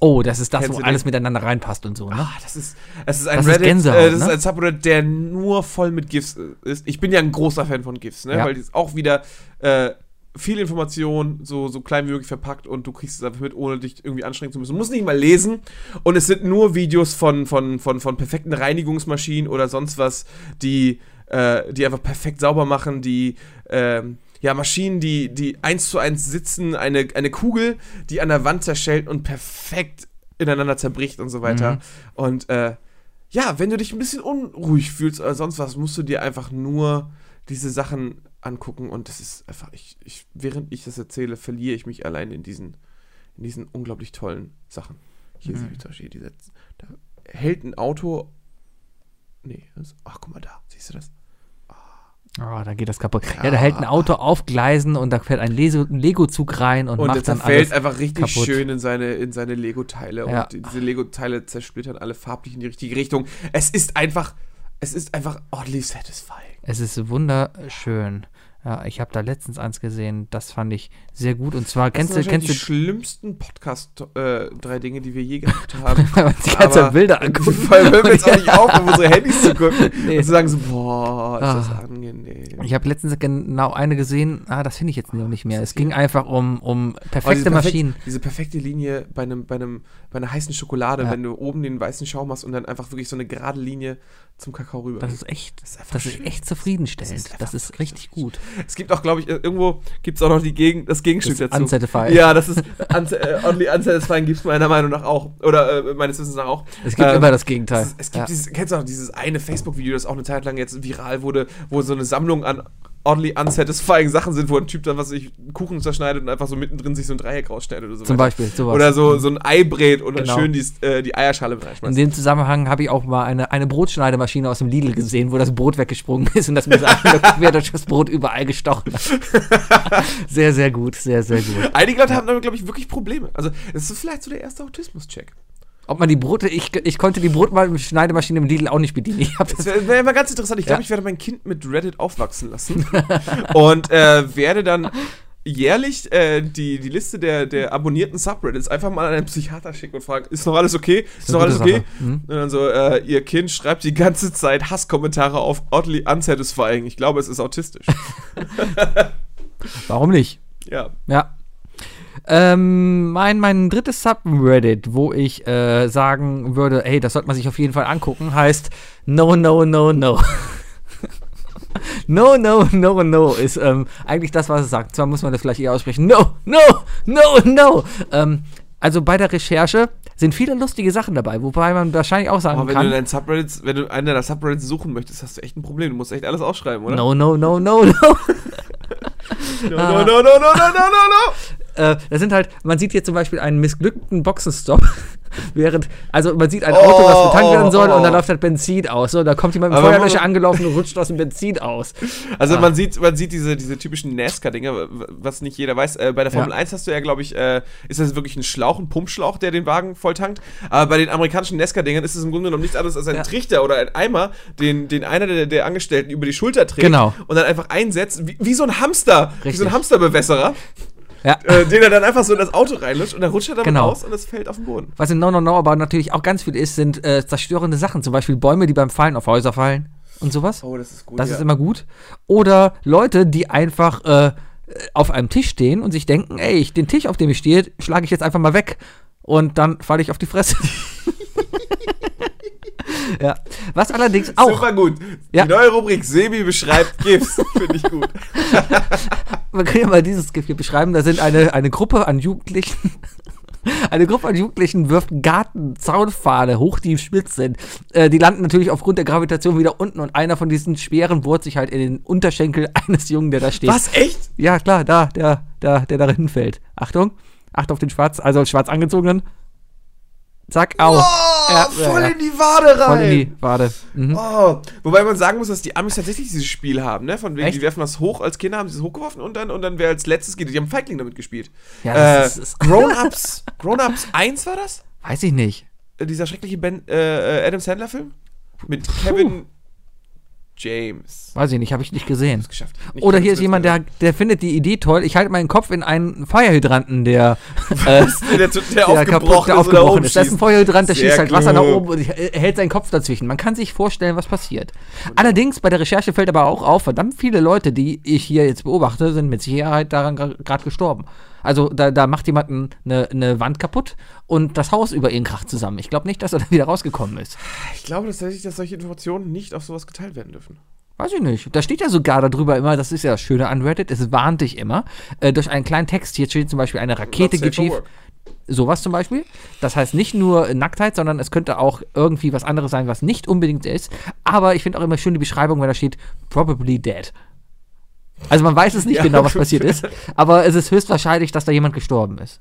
[SPEAKER 3] Oh, das ist das,
[SPEAKER 2] Kennst
[SPEAKER 3] wo
[SPEAKER 2] du
[SPEAKER 3] alles
[SPEAKER 2] den?
[SPEAKER 3] miteinander reinpasst und so, ne?
[SPEAKER 2] Ah, das ist, das ist ein
[SPEAKER 3] Das ist
[SPEAKER 2] Reddit,
[SPEAKER 3] Gänsehaut,
[SPEAKER 2] äh, das ist
[SPEAKER 3] ne?
[SPEAKER 2] ein Subreddit, der nur voll mit GIFs ist. Ich bin ja ein großer Fan von GIFs, ne?
[SPEAKER 3] Ja.
[SPEAKER 2] weil die ist auch wieder äh, viel Information, so, so klein wie möglich verpackt und du kriegst es einfach mit, ohne dich irgendwie anstrengen zu müssen. Du musst nicht mal lesen und es sind nur Videos von, von, von, von perfekten Reinigungsmaschinen oder sonst was, die, äh, die einfach perfekt sauber machen, die ähm, ja, Maschinen, die, die eins zu eins sitzen, eine, eine Kugel, die an der Wand zerschellt und perfekt ineinander zerbricht und so weiter. Und äh, ja, wenn du dich ein bisschen unruhig fühlst oder sonst was, musst du dir einfach nur diese Sachen angucken und das ist einfach, ich, ich, während ich das erzähle, verliere ich mich allein in diesen, in diesen unglaublich tollen Sachen. Hier
[SPEAKER 3] Mhm.
[SPEAKER 2] sehe ich zum Beispiel diese, da hält ein Auto, nee, das, ach guck mal da, siehst du das?
[SPEAKER 3] Oh, da geht das kaputt. Ja, da
[SPEAKER 2] Ah.
[SPEAKER 3] hält ein Auto auf Gleisen und da fährt ein Lese- ein Lego-Zug rein und,
[SPEAKER 2] Und
[SPEAKER 3] macht
[SPEAKER 2] der
[SPEAKER 3] dann alles.
[SPEAKER 2] zerfällt einfach richtig
[SPEAKER 3] kaputt.
[SPEAKER 2] schön in seine, in seine Lego-Teile.
[SPEAKER 3] Ja.
[SPEAKER 2] Und die- diese Lego-Teile zersplittern alle farblich in die richtige Richtung. Es ist einfach, es ist einfach oddly satisfying.
[SPEAKER 3] Es ist wunderschön. Ja, ich habe da letztens eins gesehen, das fand ich sehr gut. Und zwar, kennst du,
[SPEAKER 2] das sind wahrscheinlich
[SPEAKER 3] kennst du
[SPEAKER 2] die schlimmsten Podcast äh, drei Dinge, die wir je gehabt haben.
[SPEAKER 3] Weil man sich die ganze Zeit Bilder anguckt.
[SPEAKER 2] Weil hören wir jetzt auch nicht auf, um unsere Handys zu gucken
[SPEAKER 3] Nee.
[SPEAKER 2] und zu sagen so, boah, ist das
[SPEAKER 3] Ah.
[SPEAKER 2] angenehm. Oh,
[SPEAKER 3] Ich habe letztens genau eine gesehen, ah, das finde ich jetzt noch nicht mehr. Es ging einfach um, um
[SPEAKER 2] Oh, diese
[SPEAKER 3] perfekte
[SPEAKER 2] perfekt-
[SPEAKER 3] Maschinen.
[SPEAKER 2] Diese perfekte Linie bei, einem, bei, einem, bei einer heißen Schokolade,
[SPEAKER 3] Ja.
[SPEAKER 2] wenn du oben den weißen Schaum hast und dann einfach wirklich so eine gerade Linie zum Kakao rüber.
[SPEAKER 3] Das ist echt, das
[SPEAKER 2] ist
[SPEAKER 3] ist,
[SPEAKER 2] einfach schön.
[SPEAKER 3] echt
[SPEAKER 2] Das
[SPEAKER 3] zufriedenstellend.
[SPEAKER 2] ist
[SPEAKER 3] Das ist, richtig gut.
[SPEAKER 2] Es gibt auch, glaube ich, äh, irgendwo gibt es auch noch die Gegen das Gegenstück
[SPEAKER 3] Das ist
[SPEAKER 2] dazu.
[SPEAKER 3] unsatisfying.
[SPEAKER 2] Ja, das ist uns äh, oddly unsatisfying gibt es meiner Meinung nach auch. Oder äh, meines Wissens nach auch.
[SPEAKER 3] Es gibt
[SPEAKER 2] Ähm,
[SPEAKER 3] immer das Gegenteil.
[SPEAKER 2] Es, es gibt
[SPEAKER 3] ja.
[SPEAKER 2] dieses, kennst du auch dieses eine Facebook-Video, das auch eine Zeit lang jetzt viral wurde, wo so eine Sammlung an oddly unsatisfying Sachen sind, wo ein Typ dann was weiß ich einen Kuchen zerschneidet und einfach so mittendrin sich so ein Dreieck rausschneidet oder so.
[SPEAKER 3] Zum
[SPEAKER 2] weiter.
[SPEAKER 3] Beispiel sowas. Mhm.
[SPEAKER 2] Oder so, so ein Ei brät und dann
[SPEAKER 3] Genau.
[SPEAKER 2] schön die, äh, die Eierschale mit
[SPEAKER 3] In
[SPEAKER 2] reinschmeißt.
[SPEAKER 3] dem Zusammenhang habe ich auch mal eine, eine Brotschneidemaschine aus dem Lidl gesehen, wo das Brot weggesprungen ist und das mir quer durch das Brot überall gestochen hat. Sehr, sehr gut, sehr, sehr gut.
[SPEAKER 2] Einige Leute haben damit, glaube ich, wirklich Probleme. Also, das ist vielleicht so der erste Autismus-Check.
[SPEAKER 3] Ob man die Brote, ich, ich konnte die Brotschneidemaschine im Lidl auch nicht bedienen. Ich habe das
[SPEAKER 2] Das wäre wär mal ganz interessant. Ich glaube,
[SPEAKER 3] Ja.
[SPEAKER 2] ich werde mein Kind mit Reddit aufwachsen lassen und äh, werde dann jährlich äh, die, die Liste der, der abonnierten Subreddits einfach mal an einen Psychiater schicken und fragen, ist noch alles okay? Ist noch
[SPEAKER 3] eine
[SPEAKER 2] alles
[SPEAKER 3] gute Mhm.
[SPEAKER 2] okay? Und dann so, äh, ihr Kind schreibt die ganze Zeit Hasskommentare auf oddly unsatisfying. Ich glaube, es ist autistisch.
[SPEAKER 3] Warum nicht?
[SPEAKER 2] ja.
[SPEAKER 3] Ja. Ähm, mein, mein drittes Subreddit, wo ich äh, sagen würde, hey, das sollte man sich auf jeden Fall angucken, heißt No, no, no, no. no, no, no, no ist ähm, eigentlich das, was es sagt. Zwar muss man das vielleicht eher aussprechen. No, no, no, no. Ähm, also bei der Recherche sind viele lustige Sachen dabei, wobei man wahrscheinlich auch sagen
[SPEAKER 2] Aber wenn du,
[SPEAKER 3] kann.
[SPEAKER 2] in deinen Subreddits, wenn du einen deiner Subreddits suchen möchtest, hast du echt ein Problem. Du musst echt alles ausschreiben, oder?
[SPEAKER 3] No, no, no, no, no.
[SPEAKER 2] no, no, no, no, no, no, no.
[SPEAKER 3] äh, da sind halt, man sieht hier zum Beispiel einen missglückten Boxenstopp, während, also man sieht ein Auto, was betankt
[SPEAKER 2] oh,
[SPEAKER 3] werden soll, und da
[SPEAKER 2] oh.
[SPEAKER 3] läuft halt Benzin aus. So, da kommt jemand mit
[SPEAKER 2] Aber man
[SPEAKER 3] Feuerlöcher
[SPEAKER 2] muss-
[SPEAKER 3] angelaufen und rutscht aus dem Benzin aus.
[SPEAKER 2] Also
[SPEAKER 3] Ah.
[SPEAKER 2] man sieht, man sieht diese, diese typischen NASCAR-Dinger, w- was nicht jeder weiß. Äh, bei der Formel
[SPEAKER 3] Ja.
[SPEAKER 2] 1 hast du ja, glaube ich, äh, ist das wirklich ein Schlauch, ein Pumpschlauch, der den Wagen volltankt. Aber bei den amerikanischen NASCAR-Dingern ist es im Grunde genommen nichts anderes als ein
[SPEAKER 3] Ja.
[SPEAKER 2] Trichter oder ein Eimer, den, den einer der, der Angestellten über die Schulter trägt
[SPEAKER 3] Genau.
[SPEAKER 2] und dann einfach einsetzt, wie, wie so ein Hamster, wie so
[SPEAKER 3] Richtig.
[SPEAKER 2] ein Hamsterbewässerer,
[SPEAKER 3] Ja.
[SPEAKER 2] äh, den er dann einfach so in das Auto reinlutscht und dann rutscht er damit
[SPEAKER 3] Genau.
[SPEAKER 2] aus und es fällt auf den Boden.
[SPEAKER 3] Was in No No No aber natürlich auch ganz viel ist, sind äh, zerstörende Sachen, zum Beispiel Bäume, die beim Fallen auf Häuser fallen und sowas.
[SPEAKER 2] Oh, das ist gut.
[SPEAKER 3] Das ist immer gut. Oder Leute, die einfach äh, auf einem Tisch stehen und sich denken, ey, ich, den Tisch, auf dem ich stehe, schlage ich jetzt einfach mal weg. Und dann falle ich auf die Fresse. ja. Was allerdings auch,
[SPEAKER 2] Super gut.
[SPEAKER 3] Ja.
[SPEAKER 2] Die neue Rubrik Sebi beschreibt GIFs. Finde ich gut.
[SPEAKER 3] man kann ja mal dieses Gift hier beschreiben, da sind eine, eine Gruppe an Jugendlichen. Eine Gruppe an Jugendlichen wirft Gartenzaunpfahle hoch, die spitz sind. Äh, die landen natürlich aufgrund der Gravitation wieder unten und einer von diesen schweren bohrt sich halt in den Unterschenkel eines Jungen, der da steht.
[SPEAKER 2] Was? Echt?
[SPEAKER 3] Ja, klar, da, der, der, der darin fällt. Achtung, acht auf den schwarz, also schwarz angezogenen. Zack, au.
[SPEAKER 2] Oh,
[SPEAKER 3] Ja, ja,
[SPEAKER 2] voll
[SPEAKER 3] ja.
[SPEAKER 2] in die Wade rein.
[SPEAKER 3] Voll in die Wade. Mhm.
[SPEAKER 2] Oh, wobei man sagen muss, dass die Amis tatsächlich dieses Spiel haben, ne? Von wegen,
[SPEAKER 3] Echt?
[SPEAKER 2] die werfen das hoch, als Kinder haben sie es hochgeworfen und dann, und dann wer als letztes geht. Die haben Feigling damit gespielt.
[SPEAKER 3] Ja, das
[SPEAKER 2] äh,
[SPEAKER 3] ist- ist-
[SPEAKER 2] Grown-Ups, Grown-Ups 1 war das?
[SPEAKER 3] Weiß ich nicht.
[SPEAKER 2] Äh, Dieser schreckliche ben, äh, äh, Adam Sandler-Film? Mit Kevin James.
[SPEAKER 3] Weiß ich nicht, habe ich nicht gesehen.
[SPEAKER 2] Geschafft. Nicht
[SPEAKER 3] Oder
[SPEAKER 2] Kevin
[SPEAKER 3] hier ist
[SPEAKER 2] Smith,
[SPEAKER 3] jemand,
[SPEAKER 2] äh,
[SPEAKER 3] der, der findet die Idee toll. Ich halte meinen Kopf in einen Feuerhydranten, der, äh,
[SPEAKER 2] Der, der, der
[SPEAKER 3] der kaputt,
[SPEAKER 2] aufgebrochen ist, und nach
[SPEAKER 3] der
[SPEAKER 2] oben
[SPEAKER 3] aufgebrochen ist. Das ist ein
[SPEAKER 2] schießt.
[SPEAKER 3] Feuerhydrant, der
[SPEAKER 2] Sehr
[SPEAKER 3] schießt halt Wasser nach
[SPEAKER 2] gut.
[SPEAKER 3] oben und h- hält seinen Kopf dazwischen. Man kann sich vorstellen, was passiert. Allerdings, bei der Recherche fällt aber auch auf, verdammt viele Leute, die ich hier jetzt beobachte, sind mit Sicherheit daran gerade gestorben. Also da, da macht jemand n- eine eine Wand kaputt und das Haus über ihn kracht zusammen. Ich glaube nicht, dass er da wieder rausgekommen ist.
[SPEAKER 2] Ich glaube tatsächlich, dass solche Informationen nicht auf sowas geteilt werden dürfen.
[SPEAKER 3] Weiß ich nicht. Da steht ja sogar darüber immer, das ist ja das Schöne an Reddit, es warnt dich immer. Äh, durch einen kleinen Text, hier steht zum Beispiel eine
[SPEAKER 2] Not
[SPEAKER 3] Rakete
[SPEAKER 2] safe for
[SPEAKER 3] gechieft.
[SPEAKER 2] work.
[SPEAKER 3] Sowas zum Beispiel. Das heißt nicht nur Nacktheit, sondern es könnte auch irgendwie was anderes sein, was nicht unbedingt ist. Aber ich finde auch immer schön die Beschreibung, wenn da steht, probably dead. Also man weiß es nicht
[SPEAKER 2] Ja,
[SPEAKER 3] genau, was
[SPEAKER 2] gut.
[SPEAKER 3] passiert ist, aber es ist höchstwahrscheinlich, dass da jemand gestorben ist.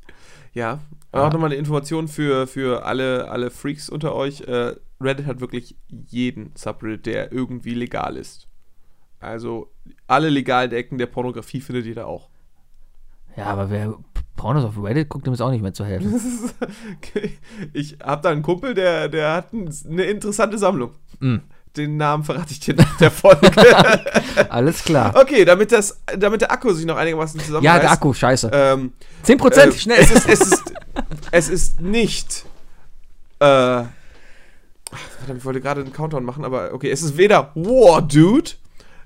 [SPEAKER 2] Ja, aber auch nochmal eine Information für, für alle, alle Freaks unter euch. Äh, Reddit hat wirklich jeden Subreddit, der irgendwie legal ist. Also alle legalen Ecken der Pornografie findet ihr da auch.
[SPEAKER 3] Ja, aber wer Pornos auf Reddit guckt, dem ist auch nicht mehr zu helfen.
[SPEAKER 2] Ich habe da einen Kumpel, der, der hat ein, eine interessante Sammlung.
[SPEAKER 3] Mhm.
[SPEAKER 2] Den Namen verrate ich dir nach der Folge.
[SPEAKER 3] Alles klar.
[SPEAKER 2] okay, damit, das, damit der Akku sich noch einigermaßen zusammenreißt.
[SPEAKER 3] Ja, der Akku, scheiße.
[SPEAKER 2] Ähm,
[SPEAKER 3] 10%
[SPEAKER 2] äh,
[SPEAKER 3] schnell.
[SPEAKER 2] Es ist, es ist, es ist nicht. Äh, ach, verdammt, ich wollte gerade einen Countdown machen, aber okay. Es ist weder War Dude,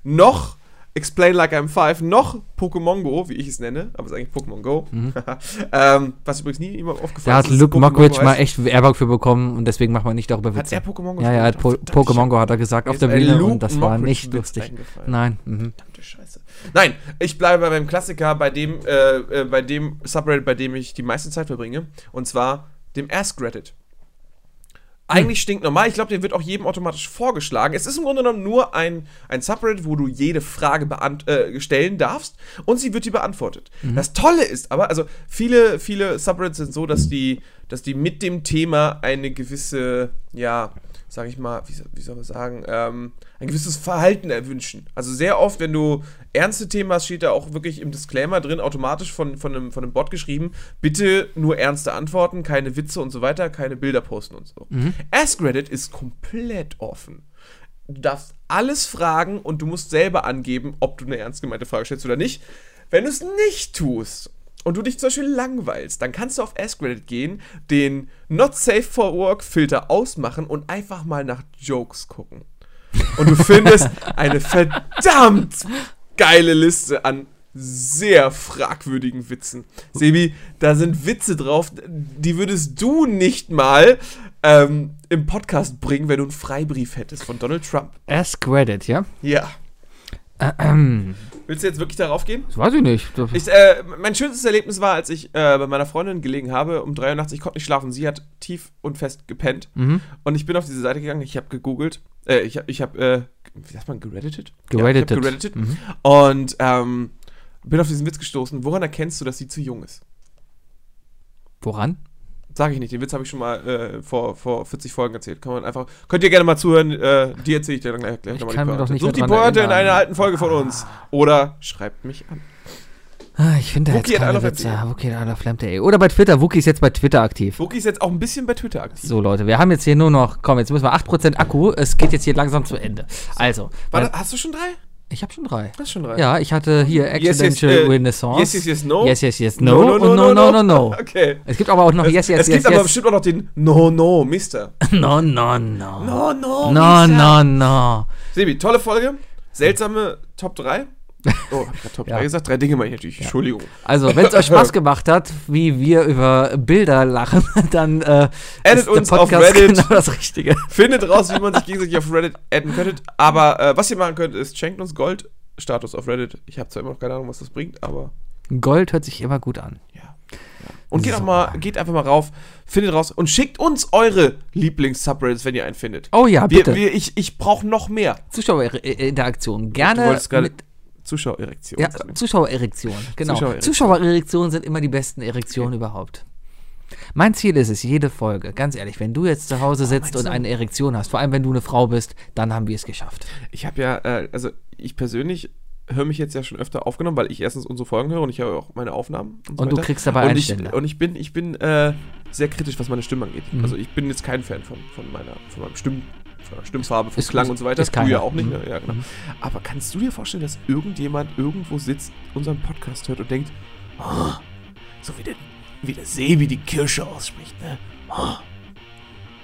[SPEAKER 2] noch Explain Like I'm Five, noch Pokémon Go, wie ich es nenne, aber es ist eigentlich Pokémon Go. ähm, was übrigens nie jemandem
[SPEAKER 3] Da
[SPEAKER 2] aufgefallen
[SPEAKER 3] hat
[SPEAKER 2] dass
[SPEAKER 3] Mhm. Luke
[SPEAKER 2] Pokémon
[SPEAKER 3] Mockridge
[SPEAKER 2] Go
[SPEAKER 3] mal
[SPEAKER 2] heißt.
[SPEAKER 3] echt Airbag für bekommen und deswegen macht man nicht darüber
[SPEAKER 2] Hat
[SPEAKER 3] Witze.
[SPEAKER 2] er Pokémon
[SPEAKER 3] ja, ja, hat po
[SPEAKER 2] gespielt? Verdammt,
[SPEAKER 3] Pokémon Go hat er gesagt auf
[SPEAKER 2] Mir
[SPEAKER 3] der
[SPEAKER 2] ist ein
[SPEAKER 3] Bühne
[SPEAKER 2] Luke
[SPEAKER 3] und das war
[SPEAKER 2] Mockridge
[SPEAKER 3] nicht
[SPEAKER 2] Witz
[SPEAKER 3] lustig.
[SPEAKER 2] eingefallen.
[SPEAKER 3] Nein. Mhm.
[SPEAKER 2] Verdammte Scheiße. Nein, ich bleibe beim Klassiker, bei dem, äh, äh, bei dem Subreddit, bei dem ich die meiste Zeit verbringe. Und zwar dem Ask-Reddit. Eigentlich stinkt normal. Ich glaube, der wird auch jedem automatisch vorgeschlagen. Es ist im Grunde genommen nur ein, ein Subreddit, wo du jede Frage beant- äh, stellen darfst und sie wird dir beantwortet. Das Tolle ist aber, also viele, viele Subreddits sind so, dass die, dass die mit dem Thema eine gewisse, ja, sag ich mal, wie, so- wie soll man sagen, ähm, ein gewisses Verhalten erwünschen. Also sehr oft, wenn du ernste Themen hast, steht da auch wirklich im Disclaimer drin, automatisch von, von, einem, von einem Bot geschrieben, bitte nur ernste Antworten, keine Witze und so weiter, keine Bilder posten und so. AskReddit ist komplett offen. Du darfst alles fragen und du musst selber angeben, ob du eine ernst gemeinte Frage stellst oder nicht. Wenn du es nicht tust und du dich zum Beispiel langweilst, dann kannst du auf AskReddit gehen, den Not Safe for Work Filter ausmachen und einfach mal nach Jokes gucken. Und du findest eine verdammt geile Liste an sehr fragwürdigen Witzen. Sebi, da sind Witze drauf, die würdest du nicht mal ähm, im Podcast bringen, wenn du einen Freibrief hättest von Donald Trump.
[SPEAKER 3] Ask Reddit, ja?
[SPEAKER 2] Ja.
[SPEAKER 3] Ähm,
[SPEAKER 2] Willst du jetzt wirklich darauf gehen?
[SPEAKER 3] das weiß ich nicht. Das-
[SPEAKER 2] Ich, äh, mein schönstes Erlebnis war, als ich äh, bei meiner Freundin gelegen habe, um 3 Uhr nachts, ich konnte nicht schlafen, sie hat tief und fest gepennt.
[SPEAKER 3] mhm.
[SPEAKER 2] Und ich bin auf diese Seite gegangen, ich habe gegoogelt, äh, ich, hab- ich habe, äh, wie sagt man, geredditet?
[SPEAKER 3] Geredditet. Mhm.
[SPEAKER 2] Ja, ich hab geredditet. Und ähm, bin auf diesen Witz gestoßen, woran erkennst du, dass sie zu jung ist?
[SPEAKER 3] Woran?
[SPEAKER 2] Sag ich nicht, den Witz habe ich schon mal äh, vor, vor 40 Folgen erzählt. Kann man einfach, könnt ihr gerne mal zuhören, äh, die erzähle ich dir dann gleich, gleich
[SPEAKER 3] Ich
[SPEAKER 2] nochmal
[SPEAKER 3] kann mir doch nicht
[SPEAKER 2] Sucht die
[SPEAKER 3] mehr dran
[SPEAKER 2] Pointe in
[SPEAKER 3] erinnern.
[SPEAKER 2] einer alten Folge von uns. Oder schreibt mich an.
[SPEAKER 3] Ah, ich finde da
[SPEAKER 2] Wookie
[SPEAKER 3] jetzt
[SPEAKER 2] at
[SPEAKER 3] keine
[SPEAKER 2] Isle of
[SPEAKER 3] Witze.
[SPEAKER 2] Lamp.de.
[SPEAKER 3] Wookie at isleoflamp.de. Oder bei Twitter. Wookie ist jetzt bei Twitter aktiv.
[SPEAKER 2] Wookie ist jetzt auch ein bisschen bei Twitter aktiv.
[SPEAKER 3] So, Leute, wir haben jetzt hier nur noch, komm, jetzt müssen wir 8% Akku. Es geht jetzt hier langsam zu Ende. Also,
[SPEAKER 2] Warte,
[SPEAKER 3] mein-
[SPEAKER 2] hast du schon drei?
[SPEAKER 3] ich habe schon drei.
[SPEAKER 2] Hast schon drei.
[SPEAKER 3] Ja, ich hatte hier
[SPEAKER 2] Yes, yes,
[SPEAKER 3] Accidental
[SPEAKER 2] äh,
[SPEAKER 3] Renaissance.
[SPEAKER 2] yes, yes, yes, no.
[SPEAKER 3] Yes, yes, yes, no. und no, no, no, no.
[SPEAKER 2] Okay.
[SPEAKER 3] Es gibt aber auch noch
[SPEAKER 2] es
[SPEAKER 3] Yes, yes, yes,
[SPEAKER 2] gibt aber
[SPEAKER 3] yes.
[SPEAKER 2] bestimmt auch noch den No, no, Mister.
[SPEAKER 3] No, no, no.
[SPEAKER 2] No, no,
[SPEAKER 3] No,
[SPEAKER 2] Mister.
[SPEAKER 3] no, no.
[SPEAKER 2] Sebi, tolle Folge. Seltsame Top 3. Oh, hab ich grad Top
[SPEAKER 3] Ja.
[SPEAKER 2] 3 gesagt? Drei Dinge meine ich natürlich. Entschuldigung.
[SPEAKER 3] Also, wenn es euch Spaß gemacht hat, wie wir über Bilder lachen, dann äh,
[SPEAKER 2] Addet
[SPEAKER 3] ist der
[SPEAKER 2] uns auf
[SPEAKER 3] Podcast
[SPEAKER 2] Reddit.
[SPEAKER 3] genau das Richtige.
[SPEAKER 2] Findet raus, wie man sich gegenseitig auf Reddit adden könntet. Aber äh, was ihr machen könnt, ist, schenkt uns Gold-Status auf Reddit. Ich habe zwar immer noch keine Ahnung, was das bringt, aber
[SPEAKER 3] Gold hört sich immer gut an.
[SPEAKER 2] Und geht,
[SPEAKER 3] So.
[SPEAKER 2] auch mal, geht einfach mal rauf, findet raus und schickt uns eure Lieblings-Subreddits, wenn ihr einen findet.
[SPEAKER 3] Oh ja,
[SPEAKER 2] wir,
[SPEAKER 3] bitte.
[SPEAKER 2] wir, ich ich brauche noch mehr.
[SPEAKER 3] Zuschauerinteraktion. Gerne
[SPEAKER 2] wolltest gerade
[SPEAKER 3] mit
[SPEAKER 2] Zuschauerektion.
[SPEAKER 3] Ja,
[SPEAKER 2] sagen.
[SPEAKER 3] Zuschauererektion, genau.
[SPEAKER 2] Zuschauererektion.
[SPEAKER 3] Zuschauererektionen sind immer die besten Erektionen überhaupt. Mein Ziel ist es, jede Folge, ganz ehrlich, wenn du jetzt zu
[SPEAKER 2] Ah,
[SPEAKER 3] Hause sitzt und eine Erektion hast, vor allem wenn du eine Frau bist, dann haben wir es geschafft.
[SPEAKER 2] Ich habe ja, äh, also ich persönlich höre mich jetzt ja schon öfter aufgenommen, weil ich erstens unsere Folgen höre und ich höre auch meine Aufnahmen. so
[SPEAKER 3] Und du
[SPEAKER 2] weiter.
[SPEAKER 3] kriegst dabei
[SPEAKER 2] und ich,
[SPEAKER 3] Einstände. Mhm.
[SPEAKER 2] und ich bin, ich bin äh, sehr kritisch, was meine Stimme angeht. Also ich bin jetzt kein Fan von, von meiner, von meinem Stimmen. von meiner Stimmfarbe, vom
[SPEAKER 3] Ist-
[SPEAKER 2] Klang und so weiter.
[SPEAKER 3] ist
[SPEAKER 2] du ja
[SPEAKER 3] keiner.
[SPEAKER 2] auch nicht.
[SPEAKER 3] Mhm.
[SPEAKER 2] Ne? Ja, genau. Aber kannst du dir vorstellen, dass irgendjemand irgendwo sitzt, unseren Podcast hört und denkt, "Ah, so wie der, wie der Sebi die Kirsche ausspricht, ne?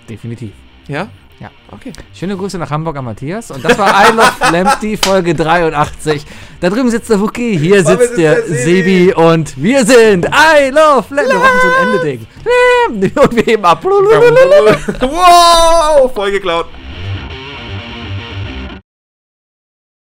[SPEAKER 3] Definitiv.
[SPEAKER 2] Ja?
[SPEAKER 3] Ja.
[SPEAKER 2] Okay.
[SPEAKER 3] Schöne Grüße nach Hamburg an Matthias und das war I Love Lampty Folge 83. Da drüben sitzt der Wookie, hier
[SPEAKER 2] Vor mir
[SPEAKER 3] sitzt
[SPEAKER 2] sitzt
[SPEAKER 3] der
[SPEAKER 2] der Sebi.
[SPEAKER 3] Sebi und wir sind I Love Lampty. Wir machen so ein Ende-Ding. Und wir heben ab.
[SPEAKER 2] wow! Voll geklaut.